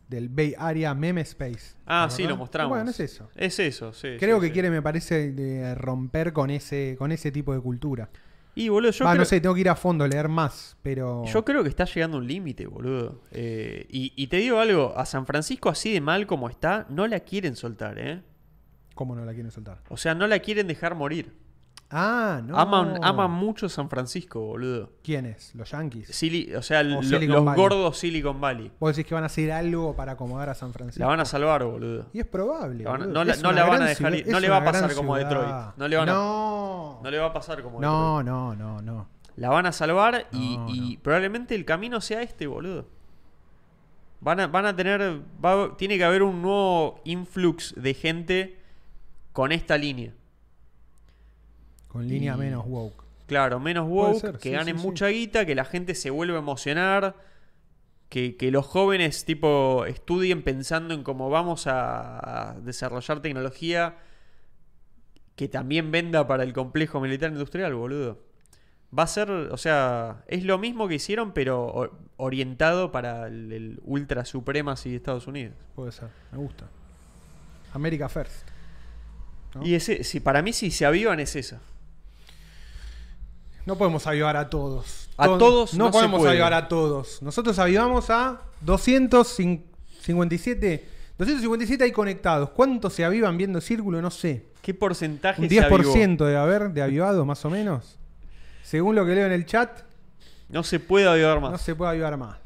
[SPEAKER 2] Del Bay Area Meme Space.
[SPEAKER 3] Ah,
[SPEAKER 2] ¿verdad?
[SPEAKER 3] sí, lo mostramos.
[SPEAKER 2] Bueno, es eso.
[SPEAKER 3] Es eso, sí.
[SPEAKER 2] Creo
[SPEAKER 3] sí,
[SPEAKER 2] que
[SPEAKER 3] sí.
[SPEAKER 2] quiere, me parece, de romper con ese, con ese tipo de cultura.
[SPEAKER 3] Y boludo, yo
[SPEAKER 2] Va,
[SPEAKER 3] creo-
[SPEAKER 2] no sé, tengo que ir a fondo, leer más, pero...
[SPEAKER 3] Yo creo que está llegando un límite, boludo. Eh, y, y te digo algo, a San Francisco así de mal como está, no la quieren soltar, ¿eh?
[SPEAKER 2] ¿Cómo no la quieren soltar?
[SPEAKER 3] O sea, no la quieren dejar morir.
[SPEAKER 2] Ah, no.
[SPEAKER 3] Aman, aman mucho San Francisco, boludo.
[SPEAKER 2] ¿Quiénes? Los Yankees.
[SPEAKER 3] Sili- o sea, lo-
[SPEAKER 2] Silicon
[SPEAKER 3] los
[SPEAKER 2] Valley.
[SPEAKER 3] gordos Silicon Valley.
[SPEAKER 2] Vos decís que van a hacer algo para acomodar a San Francisco.
[SPEAKER 3] La van a salvar, boludo.
[SPEAKER 2] Y es probable.
[SPEAKER 3] La van a-
[SPEAKER 2] boludo.
[SPEAKER 3] no la-
[SPEAKER 2] Es
[SPEAKER 3] no
[SPEAKER 2] una
[SPEAKER 3] la van a
[SPEAKER 2] gran
[SPEAKER 3] dejar
[SPEAKER 2] ciudad-
[SPEAKER 3] ir. No
[SPEAKER 2] es
[SPEAKER 3] le va a
[SPEAKER 2] una gran
[SPEAKER 3] pasar como
[SPEAKER 2] ciudad.
[SPEAKER 3] Detroit. No le van a-
[SPEAKER 2] No.
[SPEAKER 3] No le va a pasar como...
[SPEAKER 2] No,
[SPEAKER 3] Detroit.
[SPEAKER 2] no, no, no.
[SPEAKER 3] La van a salvar y,
[SPEAKER 2] No,
[SPEAKER 3] y probablemente el camino sea este, boludo. Van a, van a tener. va a- tiene que haber un nuevo influx de gente con esta línea.
[SPEAKER 2] Con línea
[SPEAKER 3] Y-
[SPEAKER 2] menos woke.
[SPEAKER 3] Claro, menos
[SPEAKER 2] Puede
[SPEAKER 3] woke,
[SPEAKER 2] ser,
[SPEAKER 3] que
[SPEAKER 2] sí,
[SPEAKER 3] ganen
[SPEAKER 2] sí, sí.
[SPEAKER 3] mucha guita, que la gente se vuelva a emocionar, que, que los jóvenes tipo estudien pensando en cómo vamos a, a desarrollar tecnología que también venda para el complejo militar industrial, boludo. Va a ser, o sea, es lo mismo que hicieron, pero o- orientado para el, el ultra supremacy de Estados Unidos.
[SPEAKER 2] Puede ser. Me gusta. America First. ¿No?
[SPEAKER 3] Y ese, si, para mí, si se avivan, es esa.
[SPEAKER 2] No podemos avivar a todos.
[SPEAKER 3] A
[SPEAKER 2] Todo-
[SPEAKER 3] todos
[SPEAKER 2] No,
[SPEAKER 3] no se
[SPEAKER 2] podemos
[SPEAKER 3] puede.
[SPEAKER 2] avivar a todos. Nosotros avivamos a 257. 257 ahí conectados. ¿Cuántos se avivan viendo círculo? No sé.
[SPEAKER 3] ¿Qué porcentaje
[SPEAKER 2] Un
[SPEAKER 3] se avivó?
[SPEAKER 2] 10% de haber de avivados, más o menos. Según lo que leo en el chat,
[SPEAKER 3] No se puede avivar más.
[SPEAKER 2] no se puede avivar más.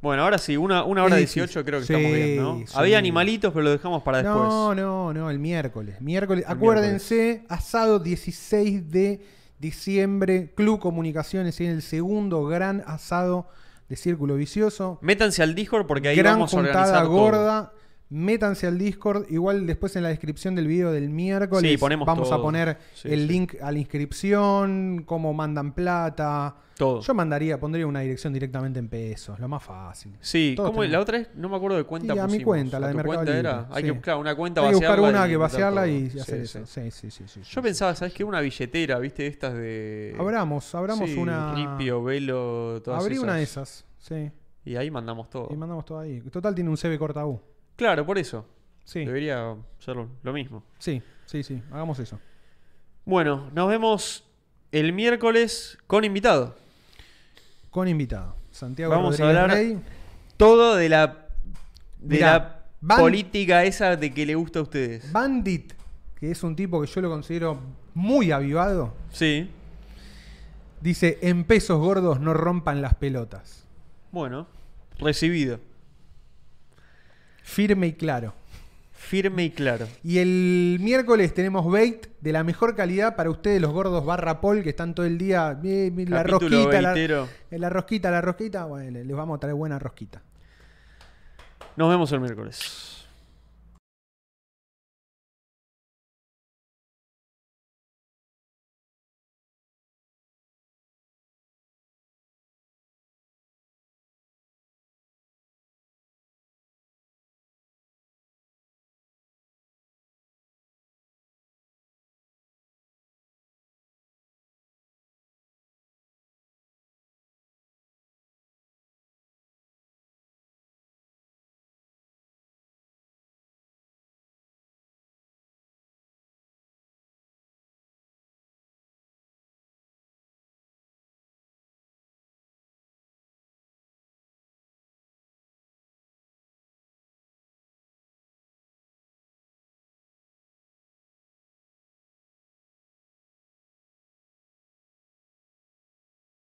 [SPEAKER 3] Bueno, ahora sí, una, una hora
[SPEAKER 2] Es
[SPEAKER 3] 18
[SPEAKER 2] difícil.
[SPEAKER 3] creo que
[SPEAKER 2] Sí,
[SPEAKER 3] estamos bien, ¿no?
[SPEAKER 2] sí.
[SPEAKER 3] Había animalitos, pero lo dejamos para después.
[SPEAKER 2] No, no, no, el miércoles. Miércoles.
[SPEAKER 3] El
[SPEAKER 2] Acuérdense, asado 16 de diciembre, Club Comunicaciones tiene el segundo gran asado de Círculo Vicioso.
[SPEAKER 3] Métanse al Discord porque ahí
[SPEAKER 2] gran
[SPEAKER 3] vamos a
[SPEAKER 2] juntada
[SPEAKER 3] organizar todo.
[SPEAKER 2] gorda. Métanse al Discord. Igual después en la descripción del video del miércoles
[SPEAKER 3] Sí, ponemos
[SPEAKER 2] vamos a
[SPEAKER 3] todo.
[SPEAKER 2] poner
[SPEAKER 3] Sí,
[SPEAKER 2] el
[SPEAKER 3] sí.
[SPEAKER 2] link a la inscripción, cómo mandan plata.
[SPEAKER 3] Todo.
[SPEAKER 2] Yo mandaría, pondría una dirección directamente en pesos, lo más fácil.
[SPEAKER 3] Sí,
[SPEAKER 2] Todos
[SPEAKER 3] ¿cómo es?
[SPEAKER 2] tenemos.
[SPEAKER 3] la otra es, no me acuerdo de cuenta.
[SPEAKER 2] Sí, a mi
[SPEAKER 3] pusimos.
[SPEAKER 2] cuenta, la
[SPEAKER 3] ¿A
[SPEAKER 2] de
[SPEAKER 3] tu
[SPEAKER 2] Mercado
[SPEAKER 3] cuenta
[SPEAKER 2] Libre,
[SPEAKER 3] era? Hay
[SPEAKER 2] sí.
[SPEAKER 3] que buscar una cuenta
[SPEAKER 2] Hay que buscar
[SPEAKER 3] vaciarla
[SPEAKER 2] una
[SPEAKER 3] y
[SPEAKER 2] que
[SPEAKER 3] meter
[SPEAKER 2] vaciarla
[SPEAKER 3] todo.
[SPEAKER 2] y
[SPEAKER 3] Sí,
[SPEAKER 2] hacer
[SPEAKER 3] sí.
[SPEAKER 2] eso. Sí, sí, sí. sí, sí,
[SPEAKER 3] Yo
[SPEAKER 2] sí.
[SPEAKER 3] pensaba, ¿sabes qué? Una billetera, ¿viste? Estas de.
[SPEAKER 2] Abramos, abramos
[SPEAKER 3] Sí,
[SPEAKER 2] una.
[SPEAKER 3] Ripio, Velo, todas
[SPEAKER 2] Abrí
[SPEAKER 3] esas. Oh.
[SPEAKER 2] una de esas, sí.
[SPEAKER 3] Y ahí mandamos todo.
[SPEAKER 2] Y mandamos todo ahí. Total tiene un CB corta U.
[SPEAKER 3] Claro, por eso.
[SPEAKER 2] Sí,
[SPEAKER 3] Debería ser lo- lo mismo.
[SPEAKER 2] sí, sí, sí. Hagamos eso.
[SPEAKER 3] Bueno, nos vemos el miércoles con invitado.
[SPEAKER 2] Con invitado. Santiago
[SPEAKER 3] Vamos a
[SPEAKER 2] Rodríguez
[SPEAKER 3] hablar
[SPEAKER 2] Rey.
[SPEAKER 3] Todo de la. de
[SPEAKER 2] Mirá,
[SPEAKER 3] la
[SPEAKER 2] van-
[SPEAKER 3] política esa de que le gusta a ustedes.
[SPEAKER 2] Bandit, que es un tipo que yo lo considero muy avivado,
[SPEAKER 3] Sí.
[SPEAKER 2] dice: En pesos gordos no rompan las pelotas.
[SPEAKER 3] Bueno, recibido.
[SPEAKER 2] Firme y claro.
[SPEAKER 3] Firme y claro.
[SPEAKER 2] Y el miércoles tenemos bait de la mejor calidad para ustedes, los gordos barra pol, que están todo el día. eh, la
[SPEAKER 3] Capítulo
[SPEAKER 2] rosquita, la, eh,
[SPEAKER 3] veintero.
[SPEAKER 2] la rosquita, la rosquita. Bueno, les vamos a traer buena rosquita.
[SPEAKER 3] Nos vemos el miércoles.